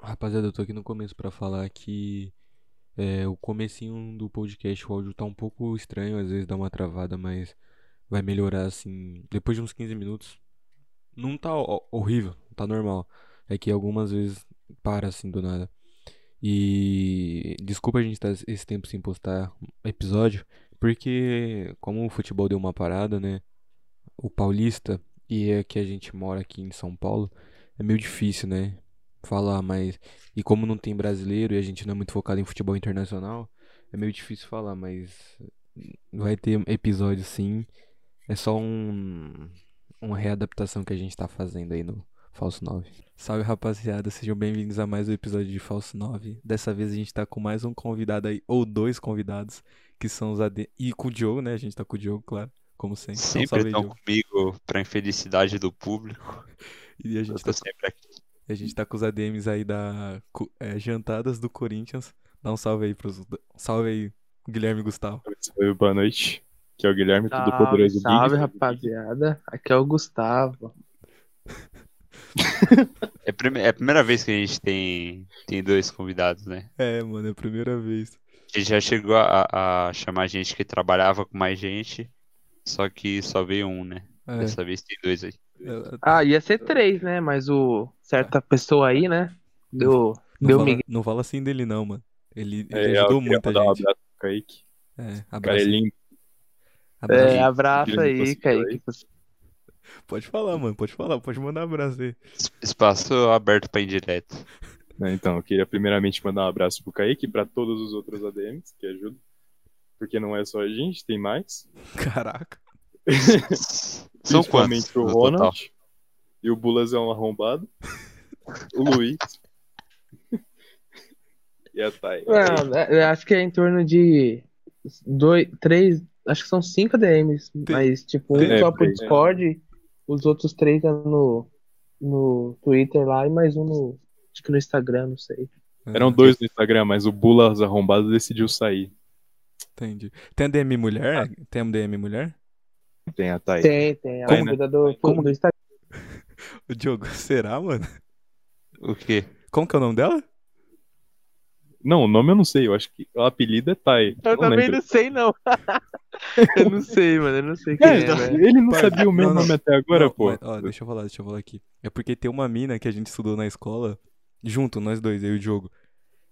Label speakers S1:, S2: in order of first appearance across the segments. S1: Rapaziada, eu tô aqui no começo pra falar que é, o comecinho do podcast, o áudio tá um pouco estranho, às vezes dá uma travada, mas vai melhorar assim, depois de uns 15 minutos. Não tá ho- horrível, tá normal. É que algumas vezes para assim do nada. E desculpa a gente estar esse tempo sem postar episódio, porque como o futebol deu uma parada, né? O paulista e é que a gente mora aqui em São Paulo, é meio difícil, né? Falar, mas e como não tem brasileiro e a gente não é muito focado em futebol internacional, é meio difícil falar, mas vai ter episódio sim. É só um uma readaptação que a gente tá fazendo aí no Falso 9.
S2: Salve rapaziada, sejam bem-vindos a mais um episódio de Falso 9. Dessa vez a gente tá com mais um convidado aí, ou dois convidados, que são os AD. E com o Diogo, né? A gente tá com o Diogo, claro, como sempre. Então,
S3: Sempre
S2: salve aí,
S3: estão
S2: Diogo.
S3: comigo para infelicidade do público.
S2: E a
S3: Eu
S2: gente,
S3: tô
S2: tá,
S3: sempre aqui.
S2: a gente tá com os ADMs aí da co- é, Jantadas do Corinthians. Dá um salve aí pros. Salve aí, Guilherme e Gustavo.
S4: Oi, boa noite. Aqui é o Guilherme, tudo
S5: Salve,
S4: poderoso
S5: Salve,
S4: Big.
S5: rapaziada. Aqui é o Gustavo.
S3: É, a prime- é a primeira vez que a gente tem, tem dois convidados, né?
S2: É, mano, é a primeira vez.
S3: A gente já chegou a, a chamar gente que trabalhava com mais gente, só que só veio um, né?
S2: É,
S3: Dessa vez tem dois aí.
S2: é,
S5: Ah, ia ser três, né? Mas o certa pessoa aí, né? Deu,
S2: não,
S5: deu
S2: fala,
S5: migué.
S2: não fala assim dele, não, mano. Ele,
S4: É,
S2: ele
S4: eu
S2: ajudou
S4: queria
S2: muito a
S4: mandar um
S2: gente.
S4: abraço pro Kaique.
S2: É,
S4: O cara é
S2: abraço,
S4: lindo.
S2: abraço.
S5: É, abraço
S4: Guilherme
S5: aí,
S4: conseguiu
S5: Kaique.
S2: Pode falar, mano, pode falar, pode mandar um abraço aí.
S3: Es- Espaço aberto para indireto.
S4: Né, Então, eu queria primeiramente mandar um abraço pro Kaique e pra todos os outros ADMs que ajudam. Porque não é só a gente, tem mais.
S2: Caraca.
S3: São
S4: Principalmente
S3: quantos
S4: o
S3: no total?
S4: Ronald. E o Bulas é um arrombado. o Luiz. e a Thay.
S5: Não, é- é, acho que é em torno de dois, três, acho que são cinco DMs, mas tipo, um
S4: É,
S5: só pro
S4: três, né?
S5: Discord, os outros três é no, no Twitter lá e mais um no, acho que no Instagram, não sei.
S4: Eram dois no Instagram, mas o Bulas arrombado decidiu sair.
S2: Entendi. Tem a DM mulher?
S4: Ah.
S2: Tem a DM mulher?
S4: Tem a Thay.
S5: Tem, tem, a
S4: Como-
S5: cuida do, do Instagram.
S2: O Diogo, será, mano?
S3: O quê?
S2: Como que é o nome dela?
S4: Não, o nome eu não sei. Eu acho que o apelido é Thay.
S5: Eu também
S4: lembro.
S5: não sei, não. eu não sei, mano. Eu não sei quem
S4: É,
S5: é, velho.
S4: ele não
S2: Pai,
S4: sabia o meu
S2: não, não.
S4: nome até agora,
S2: Não,
S4: pô.
S2: mas, ó, deixa eu falar, deixa eu falar aqui. É porque tem uma mina que a gente estudou na escola, junto, nós dois, eu e o Diogo.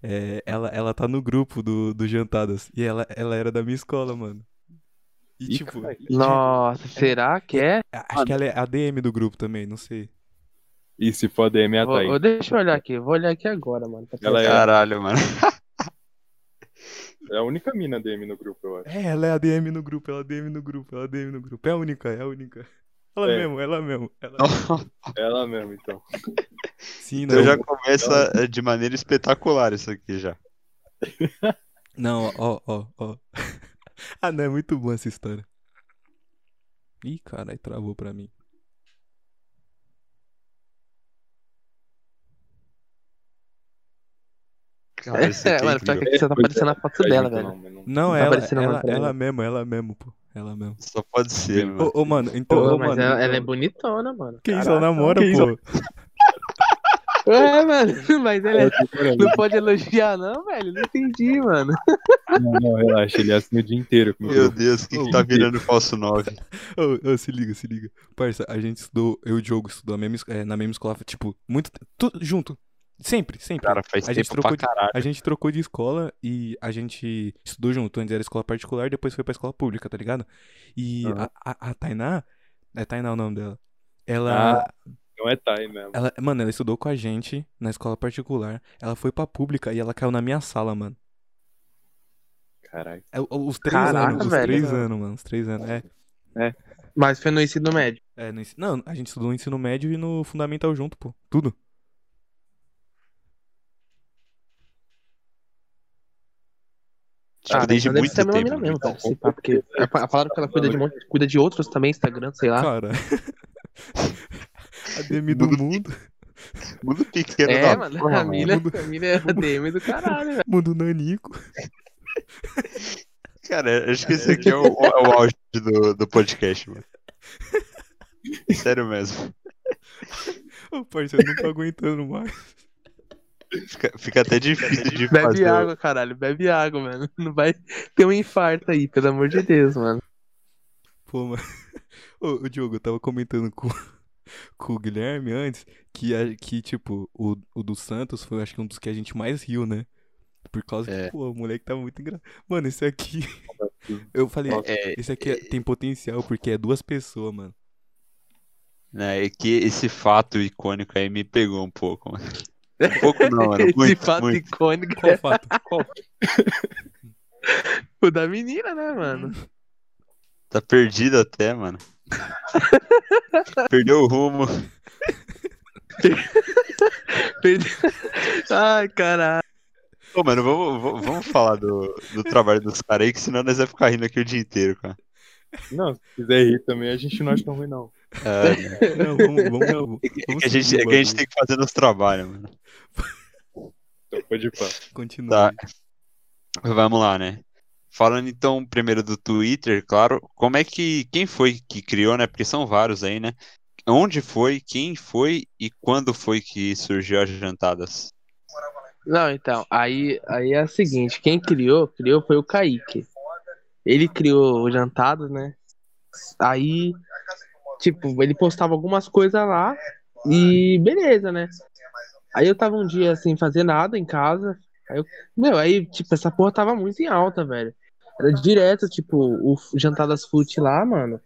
S2: É, ela, ela tá no grupo do, do Jantadas. E ela, ela era da minha escola, mano. E
S4: Ih,
S2: tipo,
S4: cara,
S5: Nossa, será que é?
S2: a- acho que ela é a DM do grupo também, não sei.
S4: E se for a DM, é a
S5: Vou,
S4: Thay.
S5: vou- deixa eu olhar aqui, vou olhar aqui agora, mano. pra
S4: Ela é-
S5: pensar.
S3: Caralho, mano.
S4: É a única mina DM no grupo, eu acho.
S2: É, ela é a DM no grupo, ela é a DM no grupo, ela é a DM no grupo. É a única, é a única. Ela
S4: É.
S2: mesmo, ela mesmo. Ela...
S4: É ela mesmo, então.
S2: Sim,
S3: Então
S2: não.
S3: já começa eh, de maneira espetacular isso aqui já.
S2: Não, ó, ó, ó. ah, não, é muito boa essa história. Ih, caralho, travou pra mim.
S3: Cara, isso
S5: É,
S3: aqui é
S5: mano, só
S3: incrível.
S5: que aqui só tá aparecendo a foto dela, velho.
S4: então,
S2: Não,
S5: Tá
S2: ela,
S5: aparecendo
S2: ela,
S5: agora pra
S2: ela
S5: mim.
S2: mesmo, ela mesmo, pô. Ela mesmo.
S3: Só pode ser, mano.
S2: Ô, ô, mano, então,
S5: Pô,
S2: ô,
S5: mas
S2: mano.
S5: ela, ela é bonitona, mano.
S2: Que isso,
S5: Caraca.
S2: ela namora,
S4: Que isso?
S2: pô.
S5: É, mano, mas ela é- não pode elogiar, não, velho. Não entendi, mano.
S4: Não, não, relaxa, ele é assim o dia inteiro. com o
S3: Meu
S4: grupo.
S3: Deus, o que, que tá virando falso 9?
S2: Ô, ô, se liga, se liga. Parça, a gente estudou, eu e o Diogo estudou a mesma es- é, na mesma escola, tipo, muito, te- tudo junto. Sempre, sempre.
S3: Cara, faz
S2: A gente
S3: tempo
S2: trocou
S3: pra
S2: de-
S3: caralho.
S2: A gente trocou de escola e a gente estudou junto. Antes era escola particular, depois foi pra escola pública, tá ligado? E
S4: Aham.
S2: a, a, a Tainá, é Tainá o nome dela. Ela,
S4: Não é Thay mesmo.
S2: ela, mano, ela estudou com a gente na escola particular. Ela foi pra pública e ela caiu na minha sala, mano.
S4: Caraca.
S2: É, o- o- Os três
S5: Caraca,
S2: anos, os
S5: velho.
S2: três anos, mano, os três anos. É,
S5: Mas foi no ensino médio.
S2: é no ensino, não, a gente estudou no ensino médio e no fundamental junto, pô. Tudo.
S3: Tipo,
S5: Ah,
S3: desde
S5: então deve
S3: muito
S5: ser a mesma mina
S3: tempo.
S5: mesmo, velho. Se pá, porque é, fa- falaram que ela cuida de um monte, cuida de outros também, Instagram, sei lá.
S2: Cara. a DM do mundo,
S3: Mundo pequeno
S5: É,
S3: da
S5: mano,
S3: porra,
S5: a mina, a mina é a DM do caralho, velho.
S2: mundo nanico.
S3: Cara, acho que esse aqui é o, é o auge do, do podcast, mano. Sério mesmo.
S2: Ô, parceiro, eu não tô aguentando mais.
S3: Fica, fica até difícil de
S5: Bebe
S3: fazer.
S5: água, caralho. Bebe água, mano. Não vai ter um infarto aí, pelo amor de Deus, mano.
S2: Pô, mano. Ô, ô, Diogo, eu tava comentando com, com o Guilherme antes que, a- que tipo, o, o do Santos foi, acho que, um dos que a gente mais riu, né? Por causa
S3: É.
S2: que, pô, o moleque tava muito engraçado. Mano, esse aqui. Eu falei,
S3: É,
S2: esse aqui é- tem potencial porque é duas pessoas, mano.
S3: né, é que esse fato icônico aí me pegou um pouco. mano. Um pouco não, mano.
S5: Esse
S3: Muito,
S5: fato
S3: muito.
S5: icônico
S2: Qual o fato?
S5: é o da menina, né, mano?
S3: Tá perdido até, mano. Perdeu o rumo.
S5: Perde- Ai, caralho.
S3: Ô, mano, vamos, vamos- vamos falar do, do trabalho dos caras aí, que senão nós vai ficar rindo aqui o dia inteiro, cara.
S4: Não, se quiser rir também, a gente não acha tão ruim, não.
S3: É,
S2: Não, vamos, vamos, vamos.
S3: é
S2: vamos
S3: que a gente,
S2: seguir
S3: é
S2: o
S3: que a gente
S2: bagulho.
S3: tem que fazer nosso trabalho, mano.
S4: Então, pode pá.
S2: Continua.
S3: Tá. Vamos lá, né? Falando então primeiro do Twitter, claro, como é que, quem foi que criou, né? Porque são vários aí, né? Onde foi, quem foi e quando foi que surgiu as jantadas?
S5: Não, então, aí, aí é o seguinte, quem criou, criou foi o Kaique. Ele criou o jantado, né? Aí, tipo, ele postava algumas coisas lá e beleza, né? Aí eu tava um dia sem fazer nada em casa. Aí eu, meu, aí, tipo, essa porra tava muito em alta, velho. Era direto, tipo, o jantadas fute lá, mano.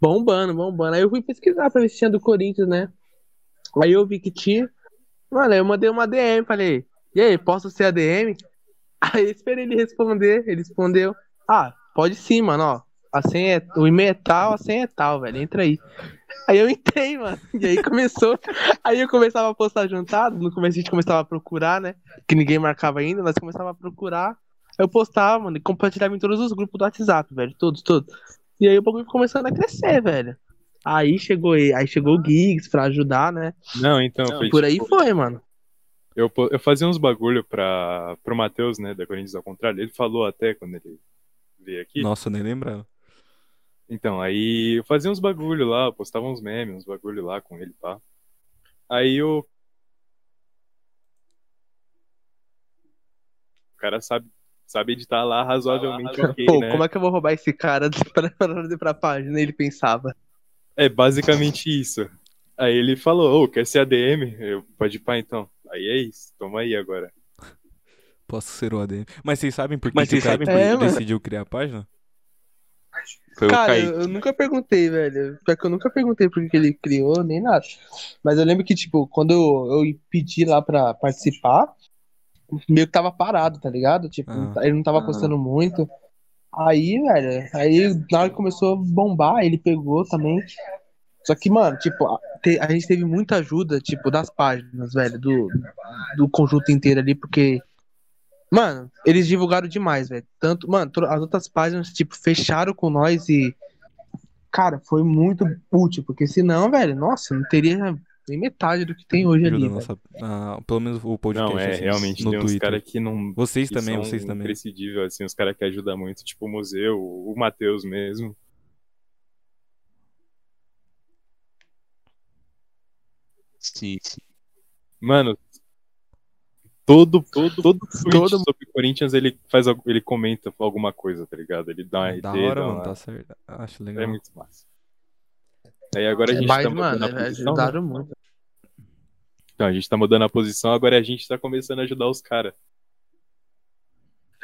S5: Bombando, bombando. Aí eu fui pesquisar pra ver se tinha do Corinthians, né? Aí eu vi que tinha. Mano, aí eu mandei uma DM, falei, e aí, posso ser a DM? Aí eu esperei ele responder, ele respondeu, ah, pode sim, mano, ó. A senha é, o e-mail é tal, a senha é tal, velho, entra aí. Aí eu entrei, mano, e aí começou, aí eu começava a postar jantado, no começo a gente começava a procurar, né, que ninguém marcava ainda, nós começava a procurar, eu postava, mano, e compartilhava em todos os grupos do WhatsApp, velho, todos, todos. E aí o bagulho foi começando a crescer, velho. Aí chegou, ele- aí chegou o Giggs pra ajudar, né,
S4: Não, então, foi
S5: por aí
S4: tipo,
S5: foi, mano.
S4: Eu, po- eu fazia uns bagulho pra, pro Matheus, né, da Corinthians ao contrário. Ele falou até quando ele veio aqui.
S2: Nossa, nem lembrava.
S4: Então, aí eu fazia uns bagulho lá, eu postava uns memes, uns bagulho lá com ele, pá. Aí eu... O cara sabe, sabe editar lá razoavelmente ok,
S5: Pô,
S4: né?
S5: como é que eu vou roubar esse cara pra, pra, pra página? Ele pensava.
S4: É basicamente isso. Aí ele falou, ô, quer ser ADM? Eu, pode pá então. Aí é isso, toma aí agora.
S2: Posso ser o ADM. Mas vocês sabem por que,
S3: Mas
S2: que o
S3: vocês sabem
S2: Kaique
S5: por que- É, mano.
S2: decidiu criar a página?
S3: Foi o
S5: cara,
S3: Kaique.
S5: eu, eu nunca perguntei, velho. Pior que eu nunca perguntei por que que ele criou, nem nada. Mas eu lembro que, tipo, quando eu, eu pedi lá pra participar, meio que tava parado, tá ligado? Tipo,
S2: Ah.
S5: ele não tava postando muito. Aí, velho, aí na hora que começou a bombar, ele pegou também. Só que, mano, tipo, a, te- a gente teve muita ajuda, tipo, das páginas, velho, do, do conjunto inteiro ali, porque. Mano, eles divulgaram demais, velho. Tanto, mano, to- as outras páginas, tipo, fecharam com nós e. Cara, foi muito útil, porque senão, velho, nossa, não teria nem metade do que tem hoje
S2: Ajuda
S5: ali,
S2: a
S5: velho.
S2: nossa. ah, pelo menos o podcast.
S4: Não, é,
S2: assim,
S4: realmente
S2: no
S4: tem uns
S2: Twitter.
S4: caras que não...
S2: Vocês
S4: que
S2: também,
S4: são
S2: vocês também.
S4: imprescindível, assim, os caras que ajudam muito, tipo o Museu, o Matheus mesmo.
S3: Sim, sim.
S4: Mano, todo, todo, todo, tweet
S5: todo-
S4: sobre Corinthians ele faz, algu- ele comenta alguma coisa, tá ligado? Ele dá uma RT,
S2: Da
S4: dá
S2: hora,
S4: uma-
S2: mano, tá certo. Acho legal.
S4: é muito massa. Aí agora a gente
S5: É, Mas,
S4: tá mudando
S5: mano,
S4: a posição. né?
S5: ajudaram muito.
S4: Então, a gente tá mudando a posição, agora a gente tá começando a ajudar os caras.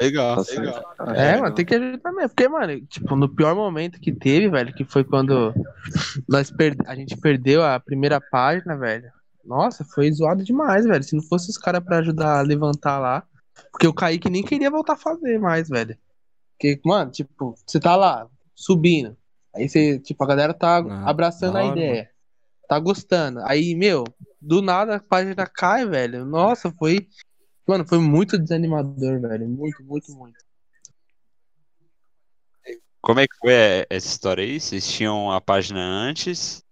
S3: Legal,
S5: Tá
S3: legal.
S5: É, mano, tem que ajudar mesmo. Porque, mano, tipo, no pior momento que teve, velho, que foi quando nós per... a gente perdeu a primeira página, velho. Nossa, foi zoado demais, velho. Se não fosse os caras pra ajudar a levantar lá. Porque o Kaique nem queria voltar a fazer mais, velho. Porque, mano, tipo, você tá lá, subindo. Aí você, tipo, a galera tá
S2: Ah,
S5: abraçando
S2: da
S5: a
S2: hora,
S5: ideia. Tá gostando. Aí, meu, do nada a página cai, velho. Nossa, foi. Mano, foi muito desanimador, velho. Muito, muito, muito.
S3: Como é que foi é, essa história aí? Vocês tinham a página antes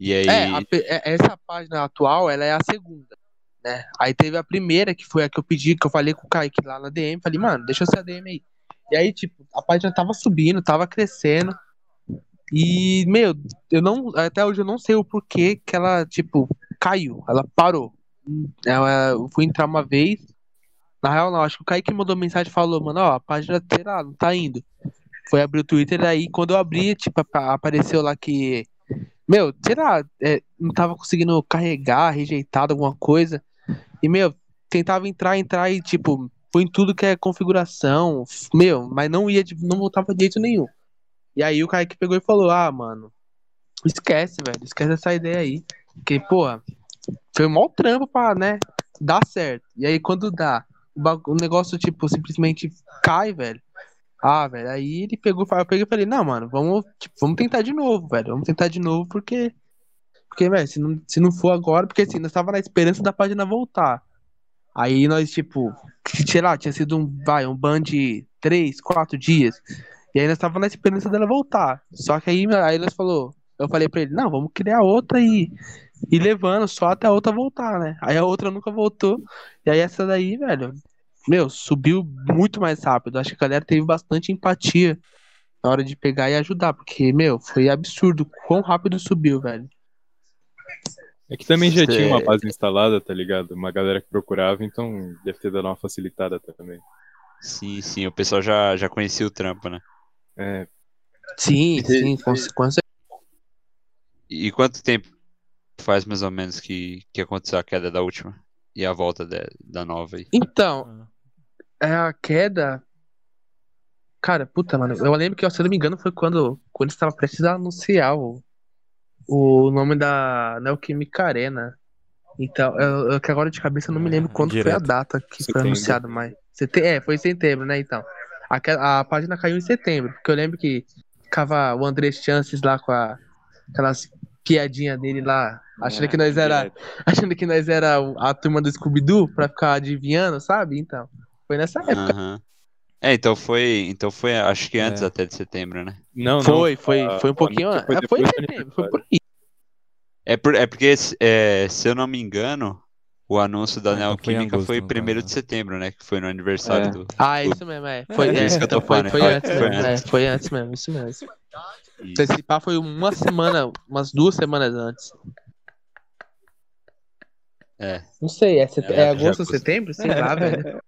S3: e aí
S5: É, a pe- é- essa página atual, ela é a segunda, né? Aí teve a primeira, que foi a que eu pedi, que eu falei com o Kaique lá na DM, falei, mano, deixa eu ser a DM aí. E aí, tipo, a página tava subindo, tava crescendo, e, meu, eu não, até hoje eu não sei o porquê que ela, tipo, caiu, ela parou. Ela- Eu fui entrar uma vez. Na real, não, acho que o Kaique mandou mensagem e falou, mano, ó, a página, sei lá, não tá indo. Foi abrir o Twitter, aí quando eu abri, tipo, apa- apareceu lá que. Meu, sei lá, é, não tava conseguindo carregar, rejeitado alguma coisa. E, meu, tentava entrar, entrar e, tipo, foi em tudo que é configuração. f- Meu, mas não ia, de- não voltava de jeito nenhum. E aí o Kaique pegou e falou, ah, mano, esquece, velho, esquece essa ideia aí. Porque, porra, foi um mau trampo pra, né, dar certo. E aí quando dá, o, bagu- o negócio, tipo, simplesmente cai, velho. Ah, velho, aí ele pegou, e fa- eu peguei e falei, não, mano, vamos, tipo, vamos tentar de novo, velho. Vamos tentar de novo, porque. Porque, velho, se não, se não for agora, porque assim, nós tava na esperança da página voltar. Aí nós, tipo, sei lá, tinha sido um, vai, um ban de três, quatro dias. E aí nós tava na esperança dela voltar. Só que aí, aí nós falou, eu falei pra ele, não, vamos criar outra e e levando só até a outra voltar, né? Aí a outra nunca voltou. E aí essa daí, velho, meu, subiu muito mais rápido. Acho que a galera teve bastante empatia na hora de pegar e ajudar, porque, meu, foi absurdo quão rápido subiu, velho.
S4: É que também já
S5: Cê-
S4: tinha uma base instalada, tá ligado? Uma galera que procurava, então deve ter dado uma facilitada também.
S3: Sim, sim, o pessoal já, já conhecia o trampo, né?
S4: É,
S5: Sim,
S3: Sim,
S5: sim, com, com certeza.
S3: E quanto tempo faz mais ou menos que, que aconteceu a queda da última e a volta da- da nova aí?
S2: Ah,
S5: Então, é a queda. Cara, puta, mano, eu lembro que, se eu não me engano, foi quando, quando estava prestes a anunciar o, o nome da Neoquímica Arena. Então, eu, eu que agora de cabeça eu não me lembro quando foi a
S2: Direto.
S5: data que foi
S4: Setembro.
S5: anunciado, mas. Sete, é, foi em setembro, né? Então. A, que- a página caiu em setembro, porque eu lembro que ficava o André Chances lá com a, aquelas piadinhas dele lá, achando que nós era achando que nós era o- a turma do Scooby-Doo pra ficar adivinhando, sabe? Então, foi nessa época.
S3: Aham. É, então foi, então foi, acho que antes
S2: É.
S3: até de setembro, né?
S4: Não, não.
S5: Foi, foi,
S3: Ah,
S4: a-
S5: foi um
S4: a
S5: pouquinho
S4: notícia foi
S5: antes. É, Foi
S4: depois
S5: em
S4: do
S5: setembro, foi por aí.
S3: É, por- é porque, se- é, se eu não me engano, o anúncio da
S2: Ah, então foi em
S3: Neoquímica
S2: agosto,
S3: foi
S2: no
S3: 1
S2: caso,
S3: de
S2: né?
S3: setembro, né? Que foi no aniversário
S4: É.
S3: do.
S5: Ah, isso mesmo, é. Foi,
S2: É,
S5: é,
S3: isso que eu tô
S5: então foi,
S3: falando,
S5: foi
S3: foi-
S5: antes
S3: foi
S5: mesmo, é,
S3: antes.
S5: foi antes mesmo, isso mesmo.
S3: Isso.
S5: Se pá, foi uma semana, umas duas semanas antes.
S3: É.
S5: Não sei, é, set-
S3: É,
S5: é
S3: já
S5: agosto ou
S3: agosto.
S5: setembro? Sei lá, velho.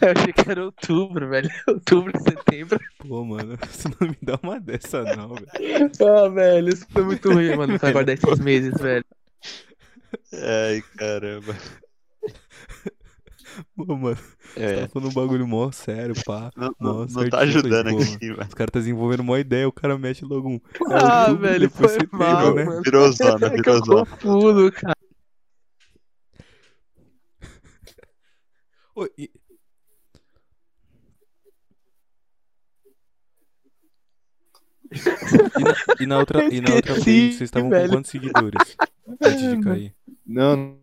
S5: Eu achei que era outubro, velho. Outubro, setembro.
S2: Pô, mano, você não me dá uma dessa, não, velho.
S5: Ah, velho, isso foi muito ruim, mano. Pra guardar esses meses, velho.
S3: Ai, caramba.
S2: Pô, mano, você
S3: É,
S2: tá falando um bagulho mó sério, pá.
S3: não, não-
S2: Nossa,
S3: não
S2: artista,
S3: tá ajudando
S2: pô,
S3: aqui, velho.
S2: Os caras tá desenvolvendo uma ideia, o cara mexe logo um. É
S5: Ah,
S2: outubro,
S5: velho,
S2: depois
S5: foi
S2: setembro,
S5: mal,
S2: né?
S5: mano.
S3: Virou zona,
S5: É que
S3: virou
S5: eu
S3: zona.
S5: confundo, cara.
S2: Ô, e- E na, e na outra, e na outra
S5: Esqueci,
S2: vez, vocês estavam com
S5: velho.
S2: quantos seguidores antes de cair?
S4: Não.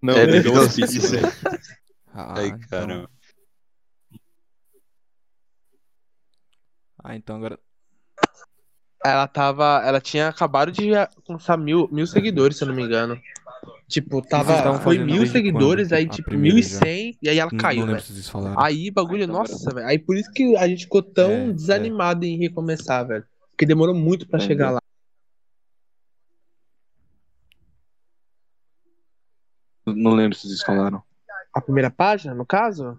S4: Não,
S3: É,
S4: ele deu
S3: virou
S4: uns pix,
S3: zona.
S4: né?
S2: Ah,
S3: Ai,
S2: então-
S3: caramba.
S2: ah, então agora.
S5: Ela tava. Ela tinha acabado de eh, alcançar mil, mil seguidores, se eu não me engano. Tipo,
S2: vocês estavam
S5: tava. Foi
S2: fazendo
S5: mil
S2: desde
S5: seguidores,
S2: quando?
S5: aí
S2: A
S5: tipo,
S2: primeira
S5: mil e
S2: já?
S5: cem, e aí ela
S2: Não,
S5: caiu,
S2: não lembro
S5: Ah, velho.
S2: se vocês falaram.
S5: Aí, bagulho,
S4: Então, é.
S5: nossa, velho. Aí por isso que a gente ficou tão
S2: É,
S5: desanimado em recomeçar, velho. Porque demorou muito pra
S4: É,
S5: chegar
S4: né?
S5: lá.
S6: Não lembro se vocês falaram.
S5: A primeira página, no caso?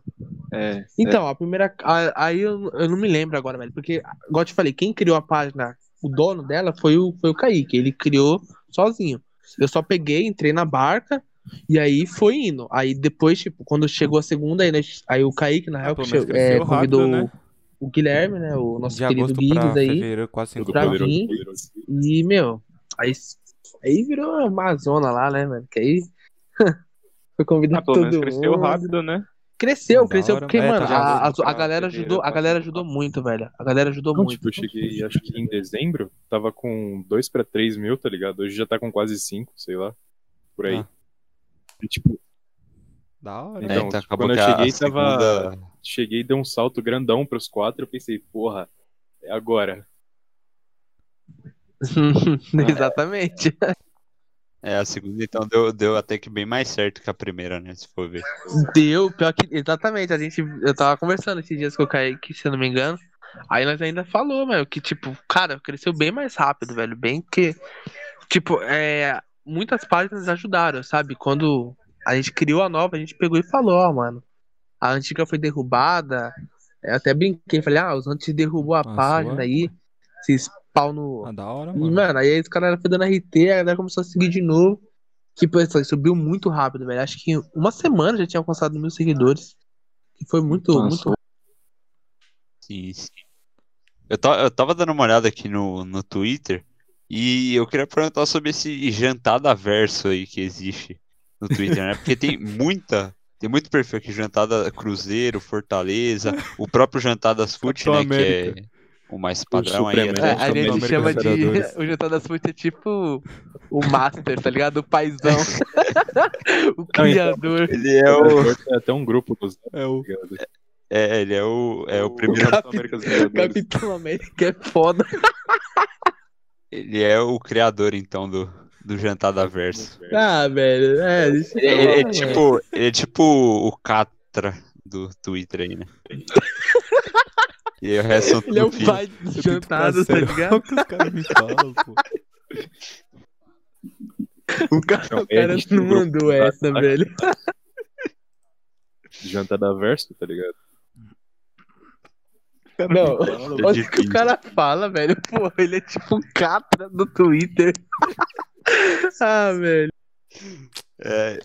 S6: É.
S5: Então, a primeira. a- aí eu, eu não me lembro agora, velho. Porque, igual eu te falei, quem criou a página, o dono dela, foi o, foi o Kaique. Ele criou sozinho. Eu só peguei, entrei na barca e aí foi indo. Aí depois, tipo, quando chegou a segunda, aí, nós- aí o Kaique, na real, que
S2: pelo menos
S5: che- é,
S2: Ah, cresceu rápido,
S5: convidou
S2: né?
S5: o Guilherme, né? O nosso
S2: de
S5: querido
S2: agosto
S5: Guides
S2: pra
S5: aí.
S2: fevereiro, quase
S4: Todo
S2: cinco
S5: Pra
S4: poderoso,
S5: mim.
S4: poderoso.
S5: E, meu, aí, aí virou uma zona lá, né, velho? Que aí
S6: Ah,
S5: foi convidar
S6: pelo
S5: todo
S6: menos cresceu
S5: mundo.
S6: rápido, né?
S5: Cresceu,
S2: Da
S5: cresceu,
S2: hora.
S5: porque,
S2: É, tá
S5: mano,
S2: de
S5: a,
S6: agosto
S5: a- a
S6: pra
S5: galera ajudou, a
S6: fevereiro,
S5: galera
S6: quase
S5: ajudou muito, velho. A galera ajudou
S2: um
S4: Não,
S5: muito.
S4: tipo, eu cheguei, acho que em dezembro, tava com 2 pra 3 mil, tá ligado? Hoje já tá com quase 5, sei lá, por aí.
S2: Ah.
S4: E, tipo,
S2: Da hora.
S4: Então,
S2: né?
S4: quando eu
S3: que a- a
S4: cheguei, tava-
S3: segunda-
S4: cheguei, dei um salto grandão pros 4, eu pensei, porra, é agora.
S6: né?
S5: Exatamente.
S3: É, a segunda então deu, deu até que bem mais certo que a primeira, né? Se for ver.
S5: Deu, pior que. Exatamente. A gente. Eu tava conversando esses dias com o Kaique, se eu não me engano. Aí nós ainda falou, mano, que tipo, cara, cresceu bem mais rápido, velho. Bem que. Tipo, é. Muitas páginas ajudaram, sabe? Quando a gente criou a nova, a gente pegou e falou, ó, mano. A antiga foi derrubada. Eu até brinquei, falei, ah, os antes derrubou a
S2: sua?
S5: página aí. Vocês pau no.
S2: Ah, da hora,
S5: E,
S2: mano.
S5: mano, aí os caras foi dando RT, a galera começou a seguir de novo. Tipo, isso aí subiu muito rápido, velho. Acho que em uma semana já tinha alcançado mil seguidores. E foi muito,
S6: Nossa.
S5: muito.
S3: Sim, sim. Eu, ta- eu tava dando uma olhada aqui no, no Twitter e eu queria perguntar sobre esse jantada verso aí que existe no Twitter, né? Porque tem muita, tem muito perfil aqui, jantada Cruzeiro, Fortaleza, o próprio jantadas fut,
S2: Capitão
S3: né, que
S2: América.
S3: é o mais padrão aí,
S4: Supremo,
S3: até
S4: né?
S3: o
S4: Copa
S5: É, a gente
S2: América
S5: chama de.
S2: Libertadores.
S5: O Jantar das Frutas é tipo o Master, tá ligado? O paizão. o criador.
S3: Ele é o,
S4: É até um grupo dos.
S2: É o...
S3: é, ele é o, é o primeiro,
S4: Capitão América dos Vingadores.
S5: Capitão América é foda.
S3: ele é o criador então do, do jantada verso.
S5: Ah, velho. É, deixa
S3: Ele, ele é
S5: mano.
S3: tipo, ele é tipo o Catra do Twitter aí, né? E aí o resto são
S5: Ele é o
S3: tudo filho.
S5: pai dos jantadas, tá ligado?
S2: É O que os caras me falam, pô.
S5: O cara,
S4: Não,
S5: o cara
S4: ele-
S5: não mandou essa,
S4: Tá-
S5: velho.
S4: Jantada verso, tá ligado?
S5: Não.
S3: É
S5: Olha o que o
S3: difícil.
S5: cara fala, velho. Pô, ele é tipo um catra do Twitter. ah, velho.
S3: É,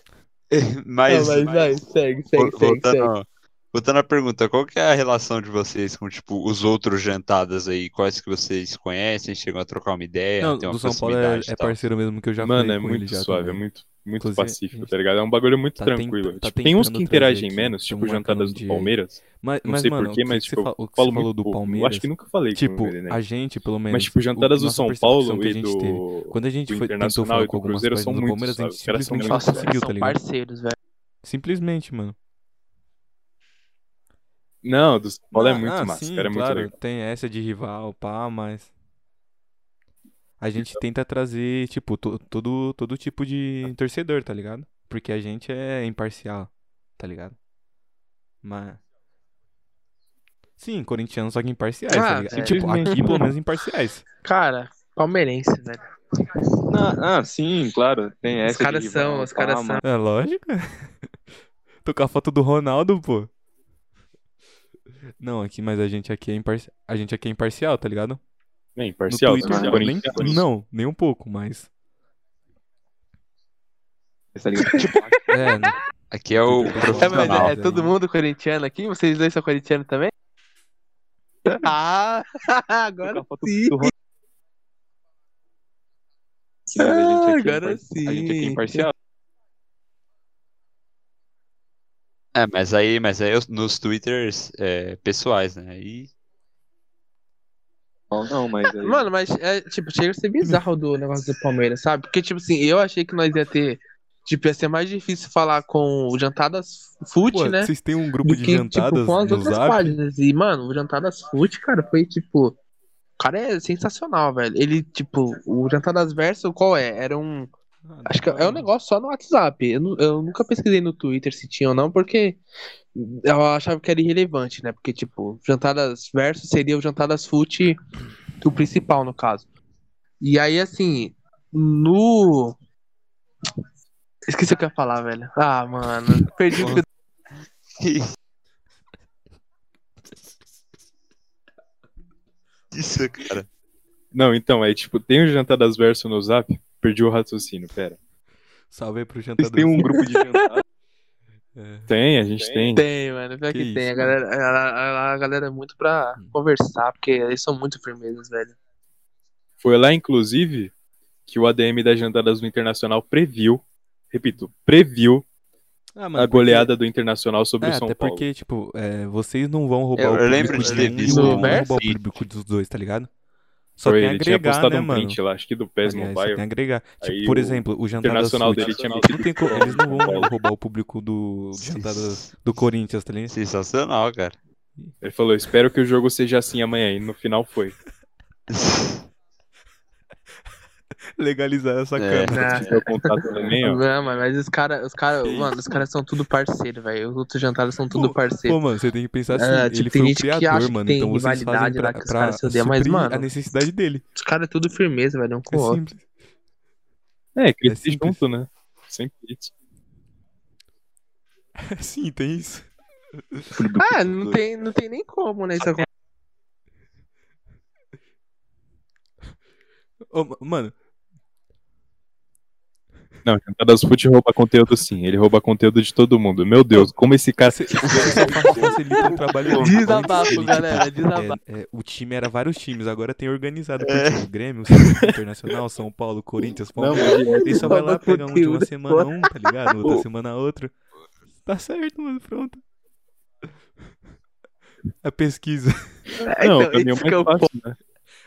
S3: mas,
S5: Não, mas
S3: mas
S5: é, vai, segue,
S3: vol-
S5: segue, segue, segue.
S3: voltando, voltando à pergunta, qual que é a relação de vocês com, tipo, os outros jantadas aí? Quais que vocês conhecem, chegam a trocar uma ideia,
S2: Não,
S3: tem uma
S2: do São Paulo é,
S3: proximidade e
S2: é
S3: tal?
S2: parceiro mesmo que eu já
S4: Mano,
S2: falei
S4: é
S2: com
S4: muito
S2: ele já
S4: suave, é
S2: também.
S4: muito, muito
S2: Inclusive,
S4: pacífico,
S2: gente,
S4: tá ligado? É um bagulho muito
S2: tá
S4: tranquilo.
S2: tenta- tá
S4: Tipo, tem uns
S2: tentando
S4: que interagem
S2: trazer aqui,
S4: menos, tipo
S2: tamo marcando
S4: jantadas
S2: um
S4: do
S2: dia aí.
S4: Palmeiras.
S2: Mas,
S4: Não
S2: mas,
S4: sei
S2: mano,
S4: porquê,
S2: o que
S4: mas,
S2: você
S4: tipo,
S2: fa- o que
S4: Falo
S2: você falou
S4: muito
S2: do
S4: pouco. Eu
S2: Palmeiras,
S4: Acho que nunca falei com
S2: tipo,
S4: ele, né?
S2: a gente, pelo menos,
S4: Mas, tipo,
S2: o-
S4: jantadas do
S2: nossa
S4: São
S2: percepção
S4: Paulo
S2: que a
S4: e
S2: gente
S4: do.
S2: teve. Quando a gente
S4: do
S2: foi, tentou
S4: Internacional
S2: falar
S4: e do
S2: com algumas
S4: Cruzeiro
S2: páginas
S4: são
S2: do
S4: muito
S2: Palmeiras, a gente
S4: suaves. Os caras são
S2: simplesmente não
S4: muito
S2: conseguiu, tá
S5: são
S2: ligado?
S5: parceiros, velho.
S2: Simplesmente, mano.
S4: Não, do São Paulo é
S2: Ah,
S4: muito
S2: ah,
S4: massa,
S2: sim,
S4: cara. É muito
S2: claro,
S4: legal.
S2: tem essa de rival, pá, mas... A gente
S4: Então
S2: tenta trazer, tipo, to- todo, todo tipo de torcedor, tá ligado? Porque a gente é imparcial, tá ligado? Mas... Sim, corintiano, só que imparciais, tá
S5: Ah,
S2: ligado?
S5: velho.
S2: Tipo, aqui, pelo menos, imparciais.
S5: Cara, palmeirense, velho.
S6: Ah, ah, sim, claro. Tem essa.
S5: Os caras
S6: de rival,
S5: são, os
S6: pá,
S5: caras
S6: mano.
S5: são.
S2: É lógico. Tocar a foto do Ronaldo, pô. Não, aqui, mas a gente aqui é imparcial. A gente aqui é imparcial, tá ligado?
S4: É
S2: No
S4: imparcial,
S2: Twitter,
S4: né?
S6: não,
S2: nem-
S4: Corinthians, Corinthians.
S2: não, nem um pouco, mas.
S6: Tá ligado?
S2: É, né?
S3: Aqui é o
S2: É, mas
S5: É, mas
S3: profissional.
S5: é todo mundo corintiano aqui? Vocês dois são corintianos também? Ah, agora sim.
S6: Que, na verdade, a gente aqui é impar-
S5: Ah, Agora
S6: A gente aqui é
S5: sim.
S6: imparcial.
S3: É, mas aí, mas aí os- nos Twitters é, pessoais, né? Aí
S6: Não, mas aí...
S5: Mano, mas é, tipo, chega a ser bizarro do negócio do Palmeiras, sabe? Porque, tipo assim, eu achei que nós ia ter. Tipo, ia ser mais difícil falar com o Jantadas Fute,
S2: Pô,
S5: né?
S2: vocês têm um grupo
S5: do
S2: de
S5: que,
S2: jantadas
S5: tipo, com as
S2: no
S5: outras
S2: Zap?
S5: páginas. E, mano, o Jantadas Food, cara, foi tipo. O cara é sensacional, velho. Ele, tipo, o Jantadas Verso, qual é? Era um.
S2: Ah,
S5: Acho que
S2: da
S5: é um
S2: hora.
S5: negócio só no WhatsApp. Eu, nu- eu nunca pesquisei no Twitter se tinha ou não, porque eu achava que era irrelevante, né? Porque, tipo, Jantadas Verso seria o Jantadas Food o principal, no caso. E aí, assim, no. Esqueci o que eu ia falar, velho. Ah, mano. Perdi o que
S3: isso, cara.
S4: Não, então, é tipo, tem o jantadas verso no zap? Perdi o raciocínio, pera.
S2: Salve aí pro jantador.
S6: Vocês têm um grupo de jantar.
S2: É.
S4: Tem, a gente tem.
S5: Tem, mano. Pior que,
S2: Que
S5: tem.
S2: isso,
S5: a, galera, a, a- a galera é muito pra conversar, porque eles são muito firmezas, velho.
S4: Foi lá, inclusive, que o ADM das jantadas do Internacional previu, repito, previu
S2: Ah, mano,
S4: a
S2: porque-
S4: goleada do Internacional sobre
S2: É,
S4: o São
S2: até
S4: Paulo.
S2: porque, tipo, é, vocês não vão roubar
S3: Eu-
S2: o
S3: eu lembro
S2: público
S3: de
S2: de
S3: ter
S2: um,
S3: visto
S2: não
S5: um
S2: vão roubar o
S3: tweet.
S2: público dos dois, tá ligado? Só
S4: Foi,
S2: tem
S4: ele tinha
S2: agregar,
S4: postado
S2: né,
S4: um
S2: mano?
S4: print lá, acho que do PES
S2: Aliás, só
S4: Mobile.
S2: tem a agregar. Tipo,
S4: Aí
S2: por
S4: o
S2: exemplo, o Jantada
S4: Internacional
S2: Sul,
S4: dele tinha
S2: não
S4: metido
S2: tem co-
S4: gol.
S2: eles não vão roubar o público do do Jantada do Corinthians, tá ligado?
S3: Sensacional, cara.
S4: Ele falou, espero que o jogo seja assim amanhã, e no final foi.
S2: legalizar essa
S3: É.
S2: câmera.
S5: Ah,
S4: tiver contato também, ó.
S5: Não, mano, mas os caras, os cara, mano, os caras são tudo parceiro, velho. Os outros jantares são tudo parceiro.
S2: Pô, mano, você tem que pensar assim,
S5: É, tipo,
S2: ele foi
S5: tem
S2: o
S5: gente que acha
S2: criador,
S5: que
S2: mano,
S5: tem
S2: então vocês fazem
S5: rivalidade
S2: pra,
S5: lá que os
S2: pra
S5: caras se odeiam, mas,
S2: suprir
S5: mano,
S2: a necessidade dele.
S5: Os caras é tudo firmeza, velho, um com
S2: É
S5: o outro.
S2: simples.
S4: É, crescer
S2: simples.
S4: junto, né? Sempre isso.
S2: Sim, tem isso.
S5: Ah, não tem, não tem nem como, né? Isso acontecer.
S2: Ô, ma- mano,
S4: Não, Jantadas Foot rouba conteúdo sim. Ele rouba conteúdo de todo mundo. Meu Deus, como esse cara.
S2: Você- você só fa- facilita o trabalho dele.
S5: Desabafo,
S2: Antes ele, tipo,
S5: galera, desabafo.
S2: é, é, o time era vários times, agora tem organizado por time. Grêmio, São Paulo, Internacional, São Paulo, Corinthians,
S4: É. Não,
S2: Palmeiras. Ele só vai lá
S5: Rouba
S2: pegar um de uma
S5: conteúdo.
S2: semana um, tá ligado? Outra semana outro. Tá certo, mano, pronto. A pesquisa.
S4: não,
S5: então,
S4: também é
S5: esse que é o
S4: mais fácil, né?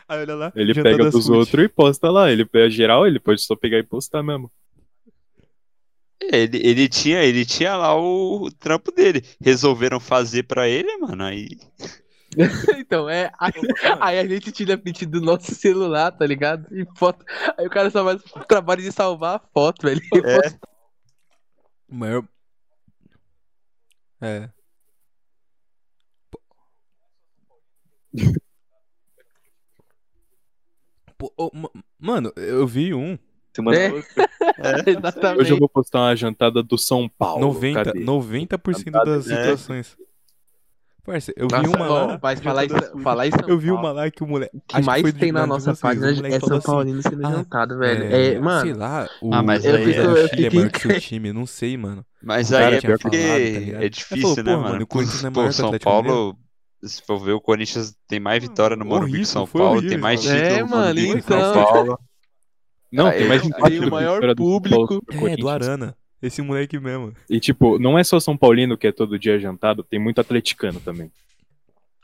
S2: Aí olha lá.
S4: Ele
S2: Jantar
S4: pega
S2: das
S4: dos
S2: Food.
S4: outros e posta lá. Ele pega geral, ele pode só pegar e postar mesmo.
S3: Ele, ele tinha, ele tinha lá o, o trampo dele. Resolveram fazer pra ele, mano. Aí.
S5: Então, é. Aí, aí a gente tira a print do nosso celular, tá ligado? E foto. Aí o cara só faz o trabalho de salvar a foto, velho.
S2: O maior. É. Pô- Pô, ô, ma- mano, eu vi um.
S6: Semana
S5: É.
S6: outra.
S5: Exatamente.
S4: Hoje eu vou postar uma jantada do São Paulo.
S2: 90,
S4: cadê?
S2: 90%
S4: Tá
S2: das
S3: né?
S2: situações. Parça, eu vi
S5: Nossa,
S2: uma né?
S5: ó,
S2: lá.
S5: mas falar em,
S2: Jantar das Food.
S5: falar é um em São
S2: Eu vi
S5: Paulo,
S2: uma lá que o moleque.
S5: O que mais tem na nossa
S2: assim,
S5: página é São Paulino sendo
S2: "Ah,
S5: jantado, velho. É,
S2: Sei
S5: mano.
S2: lá, o
S3: Ah, mas
S2: o
S3: aí
S2: Cruzeiro
S3: é-
S2: do
S5: eu
S2: Chile é
S5: fiquei-
S2: maior que seu time, eu não sei, mano.
S3: Mas
S2: cara
S3: aí é
S2: tinha
S3: porque
S2: falado, tá ligado?
S3: é
S2: Ele
S3: difícil,
S2: falou,
S3: né,
S2: "Pô,
S3: mano?
S2: mano, o Corinthians não é
S3: Pô,
S2: maior que o
S3: São
S2: Atlético
S3: Paulo, se for ver, o Corinthians tem mais vitória no Morumbi que
S2: Horrível,
S3: o São
S2: foi
S3: Paulo,
S2: horrível
S3: tem mais
S2: esse
S5: bagulho.
S3: título
S5: É,
S3: no
S5: mano,
S3: Morumbi que o
S5: então.
S3: São Paulo.
S4: Não,
S3: Ah,
S4: tem mais
S3: é,
S4: empate
S5: tem o
S4: do que
S5: maior
S4: vitória do São Paulo
S5: público.
S4: pro
S2: É, do
S4: Corinthians.
S2: Arana. Esse moleque mesmo.
S4: E tipo, não é só São Paulino que é todo dia jantado, tem muito atleticano também.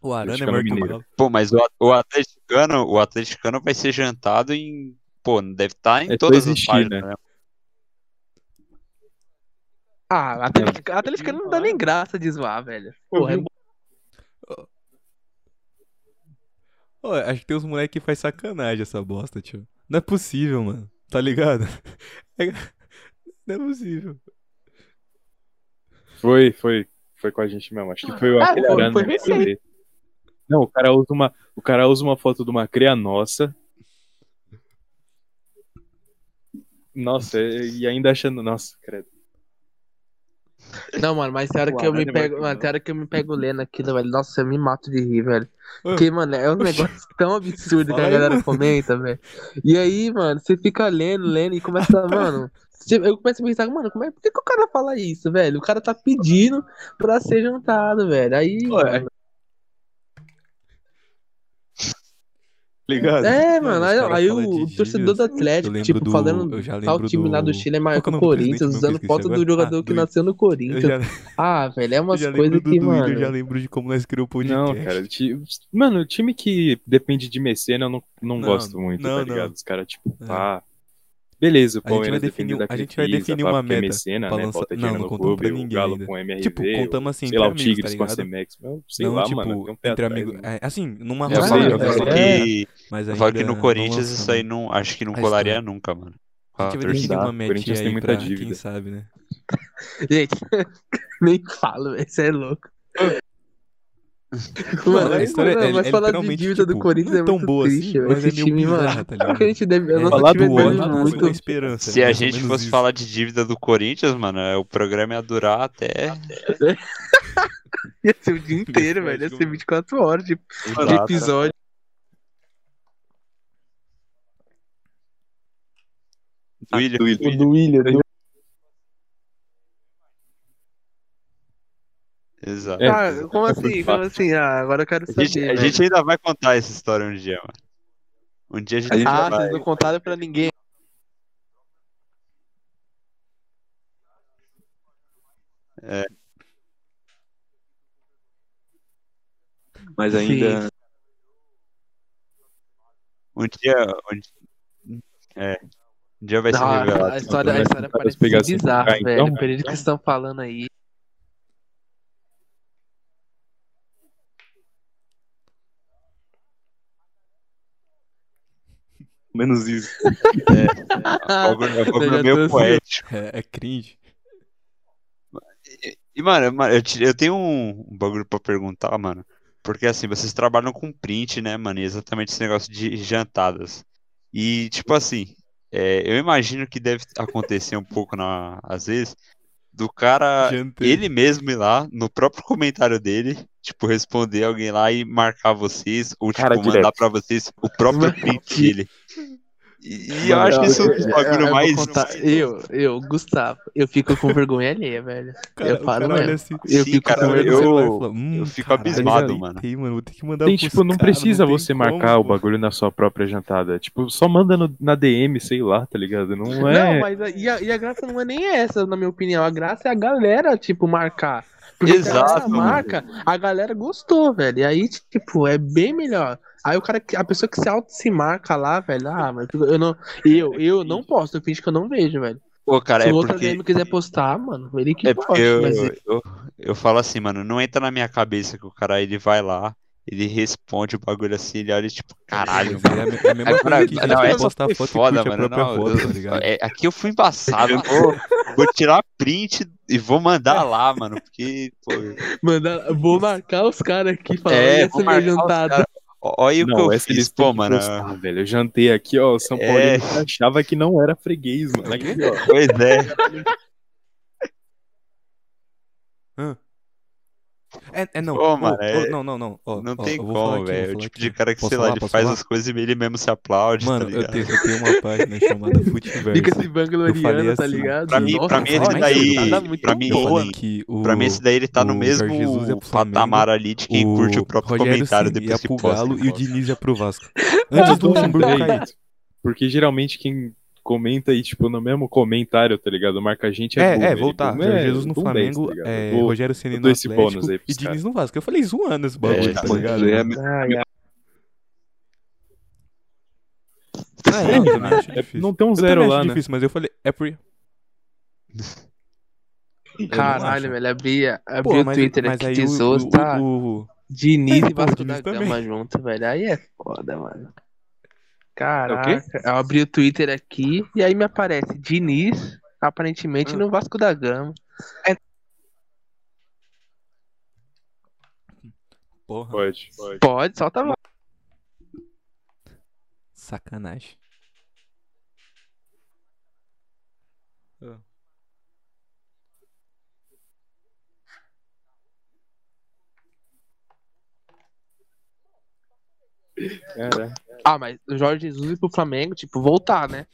S2: O Arana é
S4: Atleticano
S2: maior que o
S4: Mineiro.
S2: Paulo.
S3: Pô, mas o, o atleticano, o atleticano vai ser jantado em. Pô, deve estar em
S4: É só
S3: todas as
S4: existir,
S3: páginas,
S4: né?
S3: né?
S5: Ah, Atlético- Atlético não dá nem graça de zoar, velho. Porra, é
S2: Ô, acho que tem uns moleque que faz sacanagem essa bosta, tio. Não é possível, mano. Tá ligado? É- Não é possível.
S4: Foi, foi, foi com a gente mesmo. Acho que foi o
S5: Ah,
S4: aquele
S5: foi-
S4: Arana
S5: foi
S4: mesmo
S5: você.
S4: ali. Não, o cara usa uma, o cara usa uma foto de uma cria nossa. Nossa, e ainda achando, nossa, credo.
S5: Não, mano, mas tem hora
S6: O
S5: que eu me
S6: Arana é
S5: pego.
S6: maravilhoso.
S5: Mano, tem hora que eu me pego lendo aquilo, velho. Nossa, eu me mato de rir, velho.
S2: Ah.
S5: Porque, mano, é um negócio tão absurdo que
S2: Fala
S5: a
S2: aí,
S5: galera
S2: mano.
S5: comenta, velho. E aí, mano, você fica lendo, lendo e começa, mano. você- Eu começo a pensar, mano, como é, por que, que o cara fala isso, velho? O cara tá pedindo pra ser jantado, velho. Aí. mano,
S2: Ligado?
S5: é, mano, aí,
S2: os
S5: aí
S2: caras falam
S5: o
S2: de
S5: torcedor do
S2: dívidas. Eu
S5: Atlético,
S2: lembro
S5: tipo,
S2: do-
S5: falando
S2: eu já
S5: tal
S2: lembro
S5: time lá do
S2: do-
S5: Chile é maior
S2: Qual que é
S5: que
S2: o nome
S5: o
S2: do presidente
S5: Corinthians,
S2: mesmo que eu
S5: usando
S2: esqueci
S5: foto do
S2: agora?
S5: jogador
S2: Ah,
S5: que
S2: do-
S5: nasceu no
S2: Eu
S5: Corinthians.
S2: já,
S5: Ah, velho, é umas
S2: eu já
S5: coisas
S2: lembro do
S5: que,
S2: Twitter, eu
S5: mano.
S2: já lembro de como nós criamos o podcast.
S4: Não, cara, ti- mano, o time que depende de mecena eu não, não,
S2: Não,
S4: gosto muito,
S2: não,
S4: tá ligado?
S2: não.
S4: Os caras, tipo,
S2: É.
S4: pá. Beleza, o
S2: A gente vai
S4: Palmeiras
S2: definir- um,
S4: depende da
S2: a gente vai
S4: Crefisa,
S2: definir
S4: pá,
S2: uma
S4: porque é
S2: meta
S4: Mecena,
S2: pra
S4: né?
S2: lança-
S4: Bota
S2: não,
S4: grana
S2: não
S4: no
S2: contamos pra
S4: clube, o
S2: ninguém
S4: Galo
S2: ainda.
S4: com o MRV,
S2: Tipo, contamos assim,
S4: sei lá, o
S2: entre amigos,
S4: Tigres
S2: tá
S4: com a
S2: ligado?
S4: Cemex, eu sei
S2: não,
S4: lá,
S2: tipo,
S4: mano, tem um pé
S2: entre
S4: atrás,
S2: amigos.
S4: né?
S2: é, assim, numa
S3: Eu
S5: Ah,
S3: falo, eu
S5: velho,
S3: falo
S5: é.
S3: que,
S2: Mas
S3: eu falo que
S2: ainda
S3: no
S2: não
S3: Corinthians isso
S2: lançamos.
S3: aí não, acho que não
S2: a
S3: colaria
S2: história.
S3: nunca, mano.
S2: A
S3: Ah,
S2: gente vai
S3: torcida.
S2: definir uma
S4: Exato,
S2: metinha
S4: Corinthians tem
S2: aí
S4: muita
S2: pra
S4: dívida.
S2: quem sabe, né?
S5: Gente, nem falo, velho, você é louco.
S2: Mano, a história é-
S5: mas
S2: é
S5: falar de
S2: literalmente,
S5: dívida do
S2: tipo,
S5: Corinthians
S2: não
S5: é
S2: tão
S5: muito
S2: boa assim,
S5: triste, velho.
S2: mas é
S5: Esse
S2: meio
S5: time,
S2: bizarra, tá
S5: mano. o que a
S2: ligado?
S5: gente deve, a
S2: É,
S5: nossa
S4: falar
S5: time
S4: do
S5: deve
S4: ódio
S2: Mas
S4: nasce
S5: muito.
S2: uma esperança.
S3: Se
S2: mais
S3: a
S2: ou
S3: gente
S2: menos
S3: fosse
S2: isso.
S3: falar de dívida do Corinthians, mano, é, o programa ia durar até.
S5: Ia ser o dia inteiro, velho. Ia ser 24 horas de, de episódio.
S3: Ah, do Willian.
S6: Do Willian.
S5: do Willian.
S3: Exato.
S4: É,
S5: Ah, como assim? Como assim? Ah, agora eu quero
S3: A gente,
S5: saber.
S3: a
S5: velho.
S3: gente ainda vai contar essa história um dia, mano. Um dia a gente,
S6: A gente
S3: vai
S5: Ah,
S3: falar.
S5: vocês não contaram pra ninguém.
S6: Mas ainda.
S3: Um dia. Um dia, é, um dia vai ser
S5: Ah,
S3: revelado.
S5: a história, a
S4: Vai
S5: história
S4: tentar
S5: parece
S4: né? pegar assim,
S5: bizarra,
S4: ah, então,
S5: velho. O
S4: mano.
S5: período que vocês estão falando aí.
S6: menos isso.
S3: É um
S2: Eu já
S3: bagulho
S2: tô
S3: meio
S2: assim, ó.
S3: poético.
S2: É, é cringe.
S3: E, mano, mano, eu, te- eu tenho um, um bagulho pra perguntar, mano. Porque assim, vocês trabalham com print, né, mano? E exatamente esse negócio de jantadas. E, tipo assim, é, eu imagino que deve acontecer um pouco, na, às vezes, do cara
S2: Jantei.
S3: ele mesmo ir lá, no próprio comentário dele, tipo, responder alguém lá e marcar vocês, ou, tipo,
S4: Cara,
S3: mandar
S4: direto.
S3: pra vocês o próprio print dele. E, e eu acho que isso é um bagulho
S5: eu, vou
S3: mais.
S5: contar. eu, eu, Gustavo, eu fico com vergonha alheia, velho.
S2: Cara,
S5: eu
S2: o
S5: falo
S2: cara olha
S5: mesmo.
S2: assim.
S5: Eu
S3: Sim,
S5: fico
S3: né? cara,
S5: com vergonha.
S3: eu-
S2: celular e fala, "Hum,
S3: fico
S2: caralho,
S3: abismado,
S2: já
S3: mano.
S2: deitei, mano. Vou ter que mandar
S4: Tem,
S2: pros
S4: tipo, não
S2: cara,
S4: precisa
S2: tem
S4: você
S2: como,
S4: marcar o
S2: pô.
S4: bagulho na sua própria jantada. Tipo, só manda no- na DM, sei lá, tá ligado? Não
S5: Não,
S4: é.
S5: mas a, e, a, e a graça não é nem essa, na minha opinião. A graça é a galera, tipo, marcar. Porque se a galera
S3: Exato, mano.
S5: marca, a galera gostou, velho. E aí, tipo, é bem melhor. Aí o cara, que- a pessoa que se auto se marca lá, velho, ah, mas eu não, eu, eu não posso, eu finge que eu não vejo, velho.
S3: Pô, cara,
S5: Se
S3: é
S5: o outro
S3: porque.
S5: DM quiser postar, mano, ele que
S3: É
S5: posta.
S3: porque eu,
S5: mas
S3: eu, eu falo assim, mano, não entra na minha cabeça que o cara ele vai lá, ele responde o bagulho assim, ele olha e tipo, caralho,
S2: Mas
S3: mano.
S2: É a me- é a mesma coisa que
S3: Agora,
S2: a gente
S3: não,
S2: vai
S3: essa
S2: postar
S3: foi
S2: foto
S3: foda,
S2: e curte
S3: mano,
S2: a própria
S3: não,
S2: foto,
S3: eu-
S2: tá ligado?
S3: É, aqui eu fui embaçado, vou, vou tirar print e vou mandar lá, mano, porque, pô,
S5: Manda, vou marcar os caras aqui falando
S3: é,
S5: essa
S3: vou
S5: minha
S3: marcar os
S5: jantada.
S3: cara- Ó- Olha o que
S4: não,
S3: eu
S4: essa
S3: fiz,
S4: eles
S3: pô,
S4: têm que
S3: mano.
S4: postar, velho. Eu jantei aqui, ó. O São Paulo
S3: É.
S4: achava que não era freguês, mano. Aqui, ó.
S3: Pois é.
S2: É, é não.
S3: Pô,
S2: Ô,
S3: mano,
S2: ô,
S3: é-
S2: não, não, não. Ó,
S3: Não
S2: ó,
S3: tem
S2: eu vou falar aqui, eu
S3: como,
S2: vou
S3: velho. O
S2: falar
S3: tipo
S2: aqui.
S3: de cara que,
S2: Posso
S3: sei lá,
S2: falar?
S3: ele
S2: Posso
S3: faz
S2: falar?
S3: as coisas e ele mesmo se aplaude, tá
S2: Mano, eu
S3: ligado? assim,
S2: tenho, eu tenho uma página chamada
S5: Fica
S2: Futiverso.
S5: esse vangloriano,
S2: Eu falei
S5: tá
S2: assim,
S5: ligado?
S3: Pra mim,
S2: Nossa,
S3: pra mim
S2: eu
S3: esse
S2: falei
S3: daí,
S2: mais cedo,
S5: muito
S3: pra mim,
S2: Eu
S5: boa.
S2: falei
S3: Rolim,
S2: que o...
S3: pra mim esse daí ele tá no
S2: o
S3: mesmo
S2: Jorge Jesus é pro Flamengo,
S3: patamar ali de quem curte o próprio
S2: Rogério
S3: comentário
S2: Ceni
S3: depois
S2: ia
S3: que
S2: pro
S3: posta.
S2: Galo e o Diniz ia pro Vasco. Antes do Luxemburgo cair.
S4: Direito. Porque geralmente quem comenta aí, tipo, no mesmo comentário, tá ligado? Marca a gente é,
S2: É,
S4: boomer,
S2: é,
S4: e
S2: voltar.
S4: boomer
S2: Jorge
S4: é
S2: Jesus no
S4: boomer,
S2: Flamengo,
S4: tá ligado?
S2: é,
S4: Vou-
S2: Rogério Ceni
S4: eu
S2: no
S4: dou esse
S2: Atlético
S4: bônus aí
S2: e
S4: pros
S2: Diniz no Vasco. Eu falei zoando esse bagulho,
S3: É,
S2: tá
S3: mano,
S2: ligado?
S6: é a me-
S5: Ai, ai.
S2: Ah, é, eu também acho
S4: É,
S2: difícil.
S4: não tem um
S2: Eu
S4: zero
S2: também
S4: lá,
S2: acho
S4: né?
S2: difícil, mas eu falei, é por...
S5: Caralho,
S2: acho.
S5: velho, abri, abri
S2: Pô,
S5: o
S2: mas,
S5: Twitter né,
S2: mas
S5: aqui,
S2: aí o-
S5: Jesus,
S2: o-
S5: tá?
S2: o- o-
S5: Diniz
S2: Aí,
S5: e
S2: pô,
S5: Vasco
S2: o
S5: da
S2: Diniz
S5: Gama
S2: também.
S5: junto, velho. Aí é foda, mano.
S3: É o
S5: Caraca, eu abri o Twitter aqui e aí me aparece Diniz, aparentemente no Vasco da Gama.
S2: Porra,
S4: Pode, pode.
S5: Pode, solta a voz.
S2: sacanagem.
S4: Cara,
S5: Ah, mas o Jorge Jesus ir pro Flamengo, tipo, voltar, né?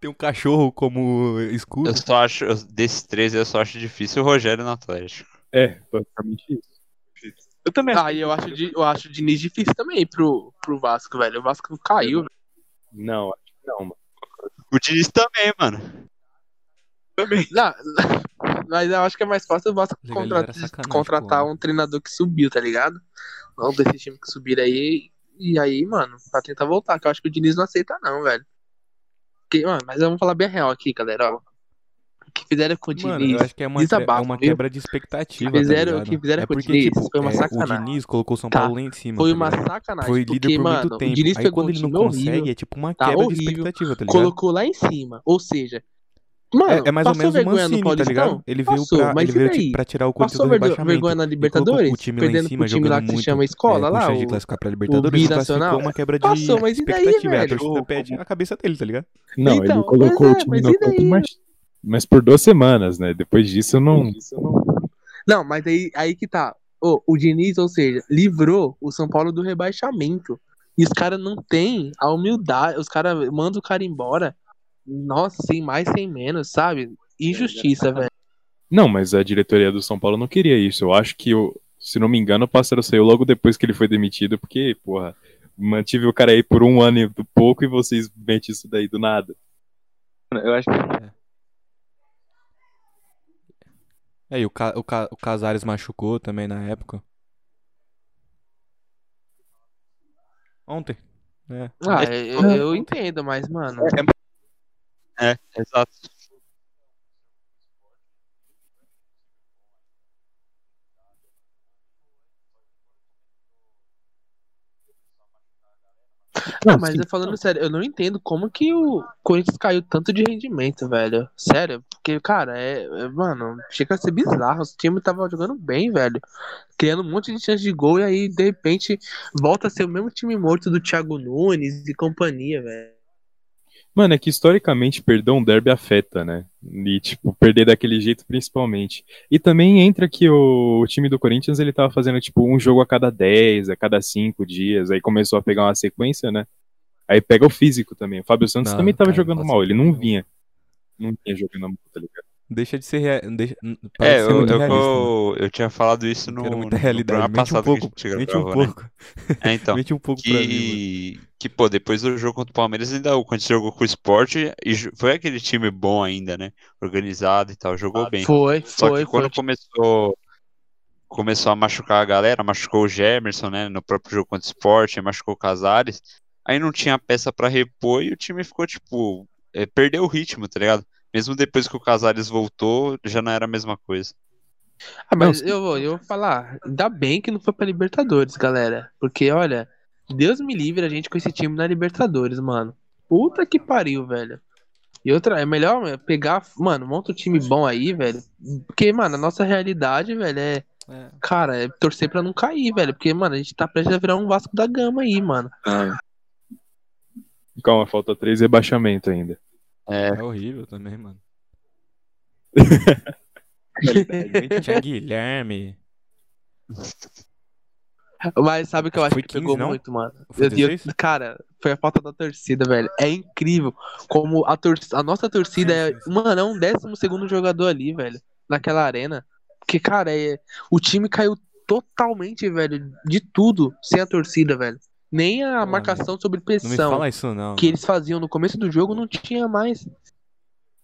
S2: Tem um cachorro como escudo.
S3: Eu só acho, eu- desses três, eu só acho difícil o Rogério no Atlético.
S4: é, basicamente isso.
S6: Eu também
S5: Ah,
S2: é
S5: e eu acho, de- eu acho o Diniz difícil também pro, pro Vasco, velho. O Vasco caiu, velho.
S4: Não, acho que não, mano.
S3: O Diniz também, mano.
S5: Não, mas eu acho que é mais fácil o Vasco
S2: Legalizar
S5: contratar-
S2: a é sacanagem,
S5: contratar
S2: pô.
S5: um treinador que subiu, tá ligado? Um desses times que subiram aí. E aí, mano, pra tentar voltar, que eu acho que o Diniz não aceita, não, velho. Que, mano, mas vamos falar bem real aqui, galera. ó. O que fizeram com o
S2: Mano,
S5: Diniz?
S2: eu acho que é uma,
S5: desabafo,
S2: que- é uma
S5: viu?
S2: quebra de expectativa.
S5: Que fizeram-
S2: tá ligado?
S5: que fizeram
S2: é
S5: com o
S2: porque,
S5: Diniz
S2: tipo,
S5: foi uma
S2: é,
S5: sacanagem.
S2: O Diniz colocou o São
S5: Tá,
S2: Paulo lá em cima.
S5: foi
S2: tá
S5: uma
S2: ligado?
S5: sacanagem.
S2: Foi
S5: porque,
S2: líder por
S5: Ah, tipo, mano,
S2: muito tempo.
S5: O Diniz
S2: Aí
S5: pegou
S2: quando ele
S5: um
S2: não
S5: time
S2: consegue,
S5: horrível,
S2: é tipo uma
S5: tá
S2: quebra de
S5: horrível,
S2: expectativa, tá ligado?
S5: colocou lá em cima. Ou seja, mano,
S2: É, é mais ou
S5: passou
S2: menos o
S5: vergonha no
S2: Mancini, tá
S5: Paulistão?
S2: ligado? Ele veio,
S5: Passou,
S2: pra,
S5: mas
S2: ele
S5: e
S2: veio
S5: daí?
S2: ti- pra tirar o Corinthians
S5: Passou
S2: do
S5: vergo-
S2: rebaixamento.
S5: vergonha na Libertadores,
S2: o time lá em
S5: perdendo
S2: cima,
S5: pro time lá
S2: jogando
S5: que
S2: muito,
S5: se chama Escola
S2: é, com
S5: lá,
S2: chance de
S5: o-
S2: classificar pra Libertadores,
S5: Binacional.
S2: classificou uma quebra de
S5: Passou, mas e daí,
S2: expectativa. É a
S5: velho?
S2: torcida perde a cabeça dele, tá ligado?
S4: Não,
S5: Então,
S4: ele
S5: mas
S4: colocou
S5: é,
S4: o time
S5: mas
S4: no
S5: e
S4: campo,
S5: daí?
S4: mas, mas por duas semanas, né? Depois disso eu
S5: Hum.
S4: não.
S5: Não, mas aí, aí que tá. Ô, o Diniz, ou seja, livrou o São Paulo do rebaixamento. E os caras não têm a humildade. Os caras mandam o cara embora. Nossa, sem mais, sem menos, sabe? Injustiça, velho.
S4: Não, mas a diretoria do São Paulo não queria isso. Eu acho que, o- se não me engano, o Pássaro saiu logo depois que ele foi demitido, porque, porra, mantive o cara aí por um ano e pouco e vocês metem isso daí do nada.
S6: Eu acho que
S2: Aí É, o, Ca- o, Ca- o Casares machucou também na época. Ontem. É.
S5: Ah, eu, eu entendo, mas, mano.
S3: É, exato.
S5: Não, Ah, mas eu falando sério, eu não entendo como que o Corinthians caiu tanto de rendimento, velho. Sério, porque, cara, é. é, Mano, chega a ser bizarro. O time tava jogando bem, velho. Criando um monte de chance de gol e aí, de repente, volta a ser o mesmo time morto do Thiago Nunes e companhia, velho.
S4: Mano, é que historicamente perder um derby afeta, né? E, tipo, perder daquele jeito principalmente. E também entra que o, o time do Corinthians, ele tava fazendo, tipo, um jogo a cada 10, a cada 5 dias. Aí começou a pegar uma sequência, né? Aí pega o físico também. O Fábio Santos
S2: Não,
S4: também tava
S2: cara,
S4: jogando
S2: não
S4: mal, ele não
S2: consigo.
S4: vinha. Não vinha jogando mal, tá ligado?
S2: Deixa de ser rea... deixa... n- para
S3: É,
S2: de ser
S3: eu,
S2: muito
S3: eu,
S2: realista, mano.
S3: eu, eu tinha falado isso no,
S2: Quero
S3: no
S2: muita realidade.
S3: programa
S2: Mente um
S3: passado que a
S2: pouco.
S3: gente gravou,
S2: Mente um
S3: né?
S2: pouco.
S3: É, então,
S2: Mente um pouco pra mim, mano.
S3: que, que, pô, depois do jogo contra o Palmeiras, ainda o Corinthians jogou com o Sport e ju- foi aquele time bom ainda, né? Organizado e tal, jogou bem.
S5: Foi,
S3: Só
S5: foi,
S3: que quando
S5: foi.
S3: começou começou a machucar a galera, machucou o Gemerson, né, no próprio jogo contra o Sport, aí machucou o Casares, aí não tinha peça pra repor e o time ficou tipo, é, perdeu o ritmo, tá ligado? Mesmo depois que o Casares voltou, já não era a mesma coisa.
S5: Ah, mas
S4: Não,
S5: eu, vou, eu vou falar, ainda bem que não foi pra Libertadores, galera. Porque, olha, Deus me livre a gente com esse time na Libertadores, mano. Puta que pariu, velho. E outra, é melhor meu, pegar, mano, monta um time bom aí, velho. Porque, mano, a nossa realidade, velho, é.
S2: É.
S5: Cara, é torcer pra não cair, velho. Porque, mano, a gente tá prestes a virar um Vasco da Gama aí, mano.
S4: Calma, falta três rebaixamento ainda.
S2: É horrível também, mano. Tinha
S5: Mas
S2: Guilherme.
S5: sabe o que eu acho
S2: Foi
S5: que pegou
S2: 15, não?
S5: muito, mano?
S2: Foi
S5: Eu- eu-
S2: 16?
S5: cara, foi a falta da torcida, velho. É incrível como a, tor a nossa torcida é, mano, é um décimo segundo jogador ali, velho, naquela arena. Porque, cara, é, o time caiu totalmente, velho, de tudo sem a torcida, velho. Nem a
S2: Porra,
S5: marcação sobre
S2: Não me
S5: pressão
S2: fala isso, não.
S5: que eles faziam no começo do jogo não tinha mais.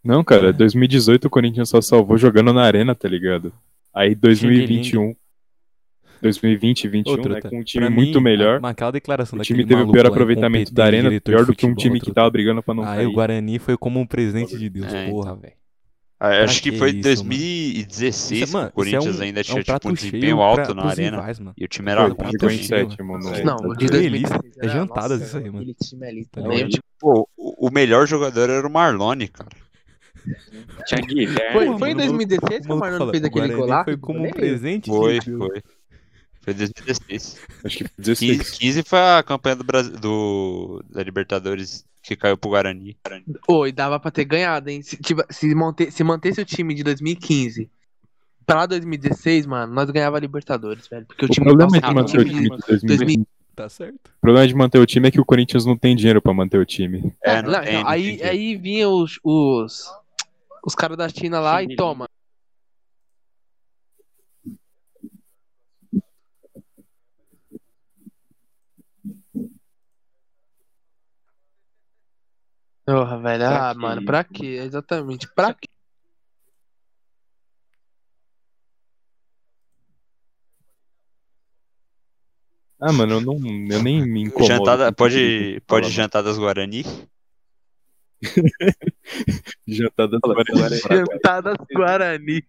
S4: Não,
S2: É.
S4: cara, 2018 o Corinthians só salvou jogando na arena, tá ligado? Aí 2021. 2020 um, e 21,
S2: Ô,
S4: né,
S5: tá.
S2: truta,
S4: com um time
S2: pra
S4: muito
S2: mim,
S4: melhor.
S2: Mas aquela declaração
S4: O
S2: daquele
S4: time teve o
S2: maluco
S4: pior
S2: lá,
S4: aproveitamento da
S2: incompetente,
S4: arena,
S2: diretor
S4: pior
S2: de
S4: do que um
S2: futebol,
S4: time que
S2: truta.
S4: tava brigando pra não
S2: Ah,
S4: cair.
S2: o Guarani foi como um presente de Deus,
S3: É,
S5: então.
S2: porra, velho.
S3: Ah, acho que
S2: que
S3: foi em
S2: isso, mano?
S3: 2016
S2: Isso é-
S3: que
S2: mano, isso é
S3: o
S2: um-
S3: Corinthians ainda
S2: é
S3: tinha
S2: um
S3: tipo,
S2: prato
S3: um
S2: cheio
S3: desempenho alto
S2: pra-
S3: na
S2: pros
S3: arena
S2: rivais, mano.
S3: e o time era
S2: Pô,
S3: ruim.
S4: Ficou em
S2: Então,
S4: sétimo,
S2: Não,
S4: mano.
S5: Não,
S4: Tá
S5: o de
S4: doido.
S2: dois-
S5: 2016
S2: é
S5: era-
S2: jantadas
S5: nossa,
S2: isso aí, mano.
S5: Aquele time ali
S2: Tá
S5: também.
S2: ligado?
S5: tipo,
S3: Pô, o o melhor jogador era o Marlone, cara.
S6: Tinha Guilherme.
S5: Foi,
S2: Porra,
S5: foi em
S2: mano, o maluco-
S5: 2016
S2: O
S5: que o
S2: maluco
S5: Marlon
S2: fala,
S5: fez
S2: o
S5: aquele
S2: Guarani
S5: golaço.
S2: Foi como um presente
S3: Foi,
S2: de Deus.
S3: foi. Foi 2016.
S4: Acho que foi
S3: 15,
S4: 16.
S3: 15 foi a campanha do, Brasil, do da Libertadores que caiu pro Guarani.
S5: Pô, e dava pra ter ganhado, hein? Se, tiva- se, manter, se mantesse o time de 2015 pra 2016, mano, nós ganhava a Libertadores, velho. Porque o
S4: O
S5: time
S4: problema é
S5: nossa,
S4: de
S5: o
S4: manter o
S2: né?
S5: time
S4: time
S5: de-
S4: de 2020.
S2: Tá certo?
S4: O problema de manter o time é que o Corinthians não tem dinheiro pra manter o time.
S3: É, não
S5: Não,
S3: tem,
S5: então,
S3: não
S5: aí,
S3: tem
S5: aí vinha os, os, os caras da China lá e toma. Porra, velho.
S6: Pra
S5: ah,
S6: quê?
S5: mano, pra quê? Exatamente. Pra quê?
S4: Ah, mano, eu, não, eu nem me
S3: jeito.
S4: incomodo.
S3: Jantada, tá pode, pode
S4: Fala,
S3: jantar das Guarani?
S4: Jantada do Guarani.
S5: Jantadas Guarani.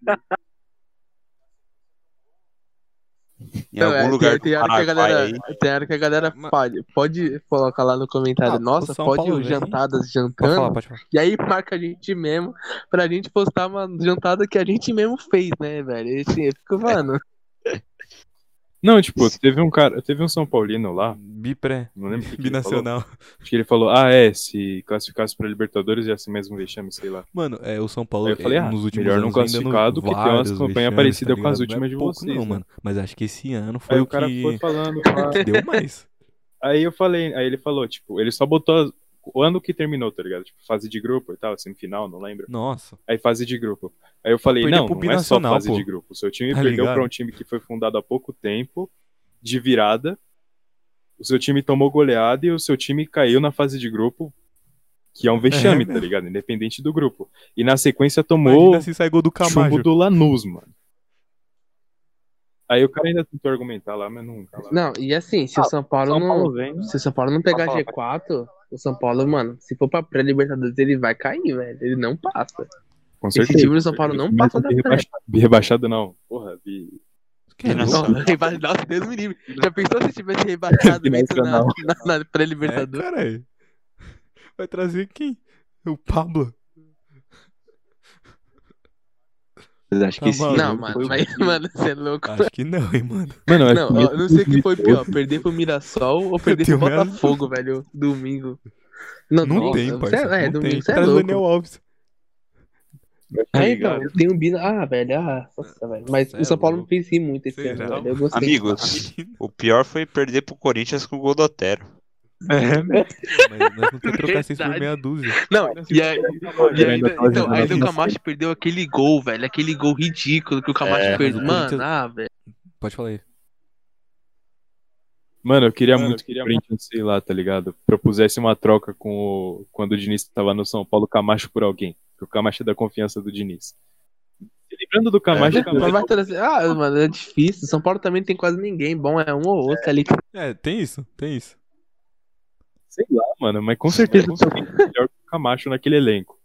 S3: Em
S5: Não,
S3: algum
S5: é, tem-
S3: lugar
S5: tem,
S3: do
S5: hora que a
S3: Paraguai aí.
S5: galera, tem hora que a galera
S2: Ma-
S5: pode, pode colocar lá no comentário.
S2: Ah, o
S5: Nossa,
S2: São
S5: pode
S2: Paulo
S5: o
S2: vem.
S5: jantadas
S2: Pode
S5: jantando.
S2: falar, pode falar.
S5: E aí marca a gente mesmo pra gente postar uma jantada que a gente mesmo fez, né, velho? E assim, eu
S2: É.
S5: fico, mano.
S4: Não, tipo, teve um cara, teve um São Paulino lá,
S2: Bipré,
S4: não lembro o que que ele falou.
S2: binacional.
S4: Acho que ele falou, ah, é, se classificasse pra Libertadores ia ser mais um vexame, sei lá.
S2: Mano, é, o São Paulo
S4: Aí eu falei,
S2: é,
S4: ah,
S2: nos últimos
S4: melhor não
S2: anos ainda
S4: classificado, que tem umas
S2: vários
S4: campanhas
S2: vexames,
S4: parecidas com
S2: ligado?
S4: as
S2: Não é
S4: últimas de
S2: pouco
S4: vocês,
S2: Não,
S4: né?
S2: mano. Mas acho que esse ano foi
S4: Aí
S2: o,
S4: o cara
S2: que...
S4: foi falando, pá.
S2: que deu mais.
S4: aí eu falei, aí ele falou, tipo, ele só botou as- o ano que terminou, tá ligado? Tipo, fase de grupo e tal, semifinal, não lembro.
S2: Nossa.
S4: Aí fase de grupo. Aí eu falei,
S2: Perdeu
S4: não,
S2: pro
S4: não é só
S2: Binacional,
S4: fase
S2: pô.
S4: de grupo. Seu time
S2: Tá
S4: perdeu
S2: ligado?
S4: pra um time que foi fundado há pouco tempo, de virada. O seu time tomou goleada e o seu time caiu na fase de grupo, que é um vexame, tá ligado? Independente do grupo. E na sequência tomou
S2: Imagina se sai gol do
S4: chumbo
S2: Camacho.
S4: do Lanús, mano. Aí o cara ainda tentou argumentar lá, mas não.
S5: Não, e assim, se o
S2: Ah,
S5: São Paulo
S6: São
S5: não.
S6: Paulo vem.
S5: Se o São Paulo não pegar
S6: Fala,
S5: G4, o São Paulo, mano, se for pra pré-Libertadores, ele vai cair, velho. Ele não passa.
S4: Com
S5: Esse
S4: certeza.
S5: time do São Paulo não
S4: Mas
S5: passa da
S4: bi
S5: pré.
S4: rebaixa- bi rebaixado não. Porra, bi...
S3: Que
S2: É,
S5: Não,
S3: noção.
S5: rebaixar os Deus me livre. Já pensou se tivesse rebaixado isso na,
S4: Dimensional.
S5: na, na pré-libertador?
S2: É, caralho. Vai trazer quem? O Pablo.
S6: Vocês acham que
S2: Tá maluco.
S6: sim?
S5: Não, mano, mas, mano, você é louco.
S2: Acho que não, hein, mano.
S4: Mano, eu acho
S5: Não,
S4: que
S5: ó, não sei o que
S4: assim,
S5: foi pior, perder pro Mirassol ou perder pro
S2: tenho medo.
S5: Botafogo, velho, domingo. Não,
S2: Não
S5: nossa,
S2: tem,
S5: você é-
S2: parceiro.
S5: É,
S2: não
S5: domingo,
S2: tem.
S5: você é
S2: Traz o Daniel
S5: louco.
S2: Alves.
S4: tá
S5: Ah,
S4: ligado.
S5: então, eu tenho Bina. Ah, velho, ah, nossa, velho. Mas
S2: Cê
S5: o São
S2: é
S5: Paulo me
S2: louco.
S5: fez rir muito esse
S2: Cê
S5: ano,
S2: é
S5: velho.
S2: louco.
S5: Eu gostei.
S3: Amigos, o pior foi perder pro Corinthians com o gol do Otero.
S2: Mas nós não temos que trocar seis por
S5: Verdade.
S2: meia dúzia.
S5: Não, e aí, e
S4: Eu
S5: ainda,
S4: é ainda tava
S5: então,
S4: jogando
S5: ainda o
S4: assim.
S5: Camacho perdeu aquele gol, velho. Aquele gol ridículo que o Camacho
S3: É.
S2: Mas
S5: perdeu.
S2: o
S5: Mano,
S2: Corinthians-
S5: ah, velho.
S2: Pode falar aí.
S4: Mano, eu queria
S2: Mano, eu
S4: muito que
S2: queria
S4: o Corinthians, sei lá, tá ligado? Propusesse uma troca com o... quando o Diniz tava no São Paulo, Camacho por alguém. Porque o Camacho é da confiança do Diniz. E Lembrando do Camacho,
S3: É.
S4: o
S5: Mas
S4: Camacho
S5: vai trazer. Ah, mano, é difícil. São Paulo também não tem quase ninguém. Bom, é um ou outro ali.
S2: É, tem isso, tem isso.
S4: sei lá, mano, mas com certeza tem alguém melhor que o Camacho naquele elenco.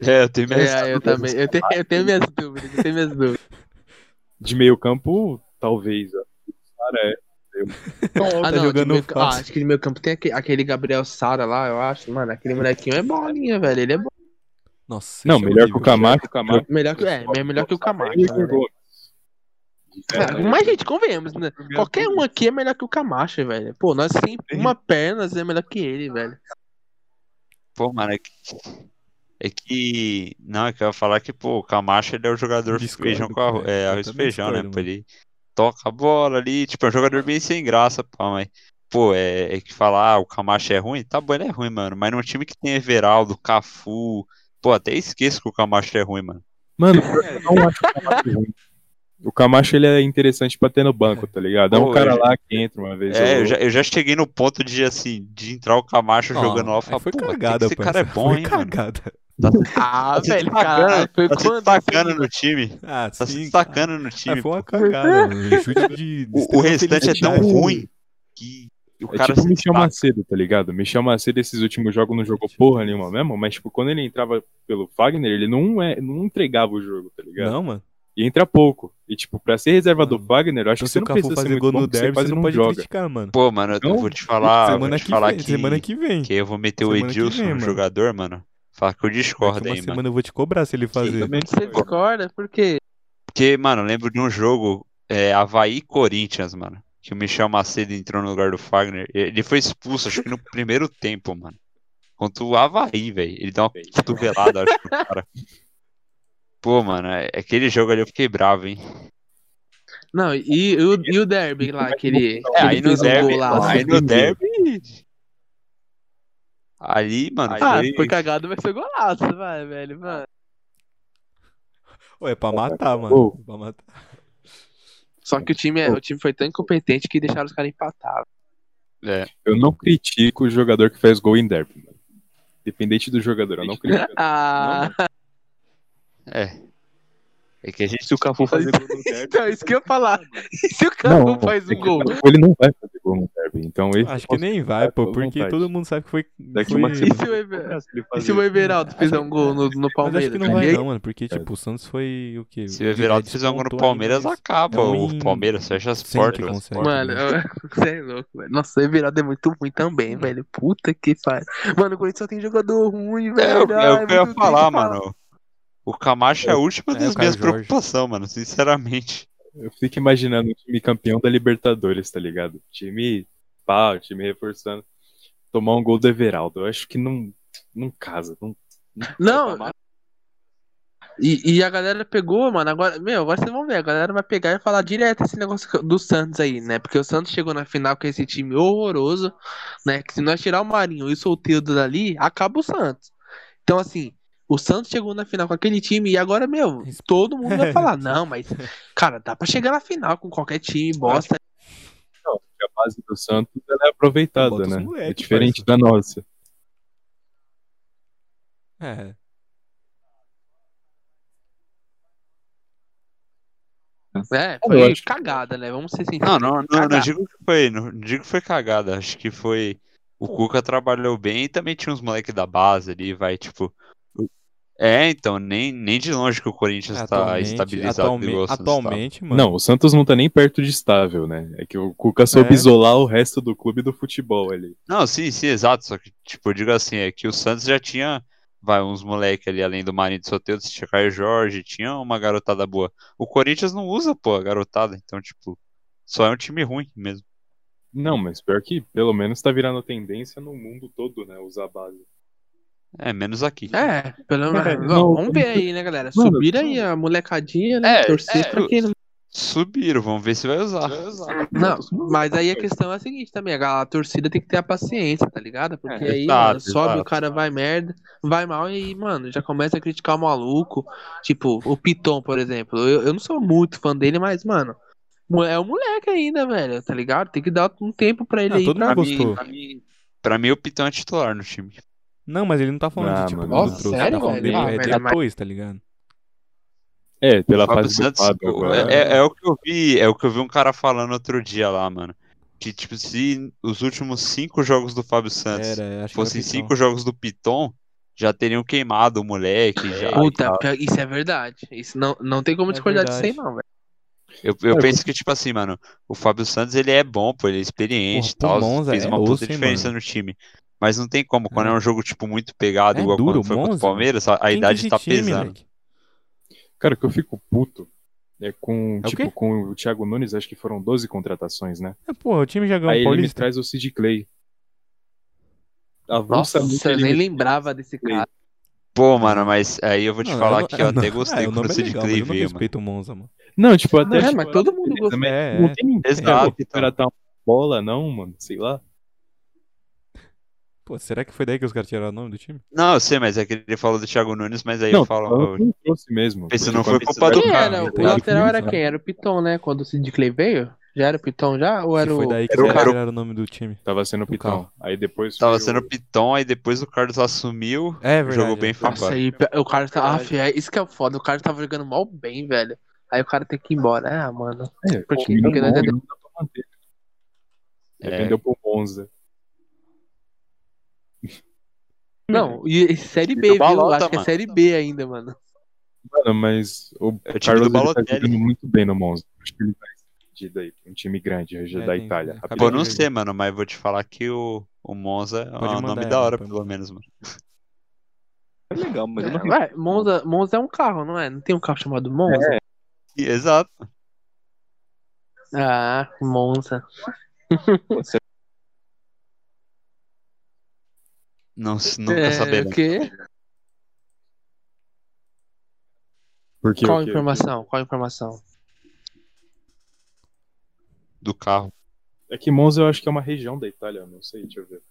S3: É, eu tenho minhas
S5: É, eu
S3: dúvidas.
S5: também. Eu tenho, eu tenho minhas dúvidas, eu tenho minhas dúvidas.
S4: De meio campo, talvez, ó. Cara, é.
S5: Ah,
S2: tá
S5: não, de
S2: jogando
S5: meio- ah,
S2: fácil.
S5: acho que no meu campo tem aque- aquele Gabriel Sara lá, eu acho. Mano, aquele molequinho é bolinha, velho. Ele é bom.
S2: Nossa,
S4: Não,
S2: esse é
S4: melhor que o
S2: horrível.
S4: Camacho, o Camacho.
S5: Melhor que, é, é melhor que o Camacho. né? Cara,
S4: É,
S5: mas, gente, convenhamos, né? Qualquer um aqui é melhor que o Camacho, velho. Pô, nós sem uma perna, nós é melhor que ele, velho.
S3: Pô, mano, é que... é que- Não, é que eu ia falar que, pô, o Camacho ele é o jogador
S2: Discordo,
S3: feijão com arroz.
S2: cara.
S3: É,
S2: Eu
S3: arroz e
S2: também
S3: feijão, né?
S2: discordo,
S3: Pô, ele toca a bola ali, tipo, é um jogador bem sem graça, pá, mas. Pô, é, é que falar ah, o Camacho é ruim, tá bom, ele é ruim, mano. Mas num time que tem Everaldo, Cafu. Pô, até esqueço que o Camacho é ruim, mano.
S4: Mano,
S3: é,
S4: eu não acho o Camacho é ruim. O Camacho, ele é interessante pra ter no banco, tá ligado? É um
S3: Pô,
S4: cara
S3: eu-
S4: lá que entra uma vez. ou
S3: É, eu
S4: outra.
S3: já, eu já cheguei no ponto de, assim, de entrar o Camacho
S2: Ah,
S3: jogando lá e
S2: aí
S3: falar,
S2: foi
S3: pô, até que
S2: cagada,
S3: esse cara é
S2: parça,
S3: bom,
S2: foi
S3: hein, mano.
S2: cagada.
S5: Ah,
S3: Tá se
S5: velho,
S3: destacando,
S5: cara, foi
S3: Tá se
S5: quando.
S3: destacando no time.
S2: Ah,
S3: Tá se
S2: sim.
S3: destacando no
S2: Ah,
S3: time.
S2: foi uma cagada, mano. Chute de... de
S3: O, o
S2: extrema
S3: restante é tão
S2: felicidade.
S3: ruim que o
S4: É
S3: cara
S4: tipo o
S3: se
S4: Michel
S3: destaca.
S4: Macedo, tá ligado? Michel Macedo, esses últimos jogos, não jogou porra nenhuma mesmo, mas, tipo, quando ele entrava pelo Fagner, ele não, é, não entregava o jogo, tá ligado?
S2: Não, mano.
S4: E entra pouco. E, tipo, pra ser reserva do
S2: Mano,
S4: Fagner, eu acho
S2: Então,
S4: que você
S2: se o
S4: não
S2: Cafu
S4: precisa ser
S2: fazer
S4: muito
S2: gol
S4: bom,
S2: no
S4: porque você
S2: derby, você
S4: quase
S2: não
S4: não
S2: pode
S4: joga.
S2: criticar, mano.
S3: Pô, mano, eu- eu
S4: Não,
S3: vou te falar, eu vou
S2: Então, semana,
S3: te
S2: que
S3: falar
S2: vem,
S3: que,
S2: semana que vem.
S3: que eu vou meter o
S2: semana que
S3: Edilson
S2: vem,
S3: no
S2: mano.
S3: jogador, mano. Falar que eu discordo
S2: Daqui uma
S3: aí, mano.
S2: semana eu vou te cobrar se ele fazer.
S5: Você discorda? Por quê?
S3: Porque, mano, eu lembro de um jogo, é, Havaí e Corinthians, mano. Que o Michel Macedo entrou no lugar do Fagner. Ele foi expulso, acho que no primeiro tempo, mano. Contra o Havaí, velho. Ele dá uma cotovelada, acho, no cara. Pô, mano, é- aquele jogo ali eu fiquei bravo, hein.
S5: Não, e, e o, e o Derby lá, aquele.
S3: É,
S5: que
S3: aí
S5: ele
S3: no
S5: fez o
S3: derby,
S5: gol lá.
S3: aí no derby. Ali, mano,
S5: Ah,
S3: foi-
S5: foi cagado, mas foi golaço, vai, velho, mano.
S2: Ô, é pra matar, mano.
S4: Ô.
S2: É Pra matar.
S5: Só que o time, é- o time foi tão incompetente que deixaram os caras empatar.
S3: é.
S4: Eu não critico o jogador que faz gol em derby, mano. Dependente do jogador, eu não critico.
S5: Ah,
S3: É que a gente
S6: Se o Cafu fazer gol no
S5: então, isso que eu ia falar. E se o Cafu
S4: Não,
S5: faz um
S4: é que
S5: gol?
S4: Ele não vai fazer gol no derby, então ele...
S2: Acho que nem vai, pô,
S4: Fica à
S2: porque
S4: vontade.
S2: todo mundo sabe que foi.
S4: Daqui
S2: foi...
S4: uma
S5: E
S4: semana.
S5: se o
S2: é.
S5: Ever...
S4: ele
S5: E se
S3: né?
S5: o Everaldo fizer um gol no, no
S2: Mas acho
S5: Palmeiras?
S2: que não vai,
S5: E aí-
S2: não, mano, porque, tipo, o Santos foi o quê?
S3: Se o Everaldo fizer um gol no
S2: despontou ainda,
S3: Palmeiras,
S2: mas
S3: acaba
S2: Então,
S3: o Palmeiras, fecha as
S2: sempre
S3: portas.
S2: consegue.
S5: Mano, você é louco, velho. Nossa, o Everaldo é muito ruim também, velho. Puta que faz. Mano, o Corinthians só tem jogador ruim,
S3: É,
S5: velho.
S3: o- é o que eu
S5: Ai,
S3: ia
S5: muito
S3: falar,
S5: triste
S3: mano. O Camacho é a última
S2: É,
S3: das
S2: o Caio
S3: minhas
S2: Jorge.
S3: preocupações, mano, sinceramente.
S4: Eu fico imaginando um time campeão da Libertadores, tá ligado? Time pá, o time reforçando. Tomar um gol do Everaldo. Eu acho que não, não casa. Não...
S5: Não. E, e a galera pegou, mano. Agora, meu, agora vocês vão ver. A galera vai pegar e falar direto esse negócio do Santos aí, né? Porque o Santos chegou na final com esse time horroroso, né? Que se nós tirar o Marinho e o Solteiro dali, acaba o Santos. Então, assim, o Santos chegou na final com aquele time e agora, meu, todo mundo vai falar: não, mas, cara, dá pra chegar na final com qualquer time, bosta.
S4: A base do Santos ela é aproveitada,
S2: Bota os
S4: né?
S2: moleque,
S4: é diferente
S2: parça.
S4: da nossa.
S2: É.
S5: É,
S4: Eu
S5: foi
S4: acho.
S5: cagada, né? Vamos ser sinceros.
S3: Não, não, não, não
S5: Cagada.
S3: digo que foi, não digo que foi cagada. Acho que foi. O Cuca trabalhou bem e também tinha uns moleques da base ali, vai, tipo. o- É, então, nem, nem de longe que o Corinthians está estabilizado
S2: É, atualme-
S3: igual o Santos tá.
S2: atualmente mano.
S4: Não, o Santos não tá nem perto de estável, né? É que o Cuca soube
S2: É.
S4: isolar o resto do clube do futebol ali.
S3: Não, sim, sim, exato. Só que, tipo, eu digo assim, é que o Santos já tinha, vai, uns moleque ali, além do Marinho de Soteldo, tinha Caio Jorge, tinha uma garotada boa. O Corinthians não usa, pô, a garotada. Então, tipo, só é um time ruim mesmo.
S4: Não, mas pior que pelo menos tá virando tendência no mundo todo, né? Usar a base.
S3: É, menos aqui.
S5: É, pelo menos.
S4: É,
S5: vamos-
S4: não,
S5: vamos ver aí, né, galera?
S4: Mano,
S5: Subir aí a molecadinha, né?
S3: É,
S5: Torcer
S3: é,
S5: pra quem não.
S3: Subiram, vamos ver se vai usar.
S5: Não, mas aí a questão é a seguinte também, a gal- a torcida tem que ter a paciência, tá ligado? Porque aí,
S3: É, exato,
S5: mano, sobe,
S3: exato.
S5: o cara vai merda, vai mal e aí, mano, já começa a criticar o maluco. Tipo, o Piton, por exemplo. Eu, eu não sou muito fã dele, mas, mano, mo- é um moleque ainda, velho, tá ligado? Tem que dar um tempo pra ele
S2: Ah,
S5: aí
S2: todo
S5: pra
S2: mundo
S5: mim.
S2: gostou.
S3: Pra mim, pra mim, o Pitão é titular no time.
S2: Não, mas ele não tá falando
S4: Ah,
S2: de tipo
S4: mano.
S2: do
S4: Nossa,
S2: trouxa,
S5: sério,
S2: tá falando
S5: velho? Ah,
S2: de, é, de
S5: velho, mas-
S2: atores, tá ligado?
S4: É, pela
S3: Fábio
S4: fase do
S3: Santos,
S4: Fábio
S3: pô,
S4: agora. né?
S3: é, é o que eu vi, é o que eu vi um cara falando outro dia lá, mano. Que, tipo, se os últimos cinco jogos do Fábio Santos
S2: Era, acho que era
S3: fossem
S2: Pitão.
S3: cinco jogos do Piton, já teriam queimado o moleque. Já, e
S5: Puta,
S3: tal.
S5: pior- isso é verdade. Isso não, não tem como
S2: É
S5: discordar disso aí,
S2: verdade.
S5: não, velho.
S3: Eu, eu
S4: É,
S3: penso que, tipo assim, mano, o Fábio Santos ele é bom, pô, ele é experiente e
S2: Porra,
S3: tal,
S2: pro Monza
S3: fez
S2: é
S3: uma puta
S2: osso, hein,
S3: diferença
S2: mano?
S3: no time. Mas não tem como, quando
S2: É.
S3: é um jogo, tipo, muito pegado,
S2: É
S3: igual
S2: duro,
S3: quando foi contra o
S2: Monza.
S3: Palmeiras, a, a
S2: Quem
S3: idade
S2: que
S3: tá
S2: esse time,
S3: pesando.
S2: moleque?
S4: Cara, o que eu fico puto é com,
S2: É o
S4: tipo,
S2: quê?
S4: com o Thiago Nunes, acho que foram 12 contratações, né?
S2: É, porra, o time já ganhou
S4: Aí
S2: o
S4: ele me
S2: Paulista.
S4: traz o Sid Clay.
S5: Nossa,
S4: Avança muito,
S5: eu
S4: ele
S5: nem
S4: me-
S5: lembrava desse cara.
S3: Pô, mano, mas aí eu vou te
S2: Não,
S3: falar
S2: não-
S3: que eu até
S2: não-
S3: gostei
S2: é, o
S3: quando
S2: nome
S3: o
S2: é
S3: Sid
S2: legal,
S3: Clay
S2: mas eu não
S3: veio, mano.
S2: respeito o Monza, mano.
S4: Não, tipo, até.
S5: É,
S4: tipo,
S5: mas todo mundo
S4: beleza,
S5: gosta.
S4: mas
S2: É,
S4: Não
S2: é.
S4: tem ninguém
S3: Exato,
S4: agora pra
S3: então.
S4: contratar uma bola, não, mano. Sei lá.
S2: Pô, será que foi daí que os caras tiraram o nome do time?
S3: Não, eu sei, mas é que ele falou do Thiago Nunes, mas aí
S4: não,
S3: eu falo,
S4: falando
S3: eu-
S4: que não trouxe mesmo.
S3: Esse
S4: porque
S3: não foi
S4: quando
S3: culpa
S4: isso
S3: do
S5: Quem
S3: cara,
S5: era?
S3: né?
S5: O lateral era
S2: Sabe?
S5: quem? Era o Piton, né? Quando o Sid Clay veio? Já era o Piton já? Ou
S2: Se
S5: era o.
S2: foi daí que
S3: era o
S2: os caras
S3: cara-
S2: tiraram o nome do time.
S4: Tava sendo Pitão.
S2: carro.
S4: Aí depois.
S3: tava
S4: foi o-
S3: sendo o Piton, aí depois o Carlos assumiu,
S2: É verdade.
S3: jogou bem e foi
S5: Nossa,
S3: embora.
S5: aí o cara tá. Ah, fi, é isso que é o foda. O cara tava jogando mal bem, velho. Aí o cara tem que ir embora. Ah, mano.
S4: É,
S5: Por
S4: o
S5: quê? Porque
S4: Milan
S5: nós é-
S4: não dá pra manter. Aí
S3: É.
S4: Vendeu pro Monza.
S5: Não, e e Série B,
S3: do
S5: viu?
S3: Balota,
S5: Acho que é
S3: mano.
S5: Série B ainda, mano.
S4: Mano, mas o
S3: É o time
S4: Carlos
S3: do
S4: ele tá
S3: Balotelli.
S4: jogando muito bem no Monza. Acho que ele vai ser vendido aí pra um time grande já
S2: É,
S4: da
S2: tem-
S4: Itália.
S2: acabou
S3: Pô, não
S4: rapidinho.
S3: sei, mano, mas vou te falar que o, o Monza é
S2: Pode
S3: um nome
S2: mandar
S3: da
S2: ela,
S3: hora,
S2: pode
S3: pelo
S2: mandar.
S3: menos, mano.
S6: É legal, mas eu não
S5: É, ué, Monza, Monza é um carro, não é? Não tem um carro chamado Monza?
S3: E- Exato.
S5: Ah, Monza.
S3: Não, né? s- nunca
S5: é,
S3: saberá.
S5: o quê?
S4: Porque
S5: Qual
S4: o quê?
S5: informação? Qual informação?
S3: Do carro.
S4: É que Monza eu acho que é uma região da Itália, não sei, deixa eu ver.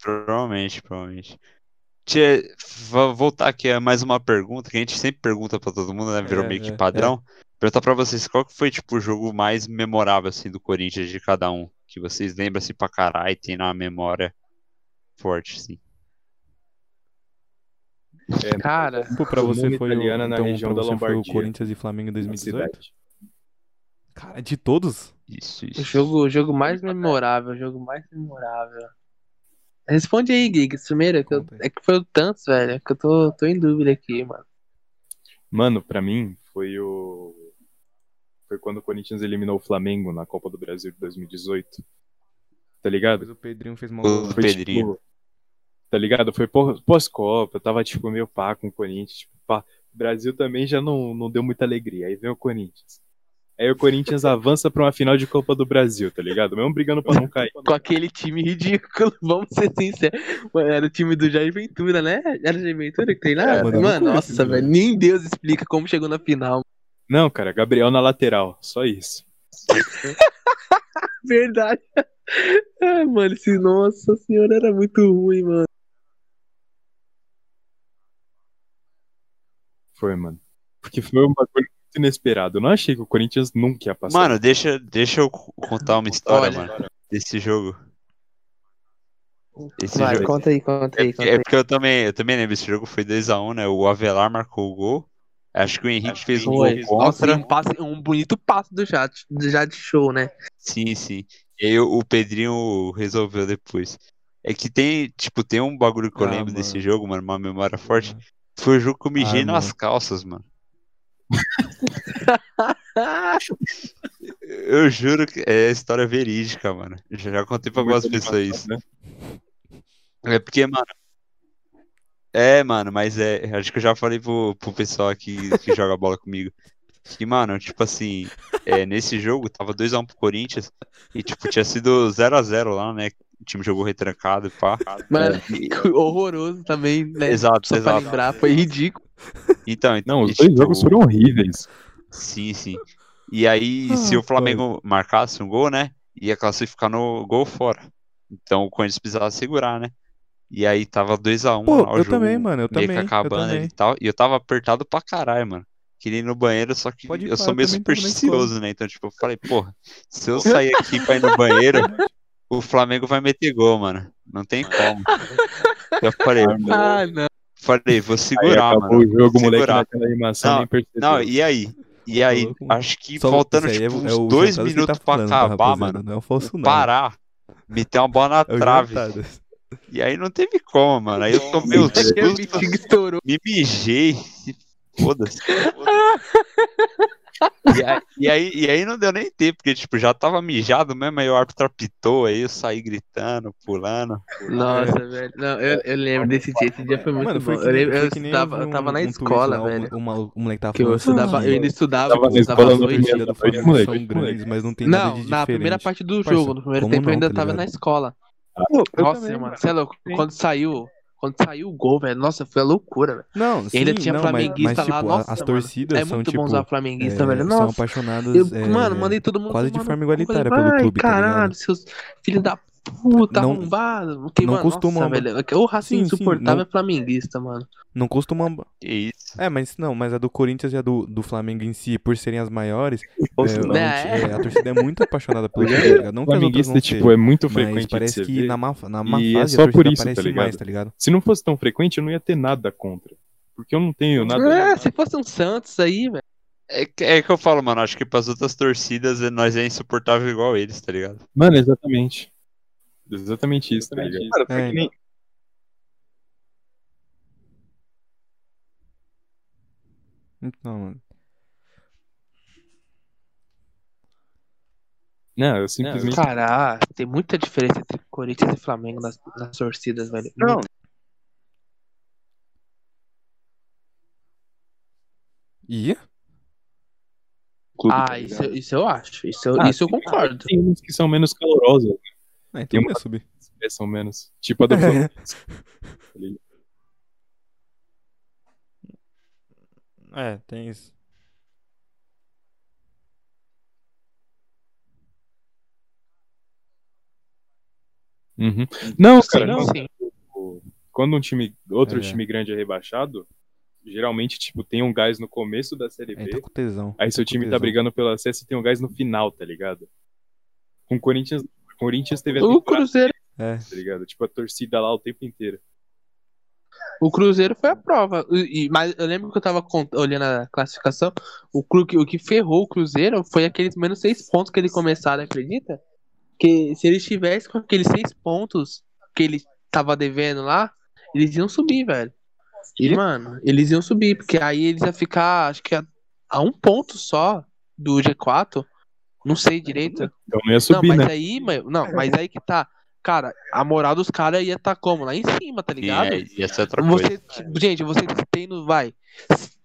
S3: Provavelmente, provavelmente. Tia, vou voltar aqui a mais uma pergunta, que a gente sempre pergunta pra todo mundo, né? Virou
S2: É,
S3: meio que
S2: é,
S3: padrão. Perguntar pra vocês qual que foi, tipo, o jogo mais memorável, assim, do Corinthians de cada um. Que vocês lembram, assim, pra caralho, tem na memória forte, assim.
S4: É,
S5: Cara,
S2: Pô, Tipo, pra
S4: Todo
S2: você
S4: mundo
S2: foi o,
S4: italiana
S2: então,
S4: na região
S2: pra
S4: da
S2: você foi o
S4: Lombardia.
S2: Corinthians e Flamengo em
S4: na
S2: 2018?
S4: cidade.
S2: Cara, de todos?
S3: Isso,
S5: o
S3: isso.
S5: jogo, o jogo mais memorável, o jogo mais memorável. Responde aí, Giggs, primeiro, que eu-
S2: Conta aí.
S5: é que foi o tantos, velho, que eu tô, tô em dúvida aqui, mano.
S4: Mano, pra mim foi o foi quando o Corinthians eliminou o Flamengo na Copa do Brasil de 2018. Tá ligado?
S2: Depois o Pedrinho fez mal.
S3: O
S4: Foi
S3: Pedrinho.
S4: tipo. Tá ligado? Foi pós- pós-Copa, eu tava tipo meio pá com o Corinthians. Tipo, pá. O Brasil também já não, não deu muita alegria. Aí vem o Corinthians. Aí o Corinthians avança pra uma final de Copa do Brasil, tá ligado? Mesmo brigando pra não cair.
S5: Com aquele time ridículo, vamos ser sinceros. Mano, era o time do Jair Ventura, né? Era o Jair Ventura que tem lá?
S2: Era,
S5: mano,
S2: É, mano, eu não conheço
S5: nossa,
S2: esse
S5: velho,
S2: jogo.
S5: nem Deus explica como chegou na final.
S4: Não, cara, Gabriel na lateral. Só isso.
S5: Verdade. Ah, mano, esse nossa senhora era muito ruim, mano.
S4: Foi, mano. Porque foi um bagulho muito inesperado. Eu não achei que o Corinthians nunca ia passar.
S3: Mano, deixa, deixa eu co- contar uma história,
S5: Olha.
S3: mano, desse jogo. Esse
S5: Vai,
S3: jogo.
S5: conta aí, conta
S3: É
S5: aí,
S3: porque,
S5: conta
S3: é
S5: aí.
S3: porque eu também, eu também lembro, esse jogo foi 2x1, né? O Avelar marcou o gol. Acho que o Henrique fez um
S5: Foi.
S3: gol
S5: Nossa, e
S3: contra.
S5: um, passe- um bonito passo do Jade, do Jade Show, né?
S3: Sim, sim. E aí o o Pedrinho resolveu depois. É que tem, tipo, tem um bagulho que eu
S2: Ah,
S3: lembro
S2: mano.
S3: desse jogo, mano, uma memória forte. Foi o jogo que eu mijei
S4: Ah,
S3: nas calças, mano. Eu juro que é história verídica, mano. Já, já contei pra algumas pessoas isso.
S4: né?
S3: É porque, mano. É, mano, mas é. Acho que eu já falei pro, pro pessoal aqui que joga bola comigo. Que, mano, tipo assim, é, nesse jogo tava 2x1 pro Corinthians e, tipo, tinha sido 0x0 lá, né? O time jogou retrancado e pá.
S5: Mano,
S3: E-
S5: horroroso também, né?
S3: Exato,
S5: Só pra
S3: exato.
S5: lembrar, foi ridículo.
S3: Então, e-
S4: Não, os
S3: e,
S4: dois
S3: tipo,
S4: jogos foram horríveis.
S3: Sim, sim. E
S2: Ah,
S3: aí, se o Flamengo marcasse um gol, né? Ia classificar no gol fora. Então o Corinthians precisava segurar, né? E aí tava 2x1
S2: Pô,
S3: lá, o
S2: eu
S3: jogo
S2: também, mano, eu
S3: meio
S2: também.
S3: que acabando
S2: eu
S3: ali
S2: também.
S3: e tal. E eu tava apertado pra caralho, mano. Queria ir no banheiro, só que
S2: Pode ir pra-
S3: eu sou
S2: eu
S3: meio
S2: também tava na
S3: supersticioso, né? Então, tipo, eu falei, porra, se eu sair aqui pra ir no banheiro, o Flamengo vai meter gol, mano. Não tem como. Eu falei,
S5: Ah, não.
S3: falei, vou
S4: Aí
S3: segurar,
S4: acabou
S3: mano.
S4: o jogo, o moleque
S3: Segurar.
S4: naquela animação,
S3: Não,
S4: nem percebeu.
S3: Não, e aí? E aí,
S2: louco, mano.
S3: acho que
S2: Só-
S3: faltando
S2: isso aí é,
S3: tipo, uns
S2: é o
S3: dois
S2: Jantadas que
S3: minutos
S2: tá
S3: pra
S2: falando,
S3: acabar,
S2: rapaziada,
S3: mano.
S2: Não é o falso, não.
S3: Parar. Meter uma bola na
S2: É o
S3: trave.
S2: Jantadas.
S3: E aí não teve como, mano. Aí eu tomei os
S5: Acho que a
S3: sustos,
S5: bexiga estourou.
S3: me mijei. Foda-se. E aí, e, aí, e aí não deu nem tempo, porque tipo, já tava mijado mesmo, aí o árbitro apitou, aí eu saí gritando, pulando.
S5: Nossa, velho. Não, eu, eu lembro desse dia. Esse dia foi muito
S2: Mano, foi
S5: bom.
S2: que
S5: eu
S2: nem-
S5: lembro, eu,
S2: foi que nem
S5: estudava-
S2: vi
S5: eu
S2: um-
S5: tava na
S2: um tweet
S5: escola,
S2: lá, um-
S5: velho.
S2: uma- O moleque tava
S5: Que eu
S2: falando assim,
S5: estudava, eu ainda estudava,
S4: Tava na
S5: eu estudava à
S4: escola no
S5: noite.
S4: primeiro
S2: torcida do
S4: Foi de
S2: Flamengo
S4: moleque,
S2: são
S4: foi de moleque.
S2: grandes, mas não tem nada de
S5: Não,
S2: diferente.
S5: na primeira parte do
S2: Parça,
S5: jogo, no primeiro
S2: como
S5: tempo
S2: não,
S5: eu ainda
S2: tá
S5: tava
S2: ligado?
S5: na escola.
S3: tipo,
S6: eu
S5: Nossa,
S6: também,
S5: mano,
S6: mano.
S5: você é louco.
S6: Sim.
S5: Quando saiu, quando saiu o gol, velho, nossa, foi a loucura, velho.
S2: Não,
S5: E ainda
S2: sim,
S5: tinha
S2: não, mas-
S5: flamenguista
S2: mas, tipo,
S5: lá,
S2: a-
S5: nossa,
S2: as
S5: mano.
S2: torcidas
S5: É
S2: são,
S5: muito
S2: tipo,
S5: bom usar flamenguista,
S2: é,
S5: velho.
S2: são
S5: Nossa,
S2: apaixonadas.
S5: eu,
S2: é,
S5: mano, mandei todo mundo
S2: quase de
S5: tomar no
S2: forma
S5: cu,
S2: igualitária
S5: falei,
S2: pelo
S5: "Vai,
S2: clube, tá ligado?"
S5: caralho, seus filhos da puta,
S2: Não-
S5: arrombado. Não,
S2: não
S5: mano,
S2: costumam-
S5: nossa, velho, é o racismo
S2: Sim, sim,
S5: insuportável é flamenguista, mano.
S2: Não costumam.
S3: Que isso.
S2: É, mas não, mas a do Corinthians e a do, do Flamengo em si, por serem as maiores, é,
S5: não.
S2: o-
S5: É.
S2: é, a torcida é muito apaixonada pelo clube, tá ligado? Não que as outras
S4: Flamenguista,
S2: não
S4: tipo,
S2: sejam,
S4: é muito
S2: mas
S4: frequente de
S2: parece
S4: você
S2: que
S4: ver.
S2: na má, na má
S4: E é
S2: fase
S4: só
S2: a torcida
S4: por isso, tá
S2: aparece
S4: ligado?
S2: mais, tá ligado?
S4: Se não fosse tão frequente, eu não ia ter nada contra. Porque eu não tenho nada.
S5: É, se fosse um Santos aí, velho.
S3: É, que- é que eu falo, mano, acho que pras outras torcidas eh, nós é insuportável igual eles, tá ligado?
S4: Mano, exatamente. Exatamente isso, tá ligado?
S6: Cara, foi
S2: É,
S6: que nem-
S2: Então, mano.
S4: Não, eu simplesmente.
S5: Caralho, tem muita diferença entre Corinthians e Flamengo nas, nas torcidas, velho.
S6: Não,
S2: Ih,
S6: clube, tá
S5: Ah,
S6: ligado?
S5: isso, eu- isso eu acho. Isso eu,
S4: Ah,
S5: isso eu concordo.
S4: Tem umas que são menos calorosas,
S2: é, então
S4: Tem
S2: não ia subir.
S4: né? são menos. Tipo a do Flamengo.
S2: É, tem isso.
S4: Uhum. Não, cara,
S5: Sim,
S4: não.
S5: sim.
S4: quando um time, outro
S2: É.
S4: time grande é rebaixado, geralmente tipo tem um gás no começo da Série
S2: Aí
S4: B.
S2: tá com tesão.
S4: Aí seu time tá
S2: tesão.
S4: brigando pelo acesso e tem um gás no final, tá ligado? Com o Corinthians, o Corinthians teve a
S5: O
S4: temporada,
S5: Cruzeiro,
S2: É.
S4: tá ligado? Tipo a torcida lá o tempo inteiro.
S5: o Cruzeiro foi a prova. E, e- mas eu lembro que eu tava cont- olhando a classificação. O, cru, o que ferrou o Cruzeiro foi aqueles menos seis pontos que ele começaram, acredita? Que se eles tivessem com aqueles seis pontos que ele tava devendo lá, eles iam subir, velho. E, mano, eles iam subir, porque aí eles iam ficar, acho que a, a um ponto só do G4. Não sei direito.
S4: Então não ia subir,
S5: não, mas
S4: né?
S5: aí, mano, não, mas aí que tá. Cara, a moral dos caras ia tá como? Lá em cima, tá
S3: Sim,
S5: ligado?
S3: é, e essa é outra coisa.
S5: você, tipo, gente, você tendo, vai,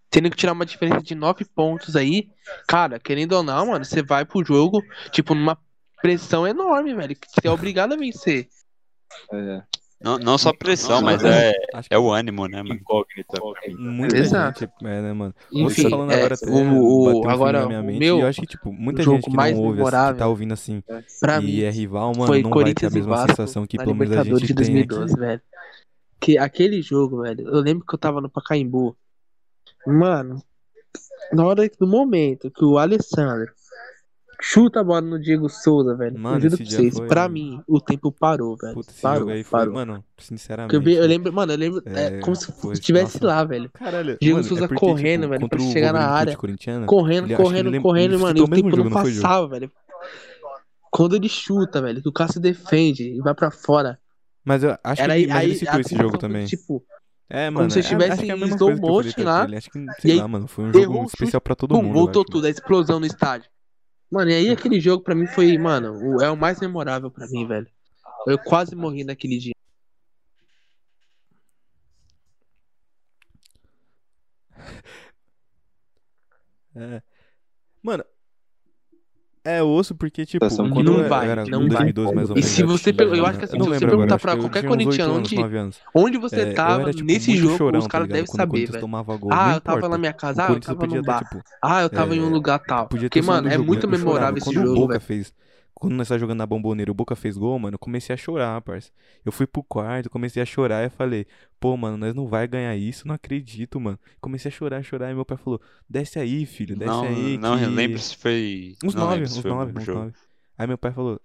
S5: tendo que tirar uma diferença de nove pontos aí, cara, querendo ou não, mano, você vai pro jogo, tipo, numa pressão enorme, velho, que você é obrigado a vencer.
S6: É.
S3: Não, não só pressão,
S2: não,
S3: mas
S2: não.
S3: é,
S2: Acho que
S3: é o ânimo, né, mano?
S4: Incógnita.
S2: muita
S5: Exato.
S2: gente, é, né, mano?
S5: Enfim,
S2: Você falando agora,
S5: é,
S2: até bateu um
S5: o, o,
S2: filme
S5: agora,
S2: na minha
S5: o
S2: mente, e
S5: meu,
S2: eu acho que, tipo, muita
S5: jogo
S2: gente que
S5: mais
S2: não ouve, assim, que
S5: memorável,
S2: tá ouvindo assim,
S5: pra
S2: e
S5: mim,
S2: é rival, mano,
S5: foi
S2: não vai ter a
S5: Corinthians e
S2: mesma
S5: Vasco
S2: sensação que
S5: na
S2: pelo menos a
S5: Libertadores
S2: gente
S5: de
S2: tem aqui.
S5: 2012, velho. Que aquele jogo, velho, eu lembro que eu tava no Pacaembu. Mano, na hora do momento que o Alessandro chuta a bola no Diego Souza, velho.
S2: Mano,
S5: eu juro
S2: esse
S5: pra
S2: dia
S5: vocês,
S2: foi-
S5: pra mim, o tempo parou, velho.
S2: Puta, esse
S5: parou,
S2: jogo aí foi,
S5: parou.
S2: mano,
S5: Porque
S2: sinceramente.
S5: eu, vi- eu lembro, mano, eu lembro é,
S2: É,
S5: como se
S2: foi,
S5: estivesse
S2: nossa.
S5: lá, velho.
S2: Caralho,
S5: Diego
S2: mano, é
S5: Souza
S2: porque,
S5: correndo,
S2: tipo,
S5: velho,
S2: contra
S5: pra
S2: o
S5: chegar na
S2: Juventude
S5: área.
S2: Corintiana,
S5: Correndo,
S2: Ele- acho que
S5: correndo,
S2: ele lem-
S5: correndo,
S2: ele
S5: mano. E
S2: citou
S5: o
S2: o mesmo
S5: tempo não
S2: jogo, não foi, Ju?
S5: passava, velho. Quando ele chuta, velho, que o cara se defende e vai pra fora.
S2: Mas eu acho que é
S5: Era aí,
S2: ele, mas ele
S5: aí
S2: citou
S5: a
S2: esse jogo
S5: sensação foi,
S2: também.
S5: Tipo,
S2: É,
S5: Como
S2: mano.
S5: se
S2: é-
S5: tivesse
S2: acho que é a mesma
S5: slow
S2: coisa que eu falei
S5: motion
S2: pra
S5: lá.
S2: ele. Acho que, sei
S5: E aí,
S2: lá, mano. Foi um
S5: errou
S2: jogo
S5: o chute,
S2: especial pra todo
S5: Pum,
S2: mundo. né, tipo eu
S5: voltou
S2: acho,
S5: tudo, a explosão no estádio. Mano, e aí aquele jogo pra mim foi, mano, o- é o mais memorável pra mim, velho. Eu quase morri naquele dia.
S2: mano. É. Mano. É osso porque, tipo,
S6: Essa
S2: quando
S5: não
S2: eu
S5: vai,
S2: era
S5: não
S2: em
S5: vai.
S2: 2012, mais ou
S5: E
S2: menos,
S5: se
S2: eu
S5: você
S2: tinha-
S5: per- eu acho que assim,
S2: eu não
S5: se você
S2: lembro
S5: perguntar
S2: agora,
S5: pra
S2: acho que eu
S5: qualquer
S2: tinha uns oito
S5: corintiano
S2: anos,
S5: onde-
S2: 9 anos.
S5: Onde você
S2: É, eu
S5: tava
S2: era, tipo,
S5: nesse
S2: muito
S5: jogo,
S2: chorão,
S5: os
S2: tá
S5: caras
S2: ligado?
S5: devem
S2: Quando o
S5: saber,
S2: Corinthians
S5: velho.
S2: tomava gol,
S5: Ah,
S2: não
S5: eu tava
S2: importa.
S5: na minha casa,
S2: O
S5: ah, eu
S2: Corinthians
S5: tava
S2: podia
S5: num
S2: estar,
S5: bar.
S2: tipo,
S5: Ah, eu tava em um
S2: é,
S5: lugar tal.
S2: Podia ter
S5: Porque,
S2: sido
S5: mano,
S2: um
S5: é
S2: jogo,
S5: muito
S2: né? Eu chorava.
S5: memorável esse
S2: Quando o
S5: jogo,
S2: Boca
S5: velho.
S2: fez, quando nós tava jogando na Bomboneira, o Boca fez gol, mano, eu comecei a chorar, parça. Eu fui pro quarto, comecei a chorar e falei: "Pô, mano, nós não vai ganhar isso, não acredito, mano". Comecei a chorar, chorar e meu pai falou: "Desce aí, filho, desce
S3: Não,
S2: aí
S3: não
S2: que
S3: lembro se foi.
S2: uns
S3: não
S2: nove,
S3: lembro se
S2: uns
S3: foi um
S2: nove, uns
S3: jogo.
S2: nove". Aí meu pai falou: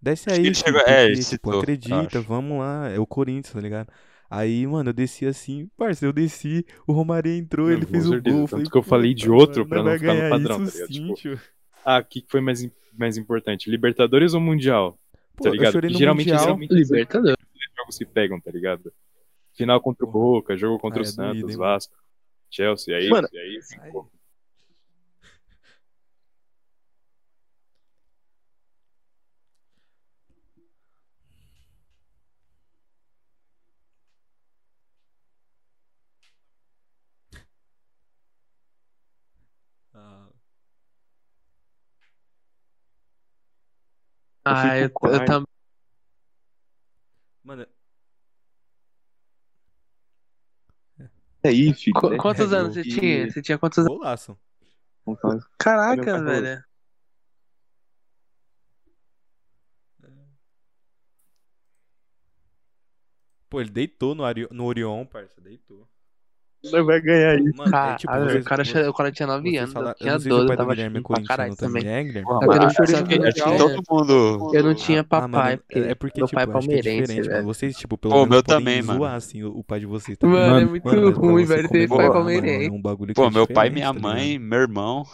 S2: "Desce
S3: Acho que
S2: aí,
S3: ele
S2: filho,
S3: chegou- é, ele
S2: porque, tipo,
S3: citou, eu
S2: acredita,
S3: acho.
S2: vamos lá, é o Corinthians, tá ligado?" Aí, mano, eu desci assim, parça, eu desci, o Romarinho entrou,
S4: Não,
S2: ele
S4: com
S2: fez o
S4: certeza,
S2: gol, eu
S4: tanto
S2: falei,
S4: que eu falei de
S2: "Puta,
S4: outro
S2: mano,
S4: pra
S2: nós
S4: não
S2: vai
S4: ficar no
S2: ganhar
S4: padrão,
S2: isso
S4: tá ligado?
S2: sim,
S4: Tipo,
S2: tio."
S4: Ah, o que que foi mais, im- mais importante? Libertadores ou Mundial?
S2: Pô,
S4: tá
S2: eu
S4: ligado?
S2: chorei
S4: Porque
S2: no
S4: geralmente,
S2: Mundial.
S4: geralmente esses
S5: Libertadores.
S4: jogos se pegam, tá ligado? Final contra o Boca, jogo contra
S2: Ah,
S4: o
S2: é
S4: Santos,
S2: doído, hein, mano?
S4: Vasco, Chelsea, aí,
S5: Mano,
S4: aí ficou.
S5: Ah, eu,
S6: fico com
S5: eu
S6: raiva.
S5: também.
S2: Mano,
S6: E aí, filho?
S5: Qu-
S6: né?
S5: Quantos
S2: É,
S5: anos você
S6: eu-
S5: tinha? Você tinha quantos anos?
S2: golaço.
S6: Vamos falar. Meu
S5: Caraca,
S6: pai falou.
S5: velho.
S2: Pô, ele deitou no, Ari... no Orion, parça, deitou.
S6: Não vai ganhar isso.
S2: Mano, é
S5: Cara,
S2: tipo,
S5: o,
S2: vocês-
S5: cara,
S2: vocês
S5: o cara tinha 9 anos,
S2: falaram-
S5: eu
S2: eu
S5: tinha
S2: não sei se o
S5: 12,
S2: pai
S5: eu
S2: do
S5: tava
S2: Guilherme é
S5: chorando pra caralho
S2: corintiano também.
S5: também.
S2: É, Guilherme?
S3: Porra,
S5: Tá
S3: mano,
S5: vendo?
S3: acho, que,
S5: Tá
S3: acho que
S5: vendo?
S3: todo mundo.
S5: é-" Eu não tinha
S2: Ah, mano,
S5: papai, porque
S2: é porque,
S5: meu
S2: tipo,
S5: pai é
S2: eu acho que é
S5: palmeirense,
S2: diferente, mano.
S5: velho.
S2: Vocês, tipo, pelo
S3: Pô,
S2: menos
S3: meu
S2: podem
S3: também,
S2: zoar,
S3: mano.
S2: assim, o, o pai de vocês, tá ligado?
S5: Mano, é
S4: Mano,
S5: muito
S2: Mano, mas pra
S5: ruim,
S2: você
S5: velho, ter
S2: comemorar,
S5: pai
S2: mano,
S5: palmeirense.
S2: É um bagulho que
S3: Pô,
S2: é
S3: meu pai,
S2: diferente,
S3: minha
S2: tá
S3: mãe,
S2: ligado?
S3: meu irmão.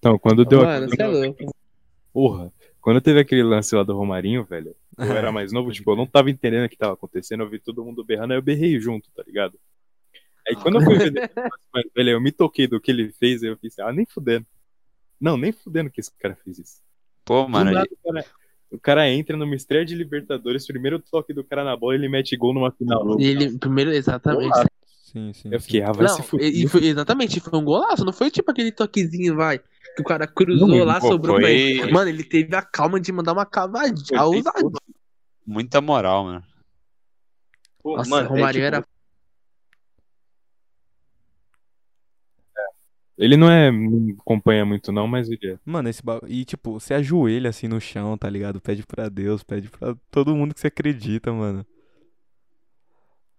S4: Então, quando deu
S5: Mano, você é louco.
S4: Porra, quando teve aquele lance lá do Romarinho, velho, eu era mais novo,
S2: Pode
S4: tipo, eu não tava entendendo o que tava acontecendo, eu vi todo mundo berrando, aí eu berrei junto, tá ligado? Aí quando eu fui ver depois, mas, velho, eu me toquei do que ele fez, aí eu pensei, ah, nem fudendo. Não, nem fudendo que esse cara fez isso.
S3: Pô,
S4: Do
S3: mano, é
S4: nada, o, cara, o cara entra numa estreia de Libertadores, primeiro toque do cara na bola, ele mete gol numa final.
S5: E ele, primeiro, exatamente.
S2: Sim, sim,
S4: Eu
S2: sim.
S4: fiquei, ah, vai
S5: Não,
S4: se fuder.
S5: e, e foi, exatamente, foi um golaço, não foi tipo aquele toquezinho, vai, que o cara cruzou
S4: Não,
S5: lá,
S3: pô,
S5: sobrou pra
S3: foi-
S5: ele. Mano, ele teve a calma de mandar uma cavadinha. A ousadia.
S3: muita moral, mano.
S4: Pô,
S5: Nossa,
S6: mano, é
S5: Romarinho
S6: tipo-
S5: era.
S4: Ele não é, não acompanha muito não, mas ele é.
S2: Mano, esse bagulho. E, tipo, você ajoelha assim no chão, tá ligado? Pede pra Deus, pede pra todo mundo que você acredita, mano.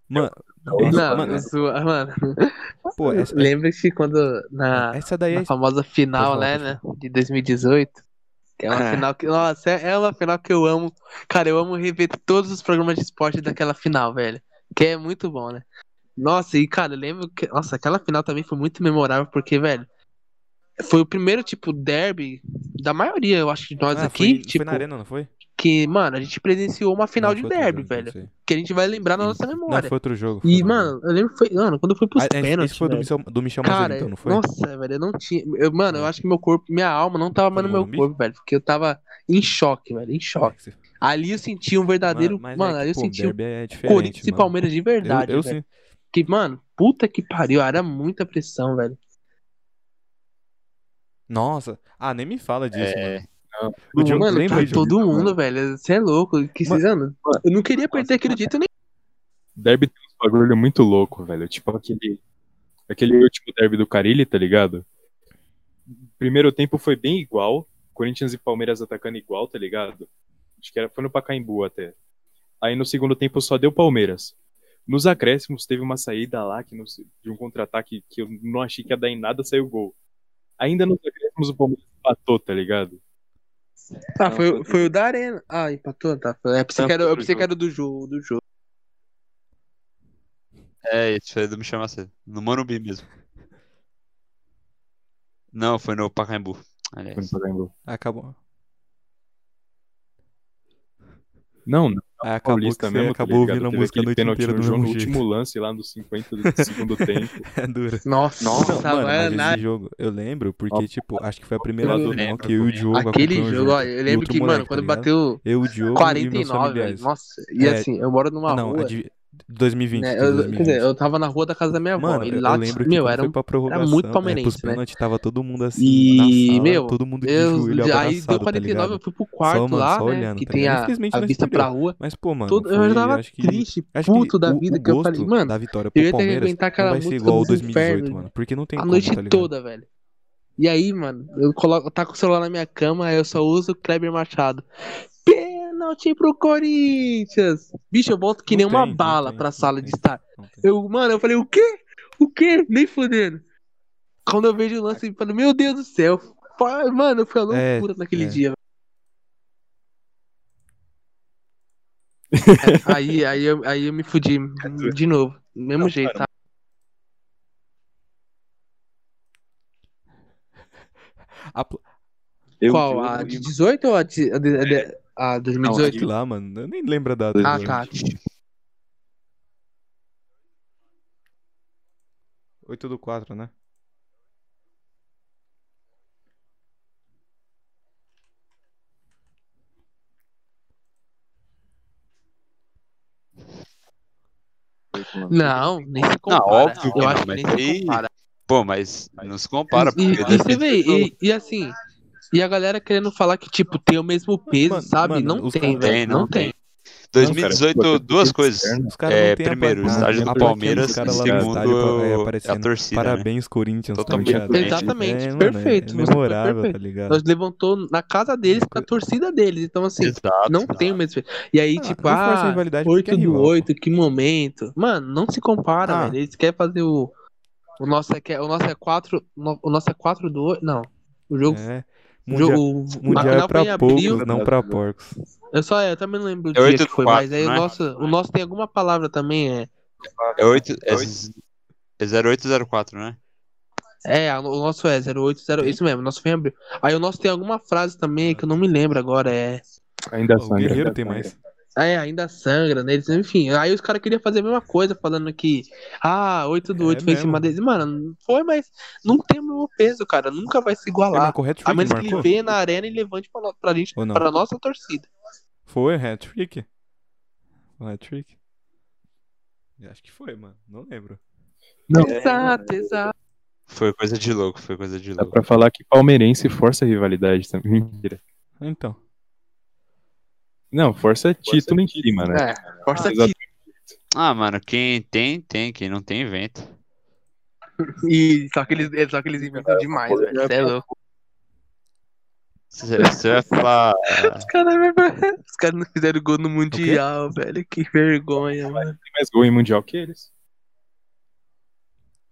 S2: Mano, essa-
S5: Não,
S2: tipo, mano,
S5: isso- mano.
S2: pô, essa,
S5: Lembra-se quando na,
S2: essa daí é.
S5: na famosa final,
S2: Pode falar,
S5: né, né, de 2018? Que é uma
S6: É.
S5: final que. Nossa, é é uma final que eu amo. Cara, eu amo rever todos os programas de esporte daquela final, velho. Que é muito bom, né? Nossa, e cara, eu lembro que. Nossa, aquela final também foi muito memorável, porque, velho, foi o primeiro, tipo, derby da maioria, eu acho, de nós
S2: Ah,
S5: aqui.
S2: foi, foi
S5: tipo,
S2: na arena, não foi?
S5: que, mano, a gente presenciou uma final
S2: Não,
S5: de
S2: foi outro
S5: derby,
S2: jogo, não
S5: velho.
S2: sei.
S5: Que a gente vai lembrar na nossa
S2: Não,
S5: memória.
S2: foi outro jogo. foi
S5: E,
S2: outro jogo.
S5: mano, eu lembro que foi. Mano, quando foi pros
S2: Ah, esse-
S5: pênaltis.
S2: esse foi do
S5: velho.
S2: Michel, do Michel
S5: Cara,
S2: Mazzoli, então, não foi? É.
S5: nossa, velho, eu não tinha. eu- mano, eu acho que meu corpo, minha alma não tava mais
S2: no
S5: no meu
S2: Morumbi?
S5: corpo, velho. Porque eu tava em choque, velho, em choque.
S2: Nossa,
S5: Ali eu senti um verdadeiro. Mano, ali eu senti o
S2: é derby é diferente,
S5: Corinthians e
S2: mano.
S5: Palmeiras de
S2: Eu-
S5: verdade,
S2: eu,
S5: velho.
S2: sim.
S5: Que, mano, puta que pariu, era muita pressão, velho.
S2: Nossa, ah, nem me fala disso,
S3: É.
S2: mano. O Diogo
S5: Mano,
S2: lembra
S5: cara,
S2: de-
S5: é todo mundo, velho. Você é louco. Que,
S2: Mano,
S5: mano, eu não queria perder aquele jeito nem.
S4: Derby tem uns bagulho muito louco, velho. Tipo aquele, aquele último derby do Carilli, tá ligado? Primeiro tempo foi bem igual. Corinthians e Palmeiras atacando igual, tá ligado? Acho que era, foi no Pacaembu até. Aí no segundo tempo só deu Palmeiras. Nos acréscimos teve uma saída lá que não sei- de um contra-ataque que eu não achei que ia dar em nada, saiu gol. Ainda nos acréscimos o Palmeiras empatou, tá ligado?
S5: Ah,
S6: Não,
S5: foi,
S6: foi-
S5: foi o da Arena. Ah, empatou, tá. É, pensei
S6: Não,
S5: que era,
S6: foi do
S5: eu pensei que
S6: jogo.
S5: era do jogo, do jogo.
S3: É, isso foi do Michel Macedo. No Morumbi mesmo. Não, foi no Pacaembu. É Aliás.
S4: Foi no Pacaembu.
S2: Acabou.
S4: Não, não,
S2: Aí acabou
S4: Paulista
S2: que você
S4: mesmo, tá
S2: acabou
S4: ligado?
S2: ouvindo a
S4: Teve
S2: música a
S4: aquele
S2: noite
S4: pênalti
S2: inteira
S4: no
S2: do
S4: jogo,
S2: mesmo
S4: no
S2: jeito.
S4: último lance lá do 50 do segundo tempo.
S2: É dura.
S5: Nossa,
S2: Não, mano,
S5: agora
S2: mas
S5: na-
S2: esse jogo, eu lembro, porque, tipo, acho que foi a primeira
S4: Eu
S2: vez
S3: lembro,
S2: não, que eu e o Diogo
S5: aquele
S2: acompanhamos o
S5: jogo, ó, eu
S2: E
S5: lembro
S2: outro
S5: que, mano,
S2: moleque,
S5: quando
S2: tá ligado?
S5: bateu
S2: Eu, o Diogo e meus
S5: 49, velho,
S2: familiares.
S5: nossa, e
S2: É,
S5: assim, eu moro numa
S2: não,
S5: rua,
S2: é de 2020.
S5: né,
S2: tudo,
S5: eu- quer
S2: 2020.
S5: dizer, eu tava na rua da casa da minha avó,
S2: Mano,
S5: e
S2: eu-
S5: lá,
S2: eu lembro que
S5: meu,
S2: quando
S5: era
S2: foi
S5: um-
S2: pra prorrogação,
S5: muito
S2: é, pros
S5: palmeirense, né?
S2: pênaltis, tava todo mundo assim,
S5: E,
S2: na sala,
S5: meu,
S2: todo mundo de
S5: Eu-
S2: joelho
S5: aí
S2: abraçado, tá
S5: deu
S2: ligado?
S5: 49, eu fui pro quarto
S2: mano,
S5: lá,
S2: só
S5: né,
S2: olhando,
S5: que
S2: tá
S5: tem
S2: ligado?
S5: a,
S2: Infelizmente
S5: a
S2: nós
S5: vista pra
S2: perdeu.
S5: rua,
S2: Mas, pô, mano,
S5: todo, eu
S2: foi-
S5: já tava
S2: acho que,
S5: triste,
S2: acho que
S5: puto da
S2: o-
S5: vida,
S2: o
S5: que eu falei,
S2: gosto
S5: mano,
S2: da vitória pro
S5: eu ia ter que
S2: Palmeiras
S5: aguentar
S2: não
S5: aquela
S2: vai ser
S5: música
S2: igual ao
S5: dos
S2: 2018,
S5: infernos,
S2: mano, porque não tem
S5: a
S2: como,
S5: noite
S2: tá ligado?
S5: toda, velho. E aí, mano, eu coloco, eu taco o celular na minha cama, aí eu só uso o Kleber Machado. Pênalti pro Corinthians! Bicho, eu volto que
S2: Não
S5: nem uma
S2: tem, não
S5: bala
S2: tem,
S5: pra
S2: não
S5: sala
S2: tem.
S5: de estar.
S2: Não tem.
S5: Eu, mano, eu falei, o quê? O quê? Nem fudendo. Quando eu vejo o lance, eu falo, meu Deus do céu. Fa- Mano, foi uma
S2: É,
S5: loucura naquele
S2: é.
S5: dia. aí, aí, eu, aí eu me fudi de novo. Do mesmo jeito, tá?
S2: Apl-
S6: Eu
S5: Qual?
S3: um
S6: juro,
S5: a de
S6: eu-
S5: 18 ou a de, a de, a de-
S3: É.
S5: a
S2: Não, sei
S5: 2018?
S2: lá, mano, eu nem lembro a data.
S5: Ah,
S2: agora.
S5: tá.
S2: 8 do 4, né?
S5: Não, nem se compara.
S3: óbvio que
S5: eu
S3: não,
S5: acho que
S3: mas
S5: nem se
S3: aí-
S5: compara.
S3: Pô, mas não se compara,
S5: E,
S3: porque
S5: e
S3: deve
S5: você
S3: ter
S5: vê, e, e assim, e a galera querendo falar que, tipo, tem o mesmo peso,
S2: Mano,
S5: sabe?
S2: mano,
S5: não
S2: os
S5: tem,
S2: caras-
S5: velho.
S3: Tem, não
S5: Não tem.
S3: 2018,
S4: Não, cara,
S3: duas
S4: você-
S3: coisas.
S2: Os caras
S3: É,
S2: não têm a
S3: primeiro, o
S2: plaquinha-
S3: estádio
S2: a plaquinha
S3: do
S2: dos
S3: Palmeiras,
S2: caras lá no
S3: segundo,
S2: estádio, pra- é,
S3: é a
S2: aparecendo.
S3: torcida, né?
S2: Parabéns, Corinthians, tá
S3: Totalmente
S2: ligado?
S3: diferente.
S5: Exatamente,
S2: É, mano,
S5: perfeito.
S2: É,
S5: você foi
S2: memorável,
S5: perfeito.
S2: tá ligado?
S5: Nós levantou na casa deles pra torcida deles. Então, assim,
S3: Exato.
S5: não tem o mesmo peso. E aí,
S2: Ah,
S5: tipo,
S2: não força a
S5: ah,
S2: rivalidade porque
S5: 8
S2: é
S5: do
S2: rival,
S5: 8, que momento. Mano, não se compara,
S2: Ah.
S5: velho. Eles querem fazer o. O nosso é, que- o nosso é 4. O nosso é 4 do 8. Não. O jogo.
S2: É.
S5: o
S2: Mundial,
S5: jogo a
S2: mundial
S5: final
S2: é
S5: foi em
S2: pra
S5: abril.
S2: poucos, não pra porcos.
S5: Eu só eu também não lembro o
S3: É
S5: dia
S3: oito
S5: que
S3: do
S5: foi,
S3: quatro,
S5: mas aí o
S3: né?
S5: nosso, o nosso tem alguma palavra também, é.
S3: É 8, é, z- é 0804, né?
S5: É, o nosso é 080, isso mesmo, o nosso foi em abril. Aí o nosso tem alguma frase também que eu não me lembro agora, é.
S4: Ainda
S2: Pô, o
S4: sangra.
S2: Guerreiro tem mais.
S5: É, ainda sangra neles, enfim. Aí os caras queriam fazer a mesma coisa, falando que, ah, 8 do
S2: É
S5: 8 foi em
S2: mesmo.
S5: cima deles. Mano, foi, mas não tem o mesmo peso, cara, nunca vai se
S2: Ele
S5: igualar.
S2: marcou hat-trick,
S5: A menos que
S2: não
S5: ele
S2: marcou?
S5: venha na arena e levante pra, no- pra gente,
S2: Ou não?
S5: pra nossa torcida.
S2: Foi hat-trick? Hat-trick? Acho que foi, mano. Não lembro.
S6: Não.
S5: Exato, exato.
S3: Foi coisa de louco, foi coisa de
S4: Dá
S3: louco.
S4: pra falar que palmeirense força a rivalidade também. Mentira.
S2: Então.
S4: Não, força é título em cima, né?
S5: É, força
S4: Exato.
S5: aqui.
S3: Ah, mano, quem tem, tem. Quem não tem, inventa.
S5: E só que eles, só que eles inventam demais, velho. Cê é louco.
S3: Você você vai falar.
S5: Os caras os caras não fizeram gol no Mundial, velho. Que vergonha, mano.
S4: Tem mais gol em Mundial que eles.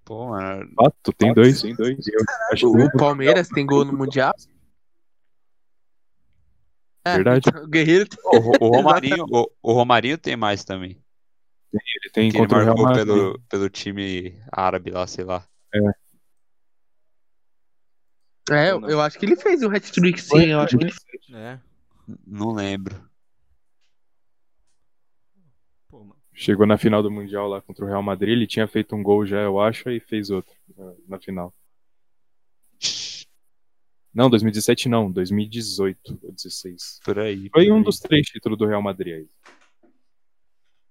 S3: Pô, mano.
S4: Fato, tem dois, tem dois. Eu acho que
S5: O Palmeiras tem gol no Mundial? É,
S4: Verdade.
S5: O Guerreiro tem.
S3: O, Ro- o Romarinho, o, o Romarinho tem mais também.
S4: ele tem
S3: Que ele
S4: contra o Real
S3: marcou
S4: Madrid.
S3: pelo, pelo time árabe lá, sei lá.
S5: É, eu, eu acho que ele fez um hat-trick, sim. Eu acho que ele...
S2: É.
S3: N- Não lembro.
S2: Pô, mano.
S4: Chegou na final do Mundial lá contra o Real Madrid, ele tinha feito um gol já, eu acho, e fez outro na- na final. Não, 2017 não, 2018 ou 16.
S3: Por aí.
S4: Foi
S3: por
S4: um
S3: aí.
S4: dos três títulos do Real Madrid aí.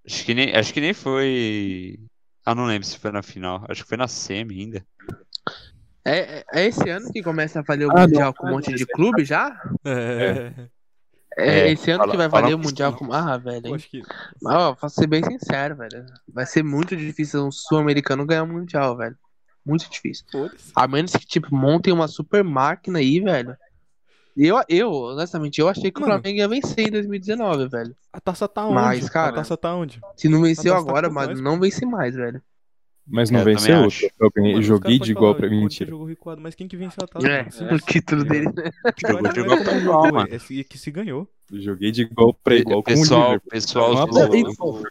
S3: Acho que, nem, acho que nem foi. Ah, não lembro se foi na final. Acho que foi na semi ainda.
S5: é, é- é esse ano que começa a valer o
S4: Ah,
S5: Mundial
S4: não.
S5: com um monte de clube já?
S2: É.
S5: É,
S3: É,
S5: esse ano que
S3: fala-
S5: vai
S3: fala
S5: valer o
S3: isso,
S5: Mundial
S3: não.
S5: com. Ah, velho.
S2: Pô, acho que.
S5: Mas, ó, pra ser bem sincero, velho. Vai ser muito difícil um sul-americano ganhar um Mundial, velho. Muito difícil.
S2: Foda-se.
S5: A menos que, tipo, montem uma super máquina aí, velho. E Eu, eu honestamente, eu achei que o
S2: Mano.
S5: Flamengo ia vencer em 2019, velho.
S2: A taça tá onde?
S5: Mas,
S2: A
S5: cara-
S2: taça tá onde?
S5: Se não venceu
S2: Mas tá
S5: agora,
S2: com
S5: mas
S2: nós,
S5: não vence mais, velho.
S4: Mas não
S3: É, eu
S4: venceu
S3: também acho.
S4: outro. Eu ganhei-
S2: Mano, os
S4: joguei
S2: caras
S4: de
S2: podem
S4: igual
S2: falar,
S4: pra
S2: "Olha, o
S4: mim,
S2: Corinthians
S4: mentira.
S2: jogou recuado, mas quem que venceu a taça?
S5: É,
S2: mano?
S5: o título dele. né?
S3: Jogou
S2: Olha,
S3: de
S2: não
S3: igual
S2: é
S3: pra
S2: como
S3: igual,
S2: jogou,
S3: mano.
S2: é se- que se ganhou.
S4: Joguei de igual pra igual com o
S3: pessoal,
S4: Liverpool. é
S3: pessoal,
S4: Uma
S3: zoou-
S4: boa.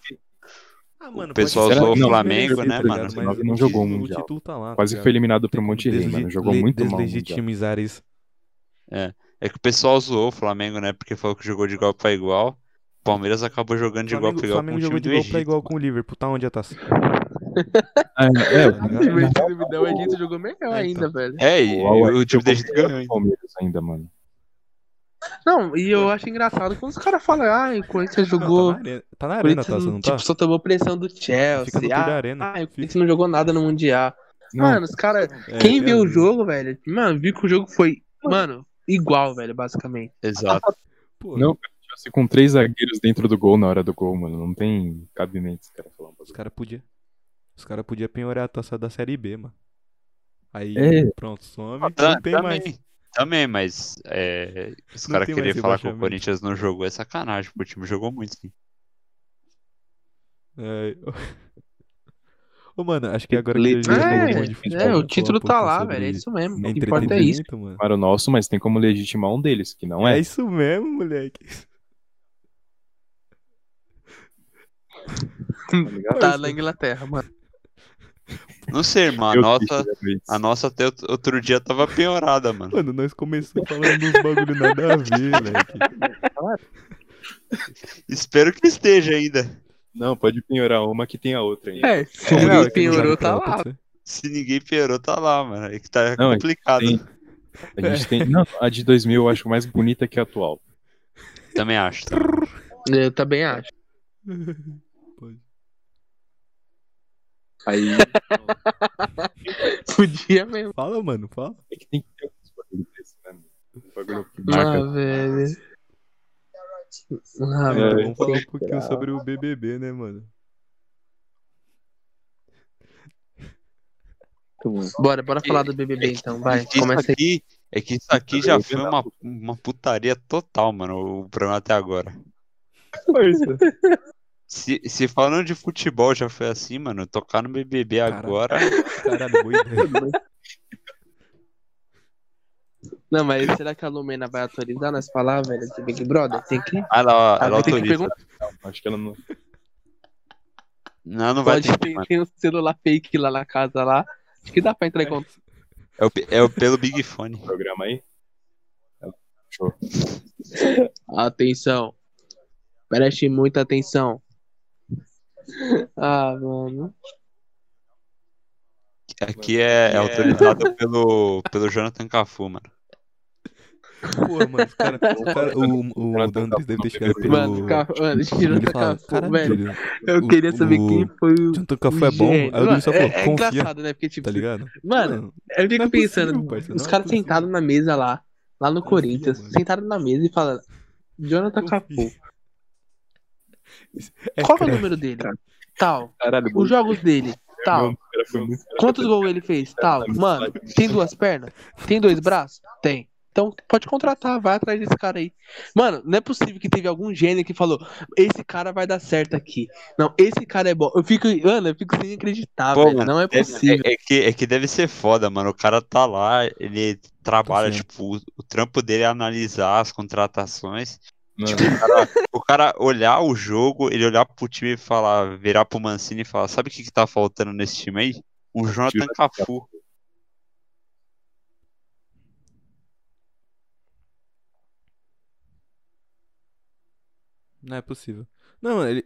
S2: Ah, mano,
S3: pessoal
S2: pode ser
S4: zoou o
S2: que não
S3: Flamengo,
S2: mereça,
S3: né,
S2: tá ligado?
S3: mano?
S2: Mas
S4: Ele não
S2: o
S4: jogou o
S2: título-
S4: Mundial.
S2: O título tá lá, tá
S4: Quase
S2: ligado?
S4: foi eliminado pro
S2: Tem como
S4: Monterrey,
S2: desle-
S4: mano. Jogou
S2: le-
S4: muito mal. o Mundial.
S2: Deslegitimizar isso.
S3: É que o pessoal zoou o Flamengo, né? Porque falou que jogou de igual pra igual. Palmeiras acabou jogando de igual
S2: Flamengo,
S3: para igual com
S2: Flamengo
S3: o
S2: jogou
S3: time
S2: de
S3: do
S2: igual pra
S3: Egito.
S2: igual com o Liverpool. Tá onde a taça?
S4: É,
S5: Se tivesse dividão, o Edito jogou melhor
S2: então.
S5: ainda, velho.
S3: É, e
S4: Uau,
S3: o
S4: é.
S3: time do Egito ganhou, hein?
S4: Palmeiras ainda, mano.
S5: Não, e eu acho engraçado quando os caras falam, ah, o Corinthians jogou.
S2: Não, tá, na arena, tá na
S5: o
S2: arena a
S5: Corinthians,
S2: taça, não tá?
S5: tipo, só tomou pressão do
S2: Fica no
S5: Chelsea.
S2: tour da
S5: Ah,
S2: arena.
S5: ah, o Corinthians
S2: Fica.
S5: não jogou nada no Mundial.
S4: Não.
S5: Mano, os caras.
S2: É,
S5: Tipo, Quem viu o
S2: Deus.
S5: jogo, velho? Mano, viu que o jogo foi. Mano, igual, velho, basicamente.
S3: Exato.
S2: Pô,
S4: Não, cara, o Chelsea tipo assim, com três zagueiros dentro do gol na hora do gol, mano. Não tem cabimento esse cara falar um
S2: Os
S4: bagulho.
S2: caras podiam. Os caras podiam penhorar a taça da Série B, mano. Aí,
S4: É.
S2: pronto,
S5: Ah,
S2: some.
S3: Tá-
S2: Ah, não tem
S3: também,
S2: mais.
S3: também, mas é, os
S2: Não
S3: caras
S2: tem mais
S3: queriam falar que o
S2: rebaixamento.
S3: Corinthians não jogou é sacanagem, porque o time jogou muito, sim.
S2: É. Ô, mano, acho que agora
S6: Leite.
S2: que a gente já falou um
S5: É,
S2: monte de futebol,
S5: É, o
S2: vamos falar
S5: título
S2: um
S5: tá
S2: pouco
S5: lá,
S2: sobre
S5: velho. É isso mesmo. O que importa é isso.
S2: Entretenimento, mano.
S4: Para o nosso, mas tem como legitimar um deles, que não
S2: É
S4: é.
S2: isso mesmo, moleque.
S5: Tá na Inglaterra, mano.
S3: Não sei, irmão, a
S4: Eu
S3: nota,
S4: fiz isso.
S3: a nossa até out- outro dia tava piorada, mano.
S2: Mano, nós começamos falando uns bagulho nada a ver, moleque.
S3: Espero que esteja ainda.
S4: Não, pode penhorar uma que tem a outra ainda.
S5: É, se
S3: É, não,
S5: o
S3: é que
S5: Pinheiro tá
S2: Pode
S5: lá.
S2: ser?
S3: Se ninguém piorou, tá lá, mano. É que tá
S4: Não, é que
S3: complicado.
S4: tem- A gente tem. Não, a de 2000 eu acho mais bonita que a atual.
S3: Também acho.
S5: Eu também acho.
S6: Aí,
S5: Podia mesmo.
S2: Fala, mano, fala.
S4: É que tem que ter alguns bagulho desse, né? mano? Um bagulho que marca.
S5: Ah, velho. Ah,
S2: Então,
S5: velho.
S2: vamos falar um pouquinho sobre o BBB, né, mano?
S6: mano.
S5: Bora, bora falar do BBB então, vai.
S3: Isso
S5: Começa aí.
S3: aqui, é que isso aqui já foi uma, uma putaria total, mano, o programa até agora. Se, se falando de futebol já foi assim, mano, tocar no BBB
S2: Cara.
S3: agora.
S2: Caralho, boa ideia.
S5: Não, mas será que a Lumena vai autorizar nós falar, velho, do Big Brother? Tem que.
S3: Ah, ela, ela
S5: Ah, tem que
S3: autoriza.
S5: perguntar.
S4: né? Acho que ela não.
S3: Não, não vai
S5: Pode
S3: ter que,
S5: tem,
S3: mano.
S5: tem um celular fake lá na casa lá. Acho que dá pra entrar em contato.
S3: É o, pe- é o pelo Big Fone.
S4: programa aí?
S5: Atenção. Preste muita atenção. Ah, mano.
S3: Aqui é, é autorizado pelo, pelo Jonathan Cafu, mano.
S2: Porra, mano, os cara, o, cara, o, o,
S4: Cara,
S2: o Dantes deve ter chegado pelo... tipo,
S5: Mano, ca- mano,
S2: Ele
S5: Jonathan
S2: fala,
S5: Cafu,
S2: "Caralho,
S5: velho.
S2: Júlio, né?
S5: Eu
S2: o-
S5: queria saber
S2: o-
S5: quem foi o.
S2: Jonathan Cafu é
S5: o
S2: bom? Aí
S5: gênio.
S2: o Dantes só
S5: Mano,
S2: falou,
S5: é, é
S2: confia,
S5: engraçado, né? Porque, tipo,
S2: tá ligado?
S5: mano, eu
S2: não
S5: fico
S2: é
S5: pensando,
S2: possível, parça,
S5: os
S2: não é
S5: caras
S2: possível.
S5: sentados na mesa lá, lá no
S2: Confia,
S5: Corinthians,
S2: mano.
S5: sentaram na mesa e falaram, Jonathan Cafu,
S2: É
S5: qual que é o
S2: craque.
S5: número dele? Tal,
S4: Caralho,
S5: os jogos dele, tal,
S4: Meu, cara, foi muito-
S5: quantos gols ele fez, tal, mano, tem duas pernas? Tem dois braços? Tem. Então pode contratar, vai atrás desse cara aí. Mano, não é possível que teve algum gênio que falou, esse cara vai dar certo aqui. Não, esse cara é bom. Eu fico, mano, eu fico sem acreditar,
S3: Pô,
S5: velho.
S3: mano,
S5: Não é
S3: É,
S5: possível.
S3: é- é que, é que deve ser foda, mano. O cara tá lá, ele trabalha,
S2: Confia.
S3: tipo, o, o trampo dele é analisar as contratações.
S4: Mano,
S3: Tipo, O cara olhar o jogo, ele olhar pro time e falar, virar pro Mancini e falar, sabe o que, que tá faltando nesse time aí? Um Jonathan
S4: Jonathan
S3: Cafu.
S2: Não é possível. Não, mano, ele...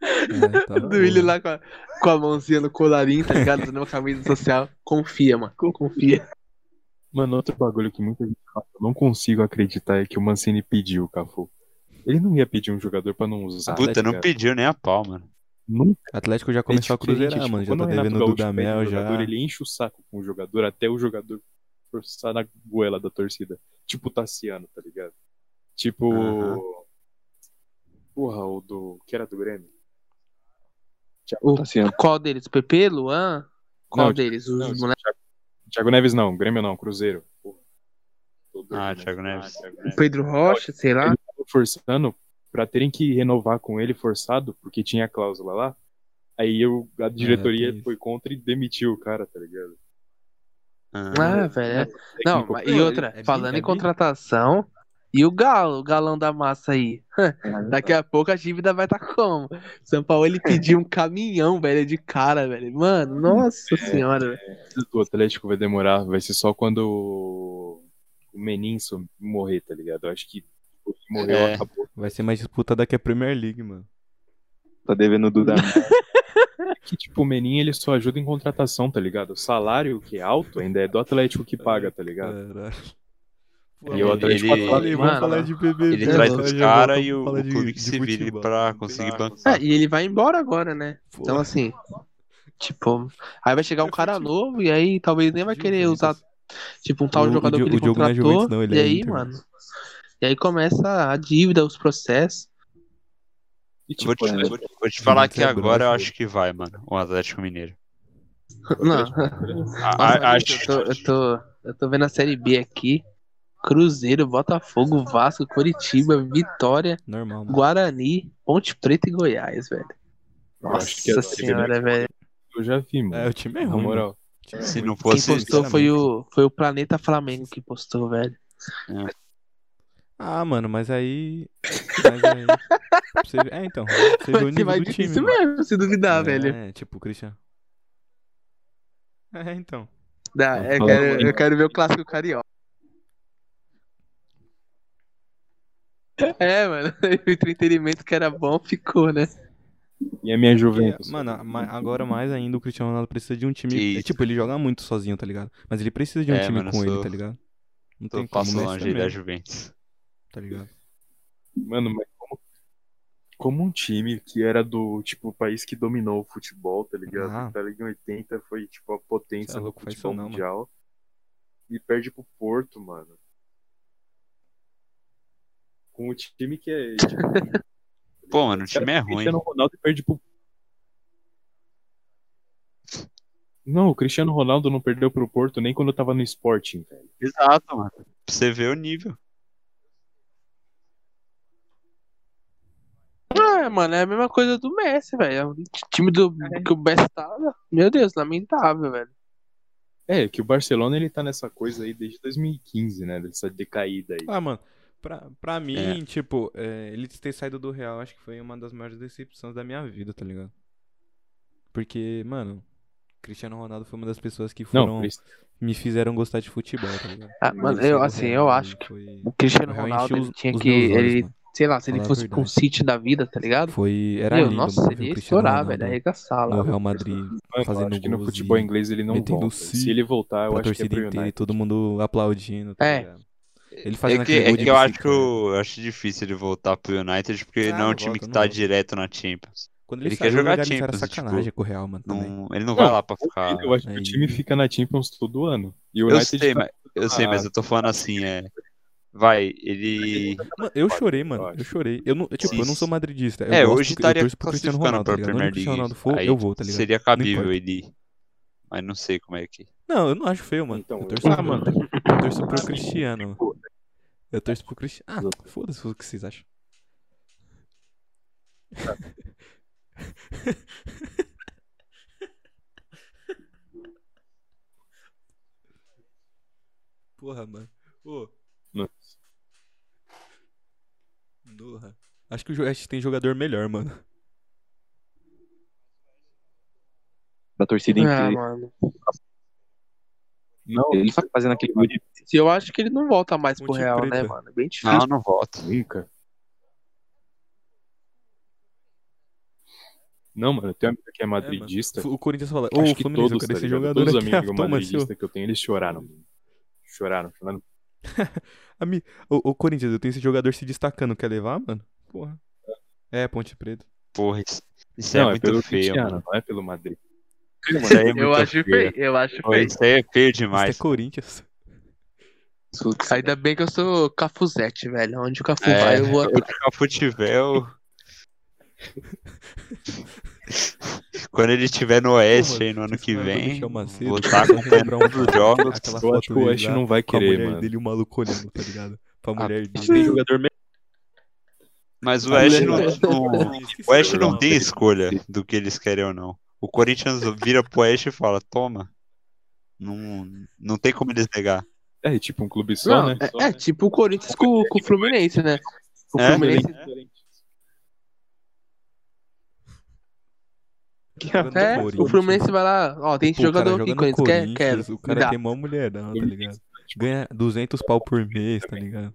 S2: É, tá
S5: Do Willi
S2: bom.
S5: lá com a, com a mãozinha no colarinho, tá ligado? Usando uma camisa social. Confia, mano. Confia.
S4: mano, outro bagulho que muita gente fala, eu não consigo acreditar é que o Mancini pediu o Cafu. Ele não ia pedir um jogador pra não usar. né,
S3: Puta, não
S4: cara?
S3: pediu nem a pau, mano.
S4: Nunca
S2: Atlético já começou a
S4: é diferente,
S2: cruzeirar,
S4: tipo,
S2: mano. Já
S4: quando
S2: tá
S4: o Renato
S2: devendo o
S4: Gaúcho
S2: Dudamel,
S4: pede um jogador,
S2: já...
S4: Ele enche o saco com o jogador até o jogador forçar na goela da torcida. Tipo o Tassiano, tá ligado? Tipo.
S3: Aham.
S4: Porra, o do. Que era do Grêmio?
S5: O,
S6: Tá sendo.
S5: qual deles? O Pepe, Luan? Qual
S4: Não,
S5: deles? Os
S4: Não,
S5: moleques.
S4: Thiago, Thiago Neves não, Grêmio não, Cruzeiro. Porra. Tô doido,
S3: Ah,
S4: né?
S3: Thiago Neves.
S4: Thiago
S5: O Pedro Rocha, sei lá.
S4: Ele tava forçando pra terem que renovar com ele forçado, porque tinha a cláusula lá. Aí eu, a diretoria
S2: É, tem isso.
S4: foi contra e demitiu o cara, tá ligado?
S5: Ah, velho. é. Não,
S4: Técnico-
S5: mas- e outra,
S2: bem-
S5: falando
S2: é
S5: em
S2: bem-
S5: contratação, e o Galo, o galão da massa aí. Daqui a pouco a dívida vai estar tá como? São Paulo ele pediu um caminhão, velho, de cara, velho. Mano, nossa senhora. velho.
S4: do Atlético vai demorar, vai ser só quando o Menin sum- morrer, tá ligado? Eu acho que tipo, se morreu,
S3: É.
S4: acabou.
S2: Vai ser mais disputada que a Premier League, mano.
S6: Tá devendo o Duda.
S4: Que, tipo, o Menin ele só ajuda em contratação, tá ligado? O salário que é alto ainda é do Atlético que paga, tá ligado?
S2: Caralho. Pô,
S4: E o Atlético
S2: ele-
S4: Atlético-
S2: ele- vamos
S5: Mano,
S2: falar de BBB.
S3: Ele
S5: É,
S3: traz
S5: nós
S3: os
S2: já voltamos
S3: caras e o,
S2: pra né? falar
S3: o
S2: de-
S3: clube que
S2: de
S3: se vire
S2: futebol.
S3: pra
S2: Não
S3: conseguir
S2: tem-
S3: bancar.
S5: É, e ele vai embora agora, né?
S2: Pô,
S5: Então, assim, tipo, aí vai chegar um cara novo e aí talvez nem vai querer
S2: Juventus.
S5: usar, tipo, um tal
S2: um O- o
S5: jogador
S2: Di-
S5: que ele
S2: o Diogo não é
S5: contratou.
S2: Juventus, não, ele
S5: e
S2: é
S5: aí,
S2: Inter.
S5: mano. E aí começa a dívida, os processos.
S4: E,
S3: Vou
S4: tipo,
S3: te,
S4: é,
S3: vou te- vou te falar
S2: Juventus
S3: que
S2: é
S3: agora eu
S2: branco.
S3: acho que vai, mano. O Atlético Mineiro.
S5: Não,
S3: A-
S5: nossa,
S3: a-
S5: eu,
S3: Ah, acho
S5: tô, eu, tô, eu tô vendo a Série B aqui. Cruzeiro, Botafogo, Vasco, Curitiba, Vitória,
S2: Normal, mano.
S5: Guarani, Ponte Preta e Goiás, velho.
S4: Eu acho que é
S5: Nossa
S4: da Série B.
S5: senhora, velho.
S4: eu já vi, mano.
S2: É, o time é
S4: Na
S2: ruim. mano.
S4: moral.
S2: O time é
S3: se
S2: ruim.
S3: não
S5: Quem
S3: fosse.
S5: postou foi o, foi o Planeta Flamengo que postou, velho.
S2: Ah, mano, mas aí. Mas aí... pra você ver- É, então. pra Você vê o
S5: Você
S2: nível
S5: vai
S2: do time.
S5: difícil
S2: mano.
S5: mesmo, se duvidar,
S2: é,
S5: velho.
S2: É, tipo, o Christian. É, então.
S5: Dá,
S4: Eu
S5: é, eu,
S4: falo-
S5: quero, eu quero ver o clássico carioca. É, mano, o entretenimento que era bom ficou, né?
S4: E a minha Juventus.
S2: Porque, É, mano, a- ma- agora mais ainda o Cristiano Ronaldo precisa de um time.
S3: Que
S2: é,
S3: isso.
S2: tipo, ele joga muito sozinho, tá ligado? Mas ele precisa de um
S3: É,
S2: time
S3: mano, eu
S2: com ele,
S3: sou-
S2: tá ligado? Não
S3: Tô
S2: tem como
S3: passo
S2: Messi
S3: longe né, da
S2: também,
S3: Juventus.
S2: tá ligado?
S4: Mano, mas como, como um time que era do, tipo, o país que dominou o futebol, tá ligado?
S2: Ah.
S4: Itália em 80 foi, tipo, a potência
S2: Cê é
S4: do
S2: louco, faz isso
S4: futebol
S2: não, mano.
S4: mundial. E perde pro Porto, mano. Com o time que é. Tipo,
S3: Pô, mano, o
S4: cara,
S3: time é ruim.
S4: Cristiano Ronaldo perde pro. Não, o Cristiano Ronaldo não perdeu pro Porto nem quando eu tava no Sporting, velho.
S3: Exato, mano. Pra você ver o nível.
S5: É, mano, é a mesma coisa do Messi, velho. O time do,
S3: É.
S5: que o Messi tava, meu Deus, lamentável, velho.
S4: É, que o Barcelona ele tá nessa coisa aí desde 2015, né? Dessa decaída aí.
S2: Ah, mano, pra, pra mim, tipo, é, ele ter saído do Real acho que foi uma das maiores decepções da minha vida, tá ligado? Porque, mano, Cristiano Ronaldo foi uma das pessoas que foram,
S4: Não, Cristiano-
S2: me fizeram gostar de futebol, tá ligado?
S5: Ah,
S2: Ele
S5: mano,
S2: saiu
S5: eu,
S2: do
S5: assim,
S2: Real,
S5: eu
S2: ele
S5: acho que
S2: foi-
S5: o Cristiano
S2: o Real
S5: Ronaldo
S2: encheu
S5: ele
S2: os-
S5: tinha
S2: os
S5: que.
S2: meus olhos,
S5: ele,
S2: mano.
S5: sei lá, se ele
S2: Falar a
S5: fosse com o
S2: verdade.
S5: City da vida, tá ligado?
S2: Foi, era
S5: Meu,
S2: lindo,
S5: nossa, né,
S2: mano, ver o
S5: seria
S2: Cristiano
S5: estourar,
S2: Ronaldo
S5: velho, arregaçar
S2: no
S5: lá.
S2: Real Madrid
S4: Mano, eu
S2: fazendo
S4: acho que no
S2: gols
S4: futebol
S2: e
S4: inglês ele não
S2: metendo
S4: volta.
S2: si
S4: Se ele voltar, eu
S2: pra
S4: acho que é
S2: torcida
S4: pro
S2: inteira e
S4: United.
S2: todo mundo aplaudindo, tá
S5: É.
S2: ligado? Ele fazendo
S3: É que,
S2: aquele
S3: é
S2: gol de
S3: que eu acho que
S2: bicicleta.
S3: eu, eu acho difícil ele voltar pro United, porque
S2: Ah,
S3: não é um
S2: não
S3: time
S2: volta,
S3: que
S2: não
S3: tá
S2: volta.
S3: direto na Champions.
S2: Quando
S3: ele
S2: ele
S3: quer
S2: saiu,
S3: jogar
S2: organizaram
S3: Champions, tipo,
S2: sacanagem com o Real, mano, também.
S3: Não, ele não vai
S4: Não,
S3: lá pra ficar.
S4: Eu acho que
S2: Aí-
S4: o time fica na Champions todo ano. E o
S3: Eu
S4: United
S3: sei,
S4: tá-
S3: mas eu sei, mas eu tô falando assim, é. Vai, ele.
S2: Mano, eu
S4: Pode,
S2: chorei, mano.
S4: pode.
S2: Eu chorei. Eu não, eu, tipo,
S3: Sim,
S2: eu não sou
S3: sim.
S2: madridista. Eu
S3: é,
S2: gosto,
S3: hoje
S2: eu
S3: estaria
S2: torço pro Cristiano Ronaldo,
S3: classificando
S2: tá
S3: pra
S2: ligado? Onde o
S3: Premier
S2: Cristiano Ronaldo
S3: League.
S2: for,
S3: Aí
S2: eu vou, tá ligado?
S3: Seria cabível
S2: importa.
S3: ele. Mas não sei como é que.
S2: Não, eu não acho feio, mano.
S4: Então,
S2: eu
S4: eu-
S2: torço,
S4: Ah,
S2: pro-
S4: mano.
S2: eu torço
S6: Tipo,
S2: pro Cristiano. Eu torço pro Cristiano. Ah, foda-se o que vocês acham. Porra, mano. Ô,
S4: Não.
S2: Noha. Acho que o Joeste tem jogador melhor, mano.
S6: Da torcida
S5: Ah,
S6: inteira.
S5: mano.
S4: Não,
S6: Ele tá fazendo aquele gol de
S5: Eu acho que ele não volta mais pro
S2: Ponte
S5: Real, né,
S2: Preta.
S5: mano? É bem difícil.
S3: Não, não volta.
S4: nunca. Não, mano, tem um amigo que é madridista.
S2: F- O Corinthians fala, ô,
S4: acho que
S2: Fluminense, eu
S4: todos,
S2: quero
S4: tá
S2: esse
S4: ligado?
S2: jogador
S4: todos os
S2: aqui. Ah,
S4: amigos
S2: toma, seu.
S4: madridistas que eu tenho, eles choraram. Choraram, choraram.
S2: Ami... Ô, ô, Corinthians, eu tenho esse jogador se destacando. Quer levar, mano? Porra. É, Ponte Preta.
S3: Porra, isso, isso é
S4: Não, é,
S3: muito
S4: pelo
S3: feio,
S4: Cristiano,
S3: mano.
S4: não é pelo Madrid.
S3: Isso aí é
S5: Eu
S3: muito
S5: acho
S3: feio.
S5: feio, eu acho
S3: Pô,
S5: feio.
S3: Isso aí é feio
S2: Mas...
S3: demais.
S2: Isso é Corinthians.
S6: suco.
S5: Ainda bem que eu sou Cafuzete, velho. Onde o Cafu
S3: É,
S5: vai, eu vou atrás.
S3: Onde o Cafu tiver, eu... Quando ele estiver no Oeste
S2: Pô,
S3: aí no ano
S2: vocês
S3: que
S2: falaram do
S3: vem,
S2: Michel Macedo,
S3: vou estar
S2: eu vou
S3: acompanhando
S2: lembrar um
S3: todos os
S2: pouco.
S3: jogos.
S2: Aquela
S4: Eu
S2: foto
S4: acho que o
S2: dele
S4: Oeste
S2: lá
S4: não vai
S2: com a
S4: querer,
S2: mulher
S4: mano.
S2: dele e o maluco olhando, tá ligado? Pra mulher dele.
S3: Tem jogador me- Mas o
S4: Ah,
S3: Oeste não,
S4: beleza.
S3: não- o Oeste não tem escolha do que eles querem ou não. O Corinthians vira pro Oeste e fala, toma. Não, não tem como eles negar.
S4: É, e tipo um clube só,
S5: Não,
S4: né?
S5: é, é tipo o Corinthians com, com o Fluminense, né? O
S3: É,
S5: Fluminense.
S2: Tá jogando
S5: É,
S2: no
S5: o
S2: Corinthians.
S5: Fluminense vai lá, ó, tem esse
S2: Pô, o cara
S5: jogador
S2: joga
S5: aqui,
S2: no
S5: Corinthians, quer? Quero.
S2: O
S5: Me
S2: cara
S5: dá.
S2: tem mó mulher, não, tá ligado? ganha 200 pau por mês, tá ligado?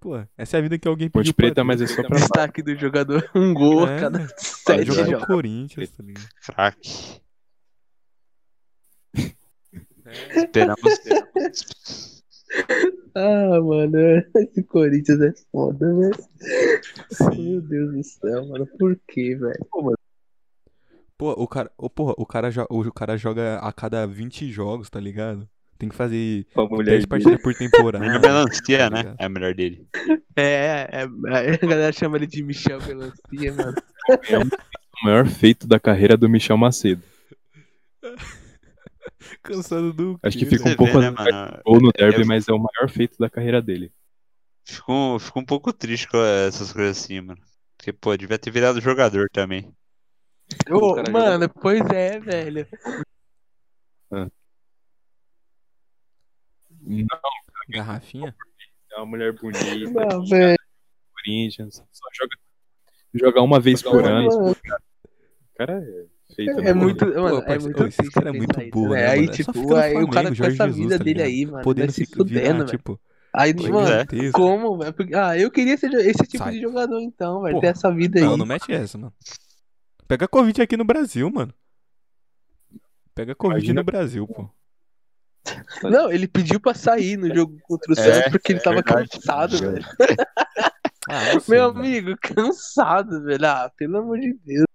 S2: Pô, essa é a vida que alguém
S4: Ponte
S2: pediu pra ter.
S4: Preta,
S2: tá
S4: mas é só pra.
S5: Destaque do jogador um gol a
S2: É,
S5: cada
S2: né?
S5: sete
S2: Jogar
S5: jogos.
S2: no Corinthians, tá ligado?
S3: Craque.
S2: É.
S3: Esperamos, esperamos.
S5: Ah, mano, esse Corinthians é foda, velho. Meu Deus do céu, mano. Por que, velho?
S2: Pô, o cara, ô, porra, o cara, jo- o cara joga a cada 20 jogos, tá ligado? Tem que fazer
S6: Pra mulher.
S2: 10 partidas por temporada.
S3: Melhor melancia,
S2: É, tá
S3: né?
S2: ligado?
S3: É a melhor dele.
S5: É, é, é, a galera chama ele de Michel Melancia, mano.
S4: O maior feito da carreira do Michel Macedo.
S2: Cansado do
S4: Acho que
S2: quê,
S4: fica
S2: velho?
S3: Você
S4: um pouco-
S3: vê, né, mano?
S4: Ou no
S3: eu-
S4: derby, mas é o maior feito da carreira dele.
S3: Fico, um- fico um pouco triste com essas coisas assim, mano. Porque, pô, devia ter virado jogador também.
S5: Ô,
S6: cara
S5: mano, pois é, velho.
S2: Garrafinha?
S4: É uma mulher bonita,
S5: Não, velho.
S4: Corinthians, só joga, joga uma vez
S2: Tá
S4: por ano.
S5: Mano,
S4: O cara é feito.
S5: É
S4: né?
S5: muito,
S2: Pô,
S5: mano, é
S2: parceiro,
S5: muito
S2: ô, esse
S5: triste
S2: cara é
S5: pensar
S2: muito
S5: isso,
S2: burro,
S5: velho.
S2: né,
S5: Aí,
S2: mano? É só
S5: tipo,
S2: fica no
S5: aí o cara
S2: Flamengo,
S5: com
S2: Jorge
S5: essa
S2: Jesus,
S5: vida
S2: tá
S5: dele
S2: ligado?
S5: aí, mano,
S2: Podendo
S5: vai se
S2: ficar- virar,
S5: fudendo, velho.
S2: tipo,
S5: Aí,
S3: Pois
S5: mano,
S3: é.
S2: gigantesco.
S5: como, velho? Porque- Ah, eu queria ser esse tipo
S2: Sai.
S5: de jogador, então, velho.
S2: Porra.
S5: Ter essa vida aí.
S2: Não, não mete essa, mano. Pega Covid aqui no Brasil, mano. Pega Covid
S4: Imagina-
S2: no Brasil, pô.
S5: Não, ele pediu pra sair no jogo contra o
S3: É,
S5: Santos porque ele tava
S3: verdade.
S5: cansado, velho.
S2: Ah, não sei,
S5: Meu
S2: mano.
S5: amigo, cansado, velho. Ah, pelo amor de Deus.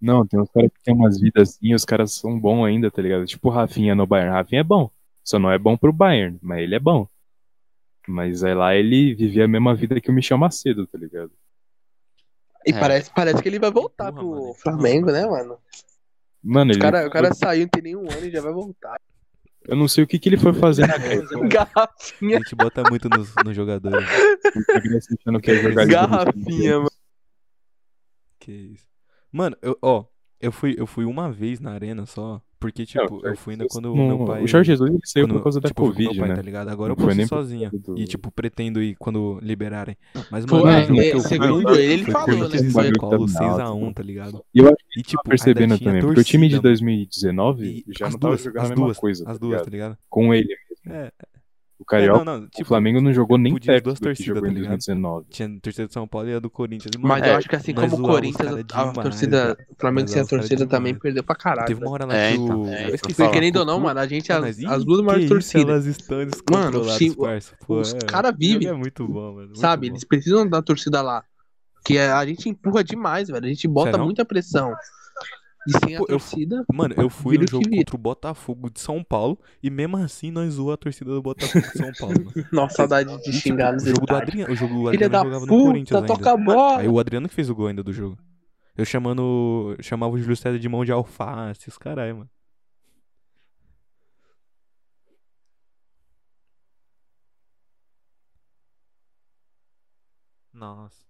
S4: Não, tem uns caras que tem umas vidas assim, os caras são bons ainda, tá ligado? Tipo o Rafinha no Bayern. Rafinha é bom. Só não é bom pro Bayern, mas ele é bom. Mas aí lá ele vivia a mesma vida que o Michel Macedo, tá ligado?
S5: E
S3: É.
S5: parece, parece que ele vai voltar
S2: Porra,
S5: pro
S2: mano, ele
S5: Flamengo,
S2: tá-
S5: né, mano?
S4: Mano,
S5: O
S4: ele.
S5: cara, o cara saiu, não tem nenhum ano e já vai voltar.
S4: Eu não sei o que, que ele foi né? fazer na carreira.
S2: A
S5: Garrafinha,
S2: gente bota muito nos, nos jogadores. né?
S4: Eu fiquei achando que ia jogar ali.
S5: garrafinha, mano.
S2: Que isso. Mano, eu, ó, eu fui, eu fui uma vez na arena só, porque, tipo, eu fui ainda quando
S4: Não,
S2: meu pai...
S4: O Jorge Jesus ele saiu
S2: quando-
S4: por causa da
S2: tipo, eu fui com
S4: Covid,
S2: meu pai,
S4: né?
S2: tá ligado? Agora
S4: Não
S2: eu
S4: foi
S2: posso
S4: nem
S2: ir
S4: por
S2: sozinho.
S4: causa do-
S2: E, tipo, pretendo ir quando liberarem. Mas,
S5: Pô,
S2: mano,
S5: é,
S2: o jogo que eu fui,
S5: segundo
S2: foi
S5: ele, ele falou, né?
S2: Corinthians
S5: que
S2: e
S5: foi-
S4: bagulho
S2: São Paulo
S4: que tava na alta,
S2: 6x1, tá ligado?
S4: E eu acho que
S2: E,
S4: tá
S2: tipo,
S4: percebendo
S2: ainda tinha
S4: também, porque o time de
S2: torcida, mano.
S4: 2019
S2: E
S4: já
S2: as
S4: não tava
S2: duas,
S4: jogando a
S2: as
S4: mesma
S2: duas,
S4: coisa,
S2: as
S4: tá
S2: duas,
S4: ligado?
S2: tá ligado?
S4: Com ele mesmo.
S2: É.
S4: O Carioca,
S2: É, não, não,
S4: o
S2: tipo,
S4: Flamengo não jogou nem
S2: podia as
S4: perto
S2: duas
S4: do que
S2: torcidas,
S4: jogou
S2: tá
S4: em
S2: ligado?
S4: 2019.
S2: tinha a torcida do São Paulo e a do Corinthians. E, mano,
S5: Mas eu acho que assim
S2: nós
S5: como o
S2: zoava os
S5: Corinthians, a,
S2: caras demais,
S5: torcida,
S2: velho.
S5: o Flamengo
S2: Nós
S5: sem a
S2: zoava os caras
S5: torcida também
S2: demais.
S5: perdeu pra caralho.
S2: Teve uma
S5: velho.
S2: hora lá
S3: É,
S2: que
S3: então,
S2: o...
S3: é,
S2: eu
S3: então
S2: esqueci
S3: fala.
S2: o
S5: Querendo ou não,
S2: Cucu.
S5: mano, a gente,
S2: Ah,
S5: as,
S2: mas, ih,
S5: as duas maiores
S2: que isso,
S5: torcidas.
S2: Elas estão
S5: sim,
S2: descontroladas, parça. Pô,
S5: Os
S2: é,
S5: caras
S2: o jogo
S5: vivem,
S2: É muito bom, mano. muito
S5: sabe?
S2: bom.
S5: Eles precisam da torcida lá. Que é, a a gente empurra demais, velho. A gente bota
S2: Será?
S5: muita pressão. E sem
S2: Pô,
S5: a
S2: eu-
S5: torcida.
S2: Mano, eu fui
S5: Vira
S2: no
S5: o que
S2: jogo
S5: vira.
S2: contra o Botafogo de São Paulo e mesmo assim nós zoamos a torcida do Botafogo de São Paulo, mano.
S5: Nossa, saudade de xingar nos
S2: O jogo do
S5: estádios.
S2: Adriano, o jogo do
S5: Filha
S2: Adriano
S5: da
S2: jogava no Corinthians
S5: puta,
S2: ainda.
S5: toca a bola.
S2: Aí o Adriano que fez o gol ainda do jogo. Eu chamando. eu chamava o Júlio César de mão de alface, os caralho, mano. Nossa.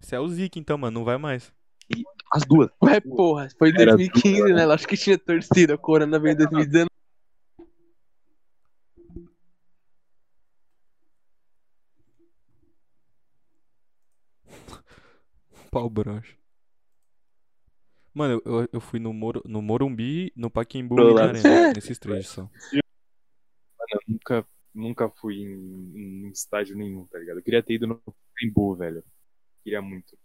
S2: Você é o Zico então, mano, não vai mais.
S6: As duas.
S5: Ué, porra, foi em
S4: Era
S5: 2015, né? Acho que tinha torcida. O Corona veio em 2019.
S2: Pau broxa. Mano, eu- eu, eu fui no, Moro, no Morumbi, no Pacaembu e na
S6: Olá.
S2: Arena. Nesses três só.
S4: Eu nunca, nunca fui em, em estádio nenhum, tá ligado? Eu queria ter ido no Pacaembu, velho. Queria muito.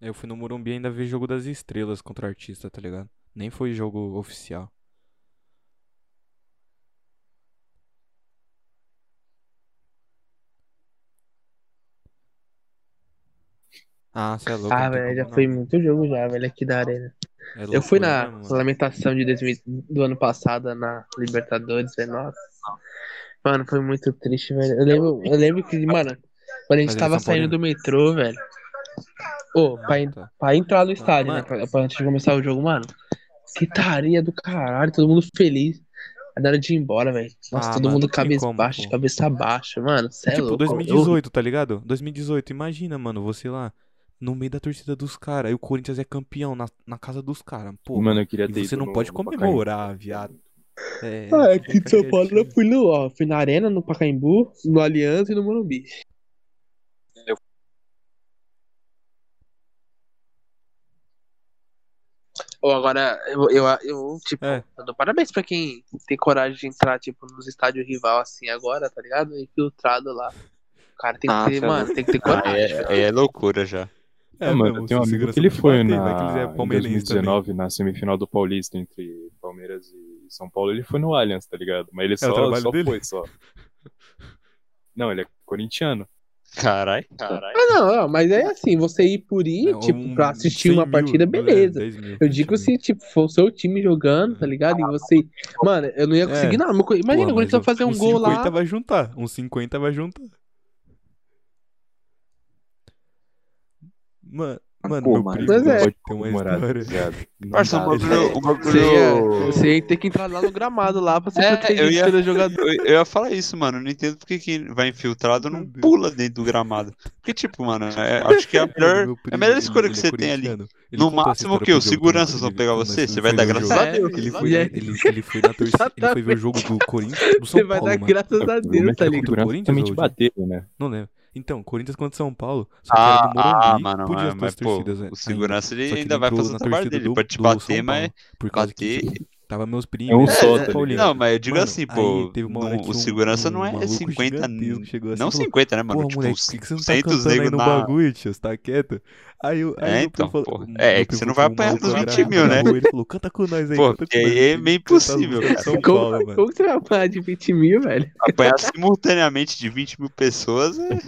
S2: Eu fui no Morumbi e ainda vi jogo das estrelas contra o artista, tá ligado? Nem foi jogo oficial. Ah, você é louco.
S5: Ah,
S2: não tem
S5: velho, já
S2: como não.
S5: foi muito jogo já, velho, aqui da arena.
S2: É
S5: Eu fui
S2: loucura
S5: na
S2: mesmo, mano.
S5: lamentação de 2000, do ano passado na Libertadores, velho. Nossa. Mano, foi muito triste, velho. Eu lembro, eu lembro que, mano, quando a gente
S2: Mas ele é
S5: tava
S2: São Paulino?
S5: saindo do metrô, velho. Ô, pra, en-
S2: Tá.
S5: pra entrar no estádio, né?
S2: Mano.
S5: Pra, pra antes de começar o jogo, mano. Que taria do caralho, todo mundo feliz. Aí Na hora de ir embora, velho. Nossa,
S2: Ah,
S5: todo
S2: mano,
S5: mundo
S2: não tem
S5: cabeça
S2: como,
S5: baixa,
S2: pô.
S5: cabeça baixa, mano. Cê é
S2: Tipo,
S5: louco.
S2: 2018, tá ligado? 2018, imagina, mano, você lá no meio da torcida dos caras. Aí o Corinthians é campeão na, na casa dos caras. Pô,
S4: Mano, eu queria ter
S2: e você
S4: ido
S2: não
S4: no-
S2: pode
S4: no
S2: comemorar,
S4: Pacaembu.
S2: viado. É,
S5: Eu-
S2: fica
S5: Ah, aqui de São Paulo
S2: quietinho.
S5: eu fui no, ó, fui na Arena, no Pacaembu, no Aliança e no Morumbi. Ou agora, eu, eu, eu, tipo,
S2: É.
S5: eu dou parabéns pra quem tem coragem de entrar, tipo, nos estádios rival assim agora, tá ligado? Infiltrado lá. O cara tem que
S6: Ah,
S5: ter,
S6: tá
S5: mano, tem que ter coragem.
S3: Aí é, aí é loucura já.
S4: É, mano, eu
S2: mesmo,
S4: tenho um
S2: se segurança
S4: amigo que ele
S2: te
S4: foi
S2: bater,
S4: na,
S2: vai que ele é
S4: em
S2: palmeirense também.
S4: 2019, na semifinal do Paulista entre Palmeiras e São Paulo, ele foi no Allianz, tá ligado? Mas ele só,
S2: É trabalho
S4: só
S2: dele.
S4: foi, só. Não, ele é corintiano.
S3: Carai, carai.
S5: Ah, não, não, mas é assim, você ir por ir,
S2: É,
S5: tipo,
S2: um-
S5: pra assistir
S2: 100
S5: uma
S2: mil,
S5: partida,
S2: né?
S5: beleza.
S2: 10 mil,
S5: Eu digo
S2: 20 mil.
S5: se, tipo, for o seu time jogando, tá ligado? E você. Mano, eu não ia conseguir,
S2: É.
S5: não. Meu co- Imagina,
S2: Porra,
S5: quando você
S2: mas
S5: vai fazer um gol lá.
S2: 50 vai juntar. Um 50 vai juntar. Mano, mano
S6: pô,
S2: meu
S6: mano.
S2: primo
S5: Pois Ah, é.
S2: tem uma
S4: Morar, tá
S2: história.
S4: ligado? Não
S3: Parça, um
S4: dá,
S3: bagulho.
S4: velho.
S3: Um
S5: Você ia,
S2: é.
S3: bagulho...
S5: você ia ter que entrar lá no gramado lá pra ser
S3: É,
S5: protegido
S3: eu ia-
S5: pelo jogador.
S3: Eu, eu ia falar isso, mano. Eu não entendo porque quem vai infiltrado não
S2: Meu Deus.
S3: pula dentro do gramado. Porque, tipo, mano, é- acho que é a melhor.
S2: Meu
S3: a melhor
S2: primo,
S3: escolha
S2: ele
S3: que
S2: é
S3: você tem ali.
S2: corintiano. Ele
S3: No
S2: contou essa
S3: máximo
S2: história
S3: que
S2: pro
S3: o
S2: Diogo
S3: segurança
S2: também,
S3: vão
S2: quando
S3: pegar
S2: ele-
S3: você,
S2: quando
S3: você
S2: ele
S3: vai
S2: foi
S3: dar
S2: ver o
S3: graças
S2: jogo.
S3: a Deus.
S2: Ele foi,
S5: E aí-
S2: ele, ele foi na torcida. Ele foi ver o jogo do Corinthians do
S5: Você
S2: São
S5: vai
S2: Paulo,
S5: dar
S2: mano.
S5: graças
S4: O
S5: a
S4: problema é
S5: Deus,
S4: que
S5: tá
S4: o
S5: ligado?
S2: Corinthians
S4: Corinthians também
S2: hoje?
S4: bateram, né?
S2: Não lembro. Então, Corinthians contra São Paulo. Só que era no Morumbi.
S3: ah, mano,
S2: podia as duas
S3: mas, mas, pô,
S2: torcidas, né?
S3: o segurança ele
S2: Só que
S3: ainda
S2: ele
S3: vai
S2: entrou
S3: fazer o
S2: na
S3: trabalho
S2: torcida
S3: dele.
S2: do-
S3: pode te
S2: do
S3: bater,
S2: São
S3: mas.
S2: Paulo, por causa que,
S3: bater-
S2: tipo, tava meus primos.
S4: É um
S2: né?
S4: só,
S2: São
S4: tá
S2: Paulino.
S3: Não, mas eu digo
S2: Mano,
S3: assim,
S2: aí
S3: pô.
S2: teve uma hora
S3: não-
S2: que
S3: o
S2: um-
S3: segurança não
S2: um
S3: é
S2: maluco
S3: 50.
S2: gigantesco chegou assim e
S3: Não
S2: falou,
S3: 50, né, mano?
S2: Pô,
S3: Tipo,
S2: moleque, por que que você não tá
S3: 200
S2: cantando aí
S3: nego
S2: no
S3: na-
S2: bagulho, tio? Você tá quieto? Aí, eu- aí
S3: É,
S2: meu primo
S3: então,
S2: falou-
S3: porra.
S2: meu
S3: É, é que
S2: primo
S3: você não vai
S2: falou,
S3: apanhar
S2: "Maluco,
S3: dos
S2: era
S3: 20 mil,
S2: na
S3: né?
S2: rua", Ele falou, canta com nós aí. "Tipo,
S3: Pô,
S2: canta
S3: porque
S2: com nós
S3: aí
S2: aí,
S3: é meio
S2: canta as músicas
S3: impossível,
S2: de
S3: cara.
S2: São
S5: Como,
S2: Paulo, mano.
S5: como que você vai falar de 20 mil, velho?
S3: Apanhar simultaneamente de 20 mil pessoas é.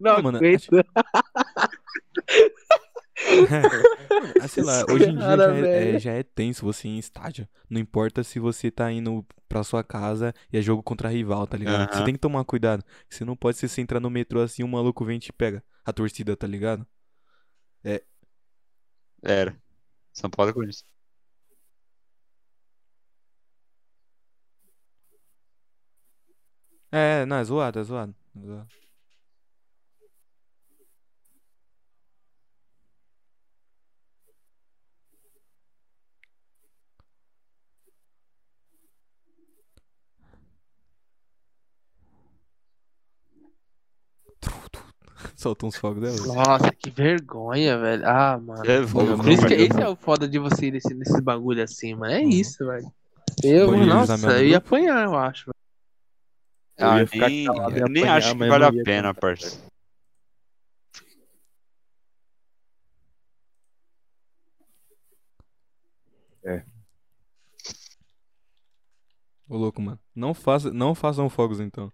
S5: Não,
S2: mano, é tipo,
S5: aguento.
S2: Ah, sei lá, hoje em dia
S5: Cara,
S2: já é,
S5: velho.
S2: é- já é tenso você ir em estádio. Não importa se você tá indo pra sua casa e é jogo contra rival, tá ligado? Você
S3: Aham.
S2: tem que tomar cuidado. Você não pode se você entrar no metrô assim um maluco vem e te pega a torcida, tá ligado?
S3: Era. São Paulo é Corinthians.
S2: É, não, é zoado, é zoado. é zoado. Solta uns fogos dela.
S5: Nossa, que vergonha, velho. Ah, mano.
S3: É, vou-
S5: Por
S3: vou-
S5: isso que
S3: vou-
S5: esse é o foda de você ir nesse, nesse bagulho assim, mano. É
S2: Uhum.
S5: isso, velho. Eu,
S2: Banheiro
S5: nossa,
S2: examinar
S5: eu ia
S2: grupo?
S5: apanhar, eu acho.
S4: Eu
S3: Ah,
S4: ia ficar
S3: nem,
S4: calado e
S3: eu nem
S4: apanhar,
S3: acho que
S4: mas
S3: vale
S4: não
S3: a
S4: ia
S3: pena,
S4: contar,
S3: parça.
S2: Ô louco, mano. Não, faça, não façam fogos então.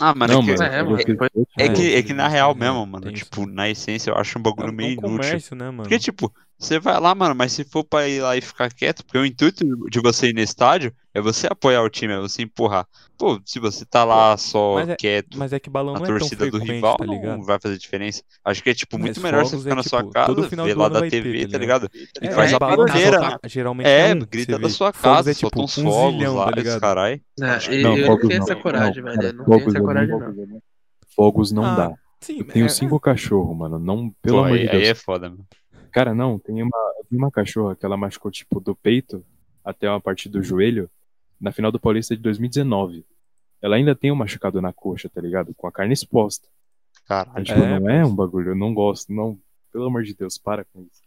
S3: Ah, mano,
S4: Não,
S3: é que,
S4: mano,
S5: é,
S4: eu
S5: mano,
S4: fiz
S5: foi-
S4: outro
S3: é
S4: jogo.
S3: que, é que na real
S2: É,
S3: mesmo, mano,
S2: tem isso.
S3: tipo, na essência eu acho um
S2: É
S3: bagulho
S2: um
S3: meio inútil.
S2: comércio, né, mano?
S3: Porque, tipo, você vai lá, mano, mas se for pra ir lá e ficar quieto, porque o intuito de você ir no estádio é você apoiar o time, é você empurrar. Pô, se você tá lá só
S2: mas é-
S3: quieto,
S2: Mas é que balão
S3: a
S2: não é tão
S3: torcida do
S2: frequente,
S3: rival
S2: tá ligado?
S3: não vai fazer diferença. Acho que é, tipo, muito
S2: Mas
S3: melhor você
S2: fogos
S3: ficar
S2: é,
S3: na sua
S2: tipo,
S3: casa,
S2: todo final
S3: ver
S2: do
S3: lá
S2: ano
S3: da
S2: vai ter,
S3: TV,
S2: tá
S3: tá ligado? E
S2: É,
S3: faz
S2: é
S3: a
S2: balão na
S3: barulheira,
S2: sua
S3: né?
S2: ca- Geralmente
S3: É,
S2: um, que
S3: grita
S2: você
S3: da
S2: vê.
S3: sua
S2: Fogos
S3: casa,
S2: é tipo
S3: solta uns
S2: um
S3: fogos
S2: zilhão,
S3: lá,
S2: tá
S3: esse
S2: ligado?
S3: caralho.
S5: Né,
S3: Acho que
S5: eu
S4: não,
S5: eu não
S4: fogos
S5: tenho
S4: não.
S5: essa coragem,
S4: Não,
S5: velho. Eu
S4: cara,
S5: não tenho
S4: fogos
S5: essa
S4: eu
S5: coragem,
S4: não-
S5: não.
S4: Fogos não
S2: Ah,
S4: dá.
S2: Sim,
S4: Eu tenho
S2: é-
S4: cinco cachorros, mano. Não, pelo
S3: Pô,
S4: amor
S3: aí,
S4: de
S3: aí
S4: Deus.
S3: é foda, mano.
S4: Cara, não, tem uma, tem uma cachorra que ela machucou, tipo, do peito até uma parte
S2: Uhum.
S4: do joelho na final do Paulista de 2019. Ela ainda tem um machucado na coxa, tá ligado? Com a carne exposta. Então,
S3: Caralho.
S4: tipo,
S2: É,
S4: não é um bagulho, eu não gosto, não. Pelo amor de Deus, para com isso.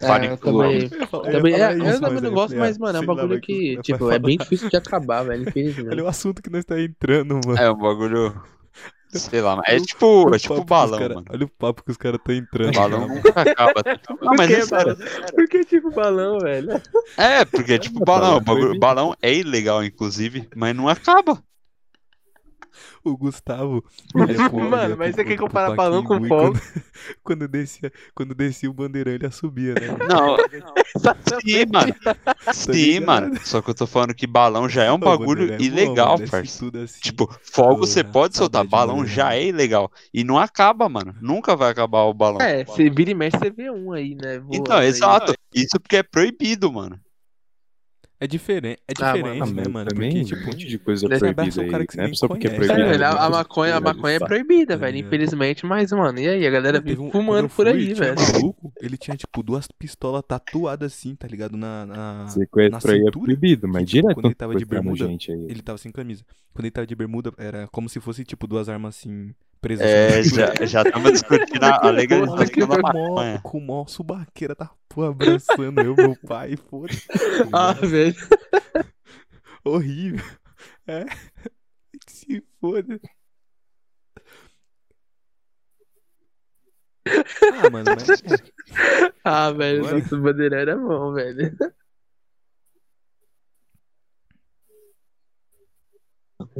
S5: É, eu também,
S2: Eu ia
S5: também, é,
S2: falar isso,
S5: eu também
S2: mas aí
S5: não
S2: eu
S5: gosto,
S2: falei,
S5: mas,
S2: ah,
S5: mano, é um
S2: sei lá,
S5: bagulho
S2: vai que
S5: que,
S2: vai
S5: tipo,
S2: falar.
S5: é bem difícil de acabar, velho, infelizmente.
S2: Olha o assunto que nós tá entrando, mano.
S3: É um bagulho. Sei lá, mas é
S2: Olha o-
S3: tipo,
S2: Olha
S3: é tipo
S2: papo que os
S3: balão,
S2: cara-
S3: mano.
S2: Olha o papo que os caras tá entrando.
S3: Balão
S2: cara.
S3: nunca acaba. Não, mas
S5: que,
S3: é sério.
S5: Porque, tipo, balão, velho.
S3: É, porque é tipo balão.
S4: balão
S3: o bagulho-
S4: proibido.
S3: Balão é ilegal, inclusive, mas não acaba.
S2: O Gustavo. é
S5: Mano, mas
S2: tipo
S5: você quer comparar balão com
S2: fogo? Quando, quando, descia, quando descia o bandeirão, ele subia, né? mano?
S3: Não, Tá sim, mano. Sim,
S2: ligado?
S3: mano. Só que eu tô falando que balão já é um
S2: Não, o
S3: bagulho
S2: bandeirão é bom,
S3: ilegal,
S2: mano, desce
S3: parça.
S2: tudo assim.
S3: Tipo, fogo
S2: Porra,
S3: você pode soltar,
S2: saudade de
S3: balão
S2: bandeirão.
S3: já é ilegal. E não acaba, mano. Nunca vai acabar o balão.
S5: É, você vira e mexe, você vê um aí, né? voando
S3: Então,
S5: aí.
S3: exato. Isso porque é proibido, mano.
S2: É diferente, é
S5: Ah, mano,
S2: diferente,
S4: Ah,
S2: né,
S4: mas
S2: mano?
S4: também
S2: Porque,
S4: um
S2: tipo,
S4: monte de coisa
S5: Dessa
S2: abraça
S4: proibida
S2: um
S4: aí,
S2: cara que você
S4: né?
S2: nem
S4: Só porque é
S2: conhece.
S5: É,
S4: proibido.
S5: velho,
S4: né?
S5: a, a maconha, a maconha é proibida, velho.
S2: ligado?
S5: Infelizmente, mais, mano. E aí, a galera
S2: Teve
S5: vive
S2: um- quando
S5: fumando
S2: eu
S5: por
S2: fui,
S5: aí,
S2: tinha um
S5: velho.
S2: maluco, ele tinha, tipo, duas pistolas tatuadas assim, tá ligado? Na. na- na
S4: Sequestro aí é
S2: cintura,
S4: proibido, mas
S2: que, tipo,
S4: direto
S2: quando ele tava de
S4: sequestrando
S2: bermuda,
S4: gente aí.
S2: Ele tava sem camisa. Quando ele tava de bermuda, era como se fosse, tipo, duas armas assim, presas.
S3: É,
S2: assim, na
S3: já,
S2: cintura.
S3: já tava discutindo a a
S2: Porra, com
S3: legalização da
S2: mó-
S3: maconha.
S2: Com o mó subaqueira da porra abraçando eu, meu pai, foda-se. tá ligado?
S5: Ah, velho.
S2: Horrível. É. Que se foda. Ah, mano, mas. é,
S5: Ah, velho,
S2: Agora-
S5: nosso bandeirão era bom, velho.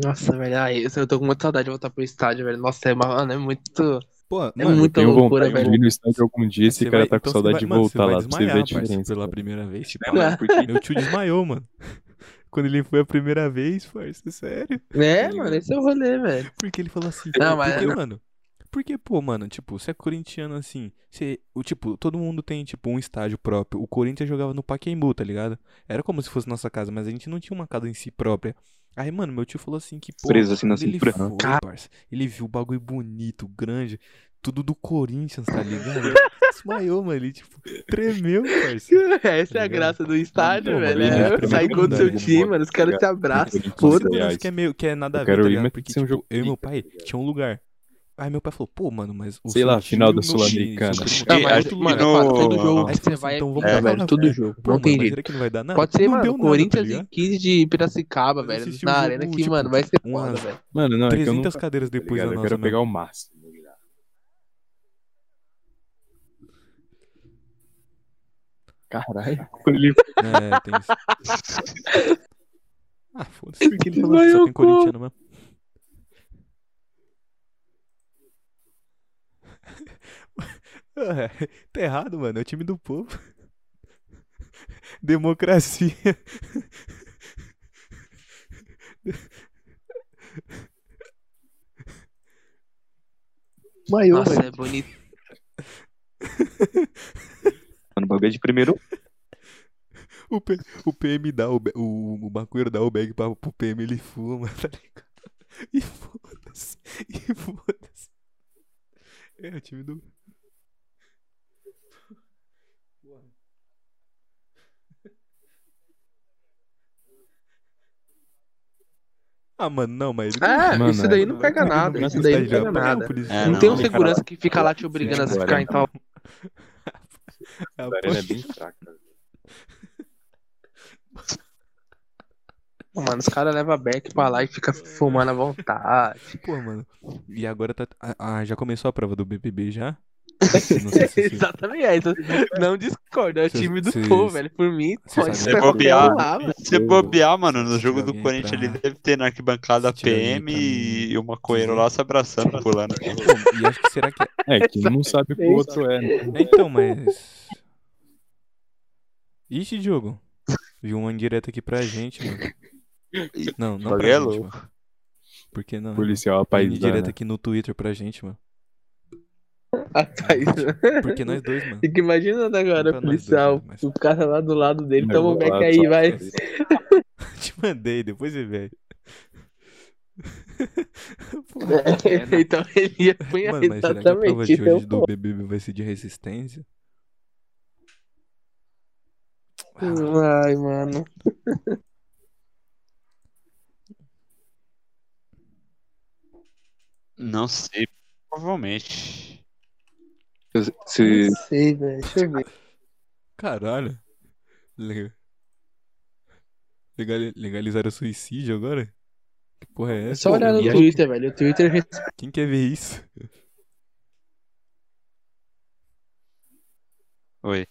S5: Nossa, velho, aí, eu tô com muita saudade de voltar pro estádio, velho. Nossa, é, uma- mano, é muito.
S2: Pô,
S5: É
S2: mano,
S5: muita
S4: Tenho
S5: loucura,
S4: vontade de
S5: velho.
S4: ir no estádio algum dia, esse
S2: você
S4: cara
S2: vai-
S4: tá com
S2: então você
S4: saudade
S2: vai-
S4: de
S2: mano,
S4: voltar
S2: vai
S4: lá, pra você ver a
S2: desmaiar, parceiro,
S4: diferença.
S2: Pela primeira vez, tipo,
S6: Né, mano? Porque
S2: meu tio desmaiou, mano. Quando ele foi a primeira vez, parça, sério.
S5: É, mano, esse é o rolê, velho.
S2: Porque ele falou assim,
S5: Não,
S2: não,
S5: mas- é, né?"
S2: porque, mano, porque, pô, mano, tipo, você é corintiano assim, você, o tipo, todo mundo tem, tipo, um estádio próprio. O Corinthians jogava no Pacaembu, tá ligado? Era como se fosse nossa casa, mas a gente não tinha uma casa em si própria. Aí, mano, meu tio falou assim que, pô,
S6: Preso assim na
S2: quando ele
S6: cintura.
S2: foi, parça, ele viu o bagulho bonito, grande, tudo do Corinthians, tá ligado? Desmaiou, mano, ele, tipo, tremeu, parça.
S5: Essa é a
S2: ligado?
S5: graça do estádio,
S2: Pô, mano,
S5: velho.
S2: eu
S5: É,
S2: acho que é
S5: sai
S2: muito
S5: gol do seu
S4: verdade,
S5: time,
S4: mano.
S5: mano. Os
S2: É
S5: caras se abraçam,
S4: Corinthians,
S5: foda
S4: aliás.
S2: Isso que é meio, que é nada a
S4: Eu
S2: ver,
S4: quero
S2: tá
S4: ir,
S2: ligado?
S4: mas tem
S2: Porque,
S4: que ser um
S2: tipo,
S4: jogo
S2: eu e meu
S4: bonito, tá
S2: pai
S4: ligado?
S2: tinha um lugar. Aí meu pai falou, pô, mano, mas o é
S4: Sei lá,
S2: seu
S4: final
S2: time,
S4: da
S2: o meu time,
S4: Sul-Americana.
S5: É,
S2: seu primo,
S3: Não,
S2: todo
S3: mas
S2: mundo
S3: acho que
S2: é lugar.
S3: no-
S5: mano, fala, todo jogo
S2: Aí
S5: que
S2: tipo
S5: você
S2: assim,
S5: vai.
S2: então vamos
S5: É,
S2: jogar
S5: velho,
S2: na
S5: todo
S2: fé.
S5: jogo.
S2: Pô,
S5: Não
S2: mano,
S5: tem
S2: mas
S5: jeito.
S2: será que não vai dar nada?
S5: Pode ser,
S2: não deu
S5: mano,
S2: nada, tá
S5: Corinthians e
S2: ligado?
S5: 15 de Piracicaba,
S2: Eu
S5: velho.
S2: assisti o
S5: Na
S2: jogo,
S5: arena aqui,
S2: tipo,
S5: mano, vai ser
S2: umas
S5: foda, velho.
S4: Mano, não, é que eu
S2: 300
S4: nunca, tá
S2: cadeiras depois
S4: ligado?
S2: da
S4: Eu
S2: nossa,
S4: quero
S2: né?
S4: pegar o máximo.
S6: Caralho.
S2: É, tem isso. Ah, foda-se. Porque ele falou
S5: Vai,
S2: que só
S5: eu
S2: tem corintiano mesmo. Ué, tá errado, mano. É o time do povo. Democracia.
S6: Maior,
S5: Nossa,
S6: velho.
S5: é bonito.
S6: Mano, o bagulho é de primeiro.
S2: O, P- o PM dá o, ba- o, o maconheiro dá o bag pra, pro PM, ele fuma, tá ligado? E foda-se. E foda-se. É o time do. Ah, mano, não, mas. ele
S5: Ah,
S4: Mano,
S5: isso daí
S4: é-
S5: não pega nada.
S2: vai
S5: Isso
S2: pro
S5: daí não
S2: estádio, vai
S5: pega
S2: pro
S5: nada.
S2: polícia.
S3: É,
S5: Não
S3: não.
S5: tem um
S4: Cara,
S5: segurança que fica lá te obrigando a
S4: Sim,
S5: ficar então,
S4: agora
S5: em tal. tá
S2: Ah,
S4: A arena é bem fraca.
S5: Mano, os caras levam back pra lá e fica fumando à vontade.
S2: Pô, mano. E agora tá. Ah, ah, já começou a prova do BBB já? Não sei se- se-
S5: Exatamente, é isso. Não discordo, é o
S2: Cês-
S5: time do
S2: cês-
S5: povo, velho. Por mim,
S2: cês
S5: pode
S2: sabem
S5: ser
S3: que eu
S5: qualquer um
S3: tô-
S5: lá, velho.
S3: Se bobear, mano, no
S2: Se
S3: jogo do
S2: alguém
S3: Corinthians ele
S2: entrar-
S3: deve ter na arquibancada
S2: se tiver alguém
S3: PM
S2: também-
S3: e o maconheiro lá se abraçando, pulando.
S2: Pô, Então, e acho que será que.
S4: É, que um não sabe o que o outro é. né?
S2: É, Então, mas. Ixi, Diogo. Viu uma indireta aqui pra gente, mano. Não, não pra
S3: Bagulho é
S2: gente,
S3: louco.
S2: mano. Por que não?
S4: Policial, a
S2: Tem indireta
S4: paisana.
S2: aqui no Twitter pra gente, mano.
S5: Ah, tá isso.
S2: Porque nós dois, mano.
S5: Fica imaginando agora,
S2: Pra nós
S5: o policial,
S2: dois, né, mas-
S5: o cara lá do lado dele,
S4: Eu
S5: toma o
S4: vou
S5: back
S4: lá,
S5: aí,
S4: só-
S5: vai.
S2: Te mandei, depois você vê. Porra.
S5: É, então ele ia
S3: É,
S5: apanhar
S2: Mano, mas será que a prova
S5: exatamente.
S2: de
S5: Então,
S2: hoje do BBB vai ser de resistência?
S3: Hum.
S2: Ah,
S5: Ai, mano.
S3: Não sei, provavelmente.
S6: Se...
S5: Não sei, velho. Deixa eu ver.
S2: Caralho. Le- Legal... Legalizaram o suicídio agora? Que porra é
S5: É
S2: essa?
S5: só olhar no
S2: E aí,
S5: Twitter, velho. O Twitter
S2: Quem quer ver isso?
S3: Oi.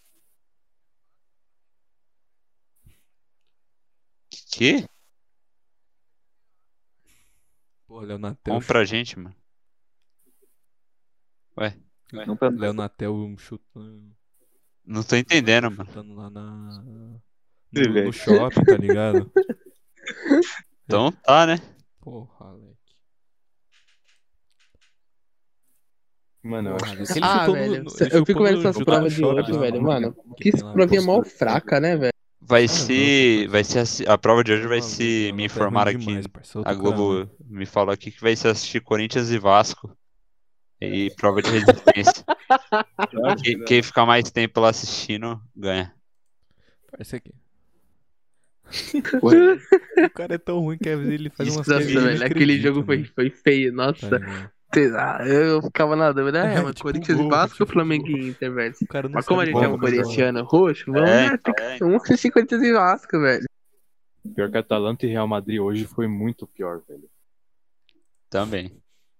S3: Que?
S2: Porra,
S1: um
S2: Leonatel.
S3: Bom pra gente, mano.
S6: Não pra...
S2: Leonatel chutando,
S3: Não tô entendendo, mano.
S1: um
S2: chutando lá na. no-
S6: Ih,
S2: No,
S6: velho.
S2: shopping, tá ligado?
S3: Então tá, né?
S2: Porra, Alec.
S4: Mano, eu acho que
S2: Porra,
S4: sim.
S2: Ele
S5: ah,
S2: chutou no-
S5: velho,
S2: no-
S5: cê-
S2: ele
S5: eu
S2: chutou
S5: fico vendo
S2: no-
S5: essas
S2: no
S5: provas de
S2: shopping
S5: hoje,
S2: lá,
S5: velho,
S2: mano,
S5: mano.
S2: que
S5: Que
S2: tem lá,
S5: provinha
S2: pô.
S5: mó fraca, né, velho?
S3: Vai
S1: Cara,
S3: ser.
S1: É, não,
S3: Vai ser assi- a prova de hoje vai
S1: Maluco,
S3: ser.
S1: mano,
S2: é
S3: Me
S1: tá ruim
S3: informar aqui.
S1: demais, parceiro,
S3: A
S1: eu tô
S3: Globo me falou aqui que vai ser assistir Corinthians e Vasco. E prova de resistência. Quem- Quem ficar mais tempo lá assistindo, ganha.
S1: caralho. Esse aqui.
S6: Ué,
S2: O cara é tão ruim que às vezes ele faz umas
S5: Nossa,
S2: coisas. que eu
S5: velho,
S2: não
S5: aquele
S2: acredito,
S5: jogo foi,
S2: mano.
S5: foi feio,
S1: Tá
S5: nossa.
S1: ligado?
S5: Pesado. Ah, Eu ficava na dúvida, é,
S2: É,
S5: mas
S2: tipo,
S5: Corinthians e
S2: gol,
S5: Vasco
S2: tipo,
S5: Flamengo
S2: gol.
S5: e Inter, velho?
S2: O cara não
S5: Mas como a
S2: sabe
S5: gente é
S2: como
S5: um
S2: jogar.
S5: corintiano roxo, vamos,
S3: É,
S5: né?
S3: é,
S5: Vamos assistir Corinthians e Vasco, velho.
S4: Pior que Atalanta e Real Madrid hoje foi muito pior, velho.
S3: também.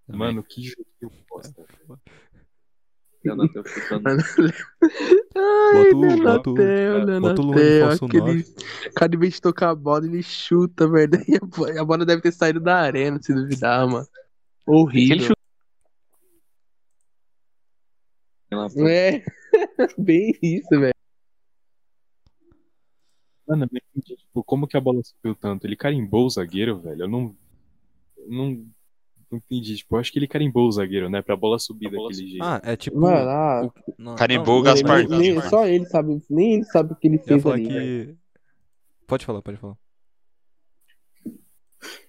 S3: Também.
S4: Mano, que jogo bosta.
S6: eu não tô chutando.
S5: Ai,
S2: Bota o- bota o-
S5: Leonatel,
S2: bota o Luan de
S5: Leonatel,
S2: falso
S5: aquele... Cara, em vez de tocar a bola, ele chuta, velho. E a bo- a bola deve ter saído da arena, se duvidar, mano.
S6: Aquele
S5: Horrível.
S6: chute. Ela
S5: É, bem isso, velho.
S4: Mano, eu não entendi, tipo, como que a bola subiu tanto? Ele carimbou o zagueiro, velho. Eu não. eu Não, não entendi. Tipo, eu acho que ele carimbou o zagueiro, né? Pra bola subir daquele jeito.
S1: Ah, é tipo.
S5: Mano, ah,
S1: não,
S3: Carimbou o
S1: não,
S3: Gaspar.
S1: eu-
S5: nem- nem-
S3: Gaspar.
S5: só ele sabe, nem ele sabe o que ele
S2: Eu ia
S5: fez
S2: falar
S5: ali. velho.
S2: que. Pode falar, pode falar.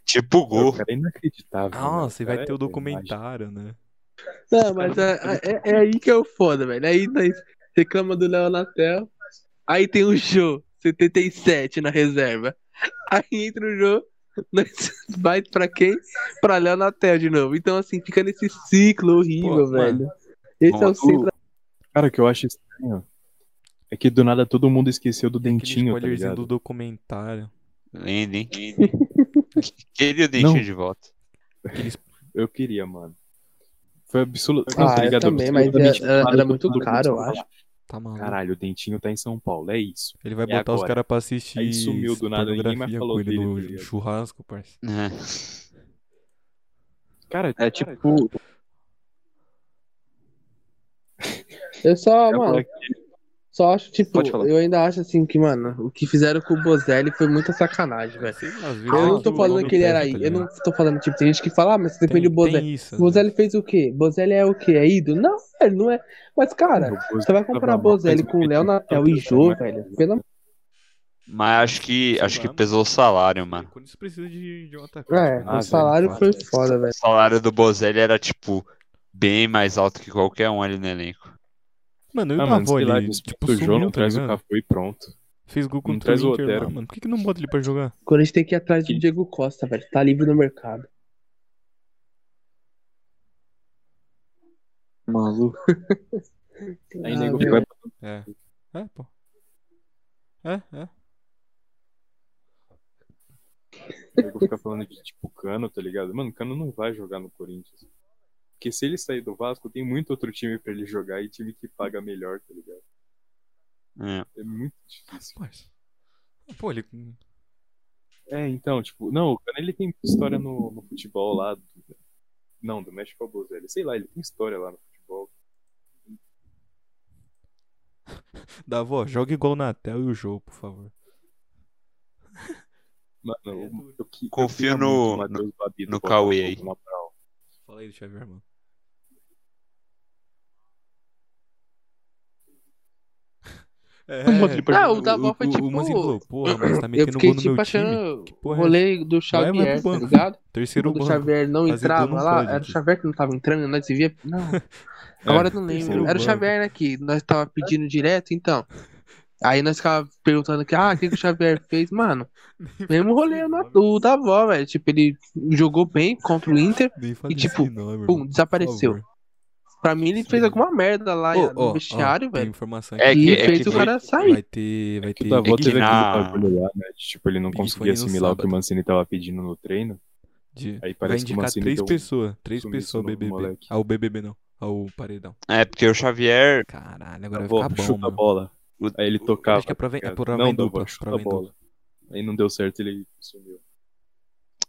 S3: Tipo o
S4: O
S3: gol.
S4: cara é inacreditável. velho.
S2: Nossa, e vai
S4: Cara,
S2: ter o
S4: é mágico.
S2: documentário, né?
S5: Não, mas é, é- é aí que é o foda, velho. Aí nós reclama do Léo Natel. Aí tem o Jô, 77 na reserva. Aí entra o Jô, nós vai pra quem? Pra Léo Natel de novo. Então, assim, fica nesse ciclo horrível,
S1: Pô, mano.
S5: velho. Esse é o ciclo.
S4: Cara, o que eu acho estranho é que do nada todo mundo esqueceu do
S2: Aquele
S4: dentinho, tá
S2: spoilerzinho do
S4: ligado?
S2: documentário.
S3: Lindo, hein? Queria o dentinho
S4: Não.
S3: de volta.
S4: Eu queria, mano. Foi absurdo.
S5: Ah, eu também, mas é,
S4: absolutamente
S5: era- era
S4: claro que
S5: muito
S4: todo mundo
S5: caro, eu
S4: falava,
S5: acho.
S2: Tá maluco.
S4: tipo, Caralho, o dentinho tá em São Paulo, é isso.
S2: Ele vai
S4: É
S2: botar os
S4: agora.
S2: caras pra assistir.
S4: Aí sumiu do nada, ninguém mais
S2: pornografia
S4: falou
S2: com ele
S4: dele,
S2: no
S4: tá ligado?
S2: churrasco, parceiro.
S3: É.
S4: Cara,
S6: É tipo.
S5: Eu É
S4: É
S5: só,
S6: Eu
S5: mano,
S6: falo
S5: só acho, tipo,
S6: Pode falar.
S5: eu ainda acho assim que, mano, o que fizeram com o Bozelli foi muita sacanagem, velho.
S2: Sei lá, às vezes
S5: Eu
S2: é
S5: não tô
S2: o
S5: falando
S2: nome
S5: que ele era
S2: pega,
S5: aí.
S2: tá
S5: Eu não
S2: ligado?
S5: tô falando, tipo, tem gente que fala, ah, mas você depende do
S2: Tem,
S5: Bozelli.
S2: tem isso. né? às
S5: Bozelli fez o quê? Bozelli é o quê? É ídolo? Não, velho, não é. Mas, cara, você vai comparar Bozelli com o Léo Natel
S2: né?
S5: e Jô,
S4: é
S5: velho? Pelo amor.
S3: Mas acho que,
S2: Sei
S3: acho
S2: lá,
S3: que
S2: mano.
S3: pesou o salário,
S2: vezes.
S3: mano.
S2: Quando você precisa de, de um atacante.
S5: É,
S2: né?
S4: Ah,
S5: o salário
S2: velho,
S5: foi
S2: fato.
S5: foda,
S3: O
S5: velho.
S3: salário do Bozelli era, tipo, bem mais alto que qualquer um ali no elenco.
S2: Mano, e o
S4: Ah, mano,
S2: Navó,
S4: sei lá,
S2: ele
S4: disputa
S2: tipo,
S4: o jogo,
S2: sumiu,
S4: não
S2: tá
S4: traz o
S2: ligado?
S4: Cafu e pronto.
S2: Fez gol
S4: não
S2: contra
S4: traz o
S2: o Inter
S4: Otero.
S2: lá, mano. Por que, que não bota ele pra jogar?
S5: Quando a gente tem que ir atrás do Diego Costa, velho. Tá livre no mercado.
S6: Maluco.
S4: Aí
S5: Ah,
S4: nego
S5: velho.
S4: vai
S2: É. É, pô. É, é.
S4: Eu vou ficar falando de tipo Cano, tá ligado? Mano, Cano não vai jogar no Corinthians. Porque se ele sair do Vasco, tem muito outro time pra ele jogar e time que paga melhor, tá ligado?
S3: É.
S4: É muito difícil.
S2: Mas... Pô, ele.
S4: É, então, tipo, não, o Cano ele tem muita história no, no futebol lá. do- não, do México ao Bozelli. Sei lá, ele tem história lá no futebol.
S2: Davó, joga igual o Natel e o jogo, por favor.
S4: Mano, eu, eu, que- eu
S3: Confio
S4: queria
S3: no-
S4: muito o Matheus Babi do
S3: no Cauê
S4: Botafogo,
S3: aí.
S4: na moral.
S2: Fala aí do Xavier, mano. É,
S6: Um monte de
S5: Ah, o Davó foi
S2: O
S5: tipo-
S2: Manzinho falou, porra, mas tá
S5: Eu
S2: metendo
S5: fiquei,
S2: gol no
S5: tipo,
S2: meu time.
S5: achando o
S2: porra é
S5: rolê do
S2: Vai, vai
S5: Xavier,
S2: pro
S5: tá
S2: banco.
S5: ligado?
S2: Terceiro
S5: Quando o
S2: banco.
S5: Xavier não
S2: Azedou
S5: entrava
S2: não
S5: lá,
S2: pode,
S5: era o
S2: tio.
S5: Xavier que não tava entrando, nós via. Não. Agora eu não lembro.
S2: terceiro
S5: Era
S2: banco.
S5: o Xavier, né, que nós tava pedindo direto, então. Aí nós ficava perguntando que, ah, o que, que o Xavier fez? Mano, mesmo rolê na, o da avó, velho. Tipo, ele jogou bem contra o Inter,
S2: Nem fala
S5: E, tipo,
S2: esse nome,
S5: pum,
S2: irmão,
S5: desapareceu.
S2: por favor.
S5: Pra mim, ele fez alguma merda lá
S2: Ô,
S5: no
S2: ó, ó,
S5: vestiário,
S2: Tem
S5: velho.
S2: informação
S3: É
S2: aqui.
S5: E tá
S3: que- é
S5: fez
S3: que
S5: o cara sair.
S2: Vai ter. Vai
S4: Que
S2: ter.
S4: o Davó
S3: É que
S4: teve
S3: na-
S4: aquele bagulho lá, né? de, Tipo, ele não
S2: Big
S4: conseguia
S2: Fone no
S4: assimilar o que o
S2: sábado.
S4: Mancini tava pedindo no treino.
S2: de- Vai
S4: Aí parece que o
S2: indicar
S4: Mancini
S2: três
S4: deu um-
S2: pessoas. Três
S4: sumiço
S2: pessoas ao
S4: no
S2: BBB.
S4: moleque.
S2: Ao BBB não. Ao paredão.
S3: É, porque o Xavier.
S2: Caralho, agora
S4: Pô,
S2: vai ficar bom,
S4: "Tá
S2: né?"
S4: chuta a
S2: mano.
S4: bola.
S3: O-
S4: Aí ele tocava.
S2: Acho que é pra vem- é
S4: ligado?
S2: pra vem
S4: Não, Davó,
S2: dupla,
S4: chuta
S2: pra
S4: a
S2: vem
S4: bola. Aí não deu certo, ele sumiu.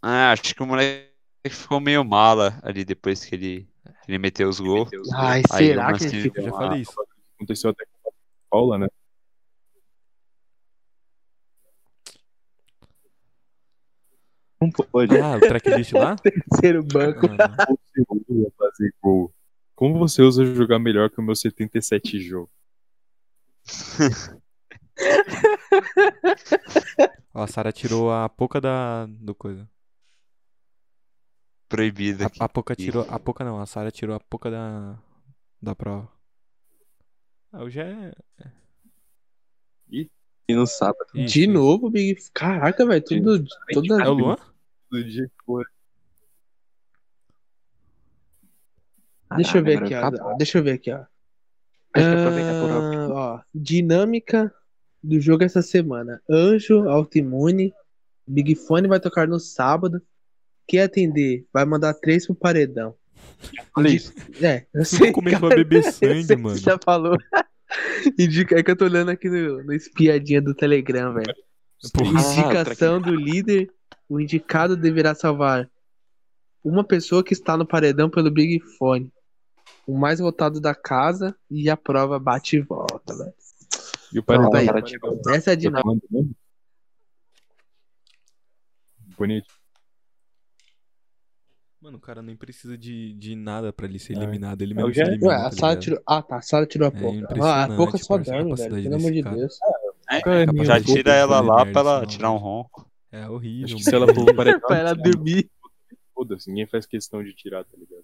S3: Ah, acho que o moleque ficou meio mala ali depois que ele, que ele meteu os gols.
S5: Ai,
S3: Aí
S5: será
S3: o
S5: que ele
S3: Mancini
S5: ficou?
S2: Eu já
S3: Ah,
S2: falei isso.
S4: Aconteceu até com a Paula, né?
S6: Olha,
S2: Ah, o tracklist lá?
S5: terceiro banco?
S2: Ah, não.
S4: Como você usa fazer gol? Como você usa jogar melhor que o meu 77 jogo?
S2: Ó, a Sara tirou a pouca da. do coisa.
S3: Proibido. aqui.
S2: A, a pouca tirou. A pouca não, a Sara tirou a pouca da. da prova. Ah, hoje é.
S6: E no sábado.
S2: Isso,
S5: De
S2: isso.
S5: novo, Big. Caraca, velho. Tudo. Toda...
S2: É o Luan?
S4: Do dia que for.
S5: Deixa eu ver
S6: Caralho,
S5: aqui,
S6: agora tá
S5: ó. Deixa eu ver aqui, ó.
S6: Acho que aproveitar é por outro.
S5: Ah, ó, dinâmica do jogo essa semana. Anjo, autoimune, Big Fone vai tocar no sábado. Quem atender vai mandar três pro paredão.
S4: Olha
S5: Indi-
S4: isso.
S5: É, eu
S2: Você
S5: sei.
S2: começou a beber
S5: eu sei
S2: sangue,
S5: que
S2: mano.
S5: você já falou. Indica, é que eu tô olhando aqui no, no espiadinha do Telegram, velho. Ah,
S2: Porra.
S5: Indicação do líder. O indicado deverá salvar uma pessoa que está no paredão pelo Big Fone. O mais votado da casa e a prova bate e volta, velho.
S4: E o paredão.
S5: Tá aí.
S4: cara, tipo,
S5: Essa é a dinâmica.
S4: tocando mesmo? Bonito.
S2: Mano, o cara nem precisa de, de nada pra ele ser
S4: É.
S2: eliminado. Ele
S4: É,
S2: mesmo
S4: eu
S2: se
S4: já-
S2: elimina.
S5: Ué, a
S2: tá
S5: Sara
S2: ligado?
S5: tirou. Ah, tá. A Sara tirou a
S2: É
S5: Poca. ah, a
S2: impressionante,
S5: Poca
S2: parça, a
S5: só dorme, velho.
S2: capacidade
S5: Pelo amor
S2: desse
S5: de
S2: cara.
S5: Deus.
S3: É,
S2: É, capaz
S3: já
S2: de
S3: tira ela
S2: fazer
S3: lá
S2: merda,
S3: pra ela
S2: senão-
S3: tirar um ronco.
S2: É horrível.
S4: Acho que
S2: mano.
S4: se ela for pro paredão.
S5: Pra ela
S3: né?
S4: sabe?
S5: dormir.
S4: Foda-se, ninguém faz questão de tirar, tá ligado?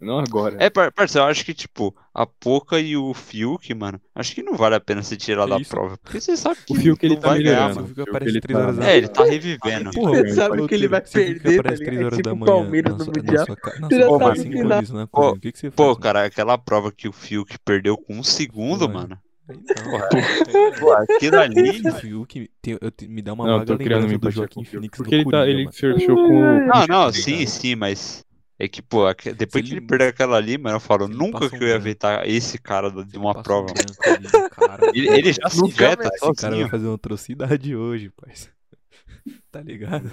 S4: Não agora.
S3: É, par- parça, eu acho que, tipo, a Poca e o Fiuk, mano, acho que não vale a pena se tirar
S2: Que
S3: da
S2: isso?
S3: prova. Porque você sabe que
S4: O Fiuk
S3: não
S4: ele tá
S3: vai ganhar,
S4: melhorando.
S3: mano.
S2: O Fiuk
S4: Fiuk,
S2: aparece
S4: ele
S2: três
S4: tá-
S2: horas da
S3: É, ele tá revivendo.
S2: Porra,
S5: Você sabe que ele vai
S2: Você viu que
S5: perder,
S2: aparece
S5: tá
S2: três
S5: ligado?
S2: horas
S5: Tipo
S2: da
S5: o
S2: manhã
S5: Palmeiras
S2: na
S5: no
S2: sua-
S5: Mundial.
S2: Na sua, ca- na
S5: Você
S2: sua
S5: já
S2: casa,
S5: sabe
S2: cinco
S5: que não.
S2: anos, né?
S3: Pô,
S2: Pô, o que, que você faz?
S3: Pô,
S2: mano?
S3: cara, aquela prova que o Fiuk perdeu com um segundo,
S2: Porra.
S3: mano.
S2: Aí
S3: Porra.
S2: não,
S3: Pô, aquilo ali.
S2: O Fiuk tem- eu te- me dá uma
S4: Não, eu
S2: vaga
S4: tô criando
S2: lembrança
S4: minha
S2: do
S4: empatia com
S2: Joaquim
S4: o Fiuk,
S2: Phoenix
S4: Porque
S2: do
S4: ele tá,
S2: Coringa,
S4: ele
S2: mano.
S4: fechou com.
S3: Não, não, sim, sim, mas. É que, pô, aque- depois
S2: ele-
S3: que ele perdeu aquela ali, mano, eu falo,
S2: se ele
S3: nunca
S2: passa
S3: que
S2: um
S3: eu ia
S2: branco.
S3: vetar esse cara do- de
S2: Ele
S3: uma
S2: passa um
S3: prova. mano.
S2: branco ali no cara,
S3: Ele,
S2: mano.
S3: ele já se
S5: Nunca
S3: veta
S5: mais.
S2: Esse cara vai
S3: sozinho.
S2: fazer uma atrocidade hoje, parça. Tá ligado?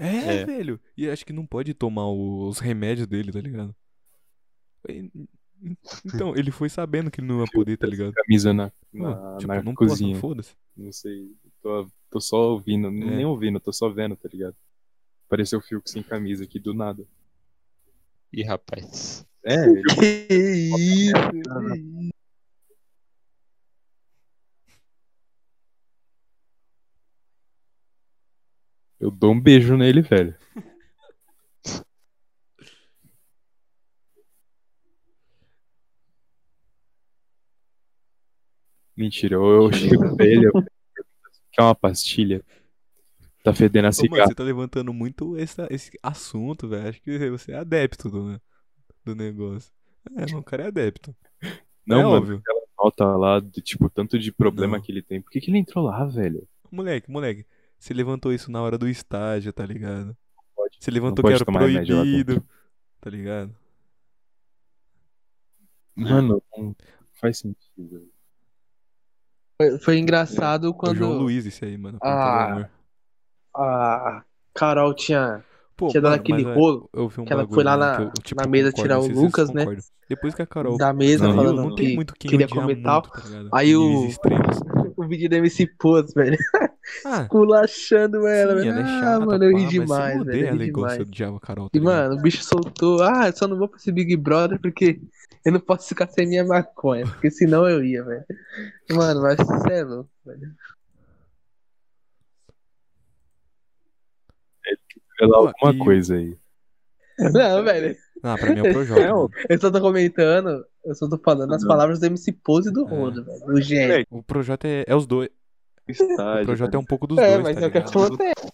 S2: É,
S3: É.
S2: velho. E acho que não pode tomar o- os remédios dele, tá ligado? E- Então, ele foi sabendo que ele não ia poder, tá ligado?
S4: Camisa na,
S2: Não,
S4: na,
S2: tipo,
S4: na
S2: não posso,
S4: cozinha.
S2: foda-se.
S4: Não sei. Tô, tô só ouvindo.
S2: É.
S4: Nem ouvindo, tô só vendo, tá ligado? Pareceu o Fiuk sem camisa aqui do nada.
S3: Ih, rapaz.
S4: É, ele
S5: Que isso?
S4: Eu dou um beijo nele, velho. Mentira, eu, eu chego pra ele. eu- Quer uma pastilha? Tá fedendo a
S2: Ô, mano,
S4: cigarro.
S2: você tá levantando muito essa- esse assunto, velho. Acho que você é adepto do, do negócio. É, mano, o cara é adepto.
S4: Não,
S2: é
S4: mano,
S2: óbvio.
S4: aquela nota lá, de, tipo, tanto de problema
S2: Não.
S4: que ele tem. Por que, que ele entrou lá, velho?
S2: Moleque, moleque, você levantou isso na hora do estágio, tá ligado?
S4: Pode.
S2: Você levantou que
S4: Não pode
S2: era
S4: tomar remédio lá
S2: proibido, tá ligado?
S4: Mano, não faz sentido.
S5: Foi, foi engraçado
S2: É o João
S5: quando
S2: Luiz esse aí, mano. pelo
S5: Ah,
S2: amor.
S5: a Carol tinha.
S2: Pô,
S5: tinha dado
S2: mano,
S5: aquele
S2: mas, é,
S5: rolo
S2: eu vi um
S5: que ela
S2: bagulho,
S5: foi lá
S2: mano,
S5: na-
S2: que eu, eu, tipo,
S5: na mesa
S2: concordo,
S5: tirar o
S2: não sei se vocês
S5: Lucas, né?
S2: concordam. Depois que a Carol
S5: Da mesa
S4: Não,
S2: saiu,
S5: falando
S2: não
S5: que
S2: tem muito quem
S5: queria
S2: odiar
S5: comer
S2: muito,
S5: tal.
S2: tá ligado?
S5: Aí
S2: Níveis
S5: o-
S2: extremos.
S5: o vídeo da MC Pose, velho.
S2: Ah,
S5: Culachando ela,
S2: sim,
S5: velho.
S2: ela é
S5: ah,
S2: chata,
S5: mano, eu
S2: pá,
S5: ri
S2: mas você
S5: demais,
S2: odeia
S5: velho. Eu
S2: ela é
S5: ri
S2: igual
S5: demais.
S2: você odiava a Carol, tá
S5: E,
S2: ligado?
S5: mano, o bicho soltou. Ah, eu só não vou pra esse Big Brother porque eu não posso ficar sem minha maconha. Porque senão eu ia, velho. Mano, mas você é louco, velho.
S4: Revelar
S2: Pô,
S4: alguma
S2: e-
S4: coisa aí.
S5: Não, velho.
S2: Ah, pra mim é o Projota.
S6: É,
S2: mano.
S5: Eu só tô comentando. Eu só tô falando
S3: Uhum.
S5: as
S6: Não.
S5: palavras do MC Pose e do
S2: É.
S5: Rodo, velho. O gênio.
S2: O Projota é, é os dois. O
S6: Estádio,
S2: Projota é um pouco dos
S5: É,
S2: dois,
S5: mas
S2: tá
S5: é o que
S2: ligado?
S5: acontece.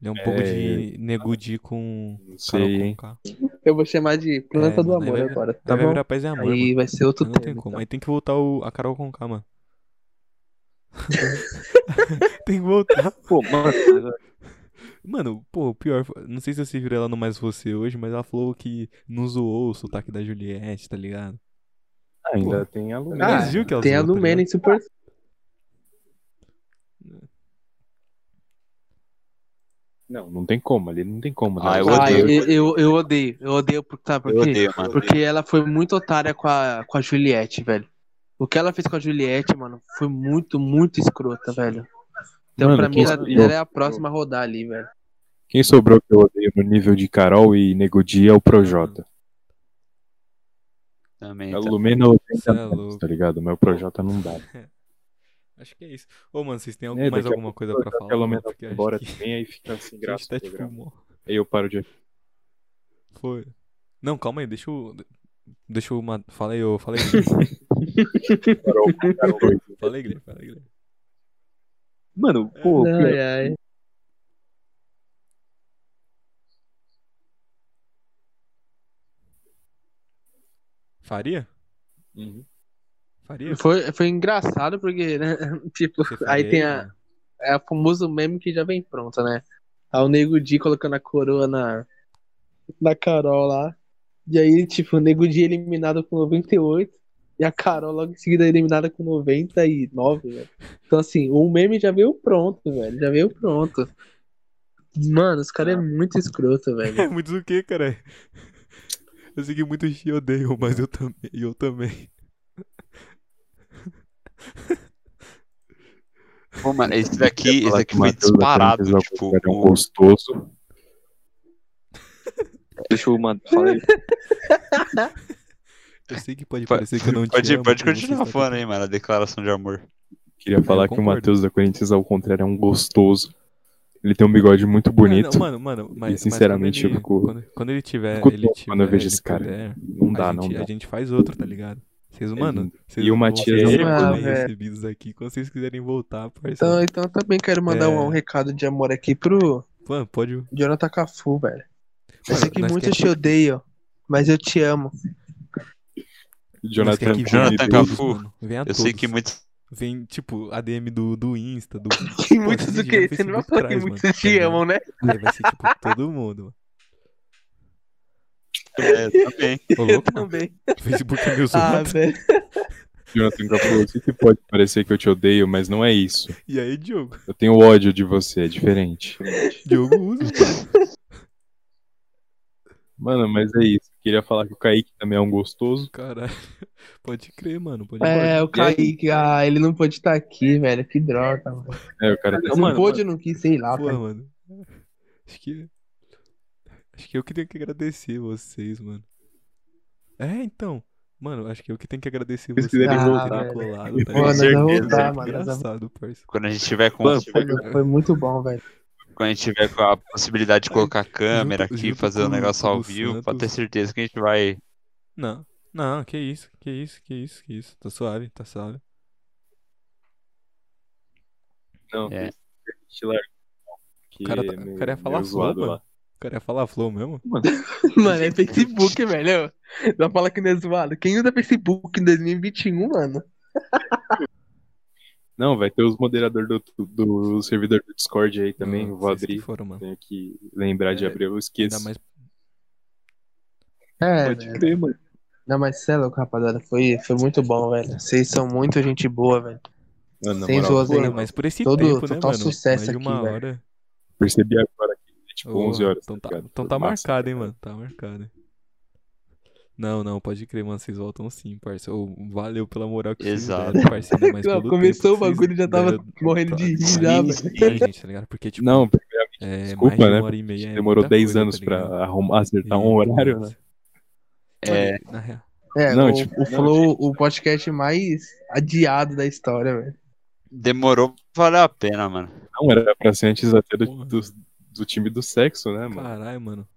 S2: Ele é um pouco
S4: É.
S2: de negudi com
S4: Não
S2: Carol
S4: sei, hein?
S2: com K.
S5: Eu vou chamar de planta
S2: É,
S5: do
S2: mano, aí
S5: amor
S2: vai-
S5: agora, tá
S2: Aí vai
S5: bom?
S2: virar paz e amor, mano.
S5: Aí vai ser outro
S2: Não tem
S5: tema.
S2: como.
S5: então.
S2: Aí tem que voltar o, a Carol com K, mano. tem que voltar.
S6: Pô, mano,
S2: Mano, pô, o pior. foi- Não sei se você viu ela no Mais Você hoje, mas ela falou que não zoou o sotaque da Juliette, tá ligado?
S4: Ah, ainda tem aluno.
S5: Ah,
S2: Mas viu que ela
S5: Tem a
S2: zoou, tá
S5: do Manning
S2: ligado?
S5: super.
S4: Não, não tem como, ali não tem como.
S3: Ah,
S4: né?
S3: eu
S5: Ah,
S3: odeio.
S5: eu, eu, eu odeio. Eu odeio por, tá, por
S3: Eu
S5: quê?
S3: odeio, mano.
S5: Porque ela foi muito otária com a, com a Juliette, velho. O que ela fez com a Juliette, mano, foi muito, muito escrota, velho. Então,
S4: Mano,
S5: pra
S4: que
S5: mim, ela,
S4: escroto.
S5: ela é a próxima a rodar ali, velho.
S4: Quem sobrou que eu odeio no nível de Carol e Negudi é o Projota.
S3: Também.
S4: A
S3: tá.
S4: Lumena 80
S2: Cê é
S4: metros,
S2: louco.
S4: tá ligado? Mas o Projota não dá.
S2: Acho que é isso. Ô, mano, vocês têm algum-
S4: É,
S2: mais
S4: daqui a
S2: alguma coisa pra falar?
S4: Pelo
S2: mano?
S4: menos
S2: Porque acho
S4: embora
S2: que
S4: também, aí fica assim,
S2: a
S4: graça.
S2: gente tá
S4: ao
S2: tipo.
S4: programa.
S2: mó-
S4: Aí eu paro de.
S2: Foi. Não, calma aí, deixa eu. Deixa eu. ma- Fala aí, ô. Fala aí,
S4: Parou, parou.
S2: fala aí, Guilherme, fala aí, Guilherme.
S6: Mano, pô, pior-
S5: Ai, ai.
S2: Faria?
S4: Uhum.
S2: Faria?
S5: Foi, foi engraçado porque, né? Tipo,
S2: Você
S5: aí
S2: faria
S5: tem
S2: aí,
S5: a,
S2: mano?
S5: é o famoso meme que já vem pronto, né? Aí o Nego Di colocando a coroa na, na Carol lá. E aí, tipo, o Nego Di eliminado com 98 e a Carol logo em seguida eliminada com 99, velho. Então, assim, o meme já veio pronto, velho. Já veio pronto. Mano, os caras é muito escroto, velho.
S2: É muito o quê, cara? Eu sei que muitos te odeiam, mas eu também. Eu também.
S3: Pô, mano, esse daqui, esse
S4: Falar
S3: daqui
S4: que o
S3: foi
S4: Matheus
S3: disparado.
S4: Afonso
S3: Tipo,
S4: é um
S3: o-
S4: gostoso.
S6: deixa eu mandar. Fala aí.
S2: Eu sei que pode
S3: Pa-
S2: parecer que eu não te
S3: pode,
S2: amo,
S3: pode
S2: que você
S3: continuar
S2: está
S3: falando aí, mano, a declaração de amor.
S4: Queria falar que o
S2: concordo.
S4: Matheus da Corinthians, ao contrário, é um gostoso. Ele tem um bigode muito bonito.
S2: Não, mano, mano, mas- mas
S4: sinceramente,
S2: quando
S4: eu
S2: ele,
S4: fico-
S2: Quando, quando ele tiver.
S4: fico
S2: ele
S4: tonto
S2: tiver
S4: quando eu vejo
S2: ele
S4: esse cara.
S2: puder,
S4: Não dá,
S2: a
S4: não
S2: gente,
S4: dá. É,
S2: A gente faz outro, tá ligado? Vocês, mano. Vocês
S4: E o
S2: vão
S4: Matias
S2: ser
S4: é
S2: muito
S5: muito
S2: bem
S5: bom.
S2: recebidos aqui. Quando vocês quiserem voltar,
S5: Então,
S2: parceiro.
S5: então eu também quero mandar
S2: É.
S5: um, um recado de amor aqui pro
S2: Mano, pode.
S5: Jonathan Cafu, velho. Eu
S2: Mano,
S5: sei que
S2: nós
S5: muitos
S2: quer-
S5: te odeiam, mas eu te amo.
S2: nós
S4: Jonathan,
S2: quer é que venha
S3: Jonathan
S4: bonito.
S2: todos,
S3: Cafu.
S2: mano. Venha
S3: Eu sei
S2: todos.
S3: que muitos.
S2: Vem, tipo, a DM do, do Insta, do.
S5: Que
S2: Pô,
S5: muitos
S2: esse
S5: do
S2: dia
S5: quê?
S2: no
S5: Você não vai
S2: Facebook
S5: falar que
S2: traz,
S5: muitos
S2: mano,
S5: te
S2: tá
S5: amam, né?
S2: Aí vai ser, tipo, todo mundo.
S3: É, também.
S2: Ô,
S5: Eu
S2: louco, mano.
S5: também.
S2: Facebook é meu
S5: Ah,
S2: zoado.
S5: velho.
S4: Jonathan Cafu, eu sei assim que pode parecer que eu te odeio, mas não é isso.
S2: E aí, Diogo?
S4: Eu tenho ódio de você, é diferente.
S2: Diogo usa.
S4: Mano, mas é isso. Queria falar que o Kaique também é um gostoso.
S2: Caralho. Pode crer, mano. Pode
S5: É, o
S4: E aí?
S5: Kaique, ah, ele não pôde estar aqui, velho. Que droga, mano.
S4: É, o cara
S5: Não pôde ou não quis, sei lá,
S2: Pô,
S5: velho.
S2: mano. Acho que. Acho que eu que tenho que agradecer vocês, mano. É, então. Mano, acho que eu que tenho que agradecer
S4: Vocês
S2: vocês.
S4: quiserem
S2: por
S5: voltar,
S2: terem
S5: velho.
S2: colado, tá
S5: Pô, nós
S2: ligado?
S5: vamos
S3: certeza,
S5: voltar,
S2: É
S5: mano. Nós vamos...
S2: Engraçado, parça.
S3: Quando a gente tiver com,
S4: Mano,
S5: Foi, foi muito bom, velho.
S3: quando a gente tiver com a possibilidade de colocar câmera
S2: junto-
S3: aqui,
S2: junto
S3: fazer o
S2: com o-
S3: negócio
S2: com
S3: ao
S2: o
S3: vivo,
S2: Santos.
S3: pode ter certeza que a gente vai.
S2: Não. Não, que isso, que isso, que isso, que isso. Tá suave, tá suave.
S4: assim, Não,
S3: É.
S4: te largo. Que
S2: O cara tá- o
S4: meio-
S2: cara ia falar
S4: meio
S2: flow,
S4: zoado
S2: mano.
S4: lá.
S2: O cara ia falar flow mesmo?
S5: Mano, é Facebook, velho. Não fala que não é zoado. Quem usa Facebook em 2021, mano?
S4: Não, vai ter os moderadores do, do servidor do Discord aí também.
S2: Não,
S4: vou
S2: vocês que
S4: abrir.
S2: foram, mano.
S4: Tenho que lembrar de
S2: Hum, É,
S4: abrir, eu
S2: Ainda
S4: esqueço.
S2: mais. né?
S5: É,
S4: Pode
S5: velho.
S4: crer, mano.
S5: Não, mas cê é louco, rapaziada. Foi, foi muito bom, velho. Vocês são muito gente boa, velho.
S4: Mano, na
S5: Sem
S4: moral,
S5: zoas aí,
S2: Pô,
S5: mano.
S2: mas por esse
S5: Todo-
S2: tempo, né,
S5: total
S2: mano?
S5: sucesso
S2: Mais de
S5: aqui,
S2: uma
S5: velho.
S2: hora.
S4: percebi agora que é tipo
S2: Ô,
S4: 11 horas.
S2: Então tá,
S4: ligado?
S2: então tá
S4: Massa,
S2: marcado, hein,
S4: cara.
S2: mano. Tá marcado. hein. Não, não, pode crer, mano. Vocês voltam sim, parça. Ô, valeu pela moral que vocês
S3: Exato.
S2: deram, parça. ainda mais
S5: Não,
S2: pelo
S5: começou
S2: tempo que
S5: o bagulho,
S2: vocês
S5: já tava
S2: deram tá
S5: morrendo de rir já,
S2: pra-
S5: velho.
S2: pra gente, tá ligado? Porque, tipo,
S4: Não,
S2: é,
S4: desculpa,
S2: mais de
S4: né,
S2: uma hora e meia é
S4: demorou
S2: muita
S4: 10
S2: coisa,
S4: anos
S2: tá
S4: pra
S2: ligado?
S4: arrumar, acertar um
S2: E-
S4: horário, né?
S3: É,
S2: Na real.
S5: É,
S4: Não,
S5: o,
S4: tipo,
S5: o Flow, o podcast mais adiado da história, velho.
S3: demorou, valeu a pena, mano.
S4: Não, era pra ser antes até do,
S2: Porra.
S4: do, do time do sexo, né, mano?
S2: Caralho, mano.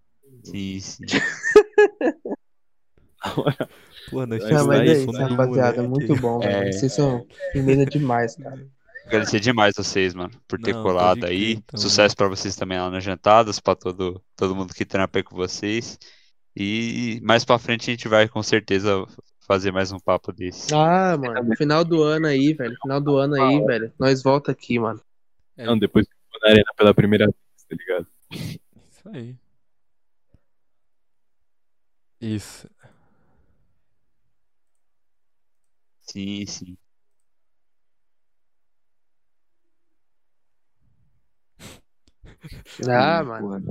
S3: Sim, sim.
S2: Porra, nós
S4: Não,
S5: Não,
S2: tivemos
S5: mas
S4: daí
S5: é
S2: aí,
S5: isso,
S2: fundo do
S5: rapaziada.
S2: moleque.
S5: Muito bom, velho.
S3: É.
S5: Vocês são firmeza demais, cara.
S3: Agradecer demais vocês, mano, por ter
S2: Não, pode
S3: colado
S2: crer,
S3: aí.
S2: então,
S3: Sucesso pra vocês também lá nas jantadas, pra todo, todo mundo que trampa aí com vocês. E mais pra frente a gente vai com certeza fazer mais um papo desse.
S5: Ah, mano, final do ano aí, velho. Final do ano aí, velho. Nós volta aqui, mano.
S2: é.
S4: Não, depois que eu for na arena pela primeira vez, tá ligado?
S2: Isso aí. Isso.
S3: Sim, sim.
S5: Ah,
S6: Porra.
S5: mano.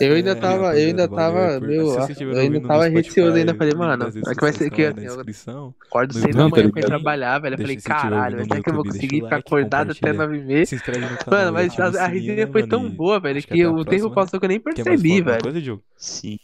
S5: Eu ainda
S2: É,
S5: tava,
S2: rapaziada,
S5: eu ainda
S2: valeu
S5: tava,
S2: por-
S5: meu,
S2: se
S5: eu
S2: vocês estiverem
S5: ainda
S2: ouvindo no
S5: tava
S2: Spotify,
S5: receoso ainda.
S2: o
S5: Falei,
S2: link
S5: mano,
S2: das redes
S5: é que vai ser
S2: sociais
S5: que
S2: tá aí na
S5: assim, eu
S2: descrição.
S5: acordo
S2: No
S5: seis da
S4: YouTube
S5: manhã pra ir
S4: também.
S5: trabalhar, velho. Eu
S2: Deixa-
S5: falei,
S2: se tiver ouvindo
S5: caralho,
S2: no
S5: será que eu vou
S2: YouTube, deixa
S5: conseguir
S2: o
S5: ficar
S2: like,
S5: acordado até
S2: compartilha.
S5: nove e meia?
S2: Se inscreve no canal.
S5: Mano, mas
S2: ativa o
S5: a, a
S2: sininho,
S5: resenha
S2: né,
S5: foi
S2: mano,
S5: tão
S2: e-
S5: boa, velho,
S2: acho que
S5: que
S2: até a
S5: o tempo
S2: próxima, né?
S5: passou que eu nem
S2: Quer mais falar
S5: percebi,
S2: alguma
S5: velho.
S2: coisa, Diogo?
S3: Sim.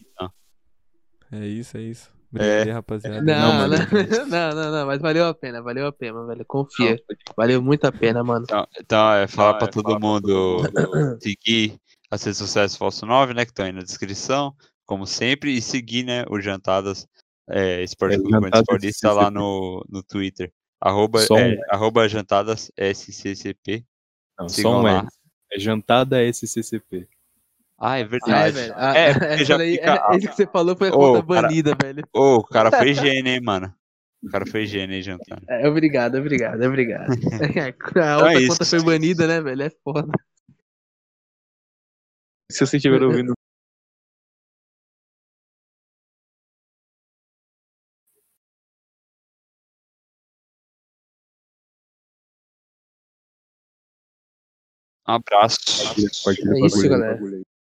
S2: É isso, é isso. Obrigado, aí, rapaziada.
S5: Não, não,
S2: mano.
S5: não, não, não, mas valeu a pena, valeu a pena, velho. Confia. Valeu muito a pena, mano.
S3: Então, então é falar
S4: Ah,
S3: pra
S4: é,
S3: todo
S4: falar pra
S3: mundo seguir as redes sociais do Falso 9, né? Que estão aí na descrição, como sempre, e seguir, né, o Jantadas é, Esporte
S4: É,
S3: Clube Corinthians
S4: Jantadas
S3: Paulista lá
S4: SCCP.
S3: no, no Twitter. Arroba,
S4: Só um-
S3: é, arroba Jantadas SCCP.
S4: Não,
S3: Sigam
S4: só um
S3: lá.
S4: S. É jantada SCCP.
S3: Ah, é
S5: É,
S3: verdade.
S5: velho. ah,
S3: É, porque já
S5: essa daí-
S3: fica-
S5: é- Isso que você falou foi a
S3: Ô,
S5: conta
S3: cara.
S5: banida, velho.
S3: Ô, o cara foi gênio, hein, mano. O cara foi gênio, hein, jantar.
S5: É, obrigado, obrigado, obrigado. a
S3: Então
S5: outra
S3: é isso.
S5: conta foi banida, né, velho? É foda.
S6: Se vocês estiver ouvindo,
S3: Um abraço.
S4: Compartilha, compartilha
S5: É
S4: o
S5: isso,
S4: bagulho.
S3: É
S5: galera.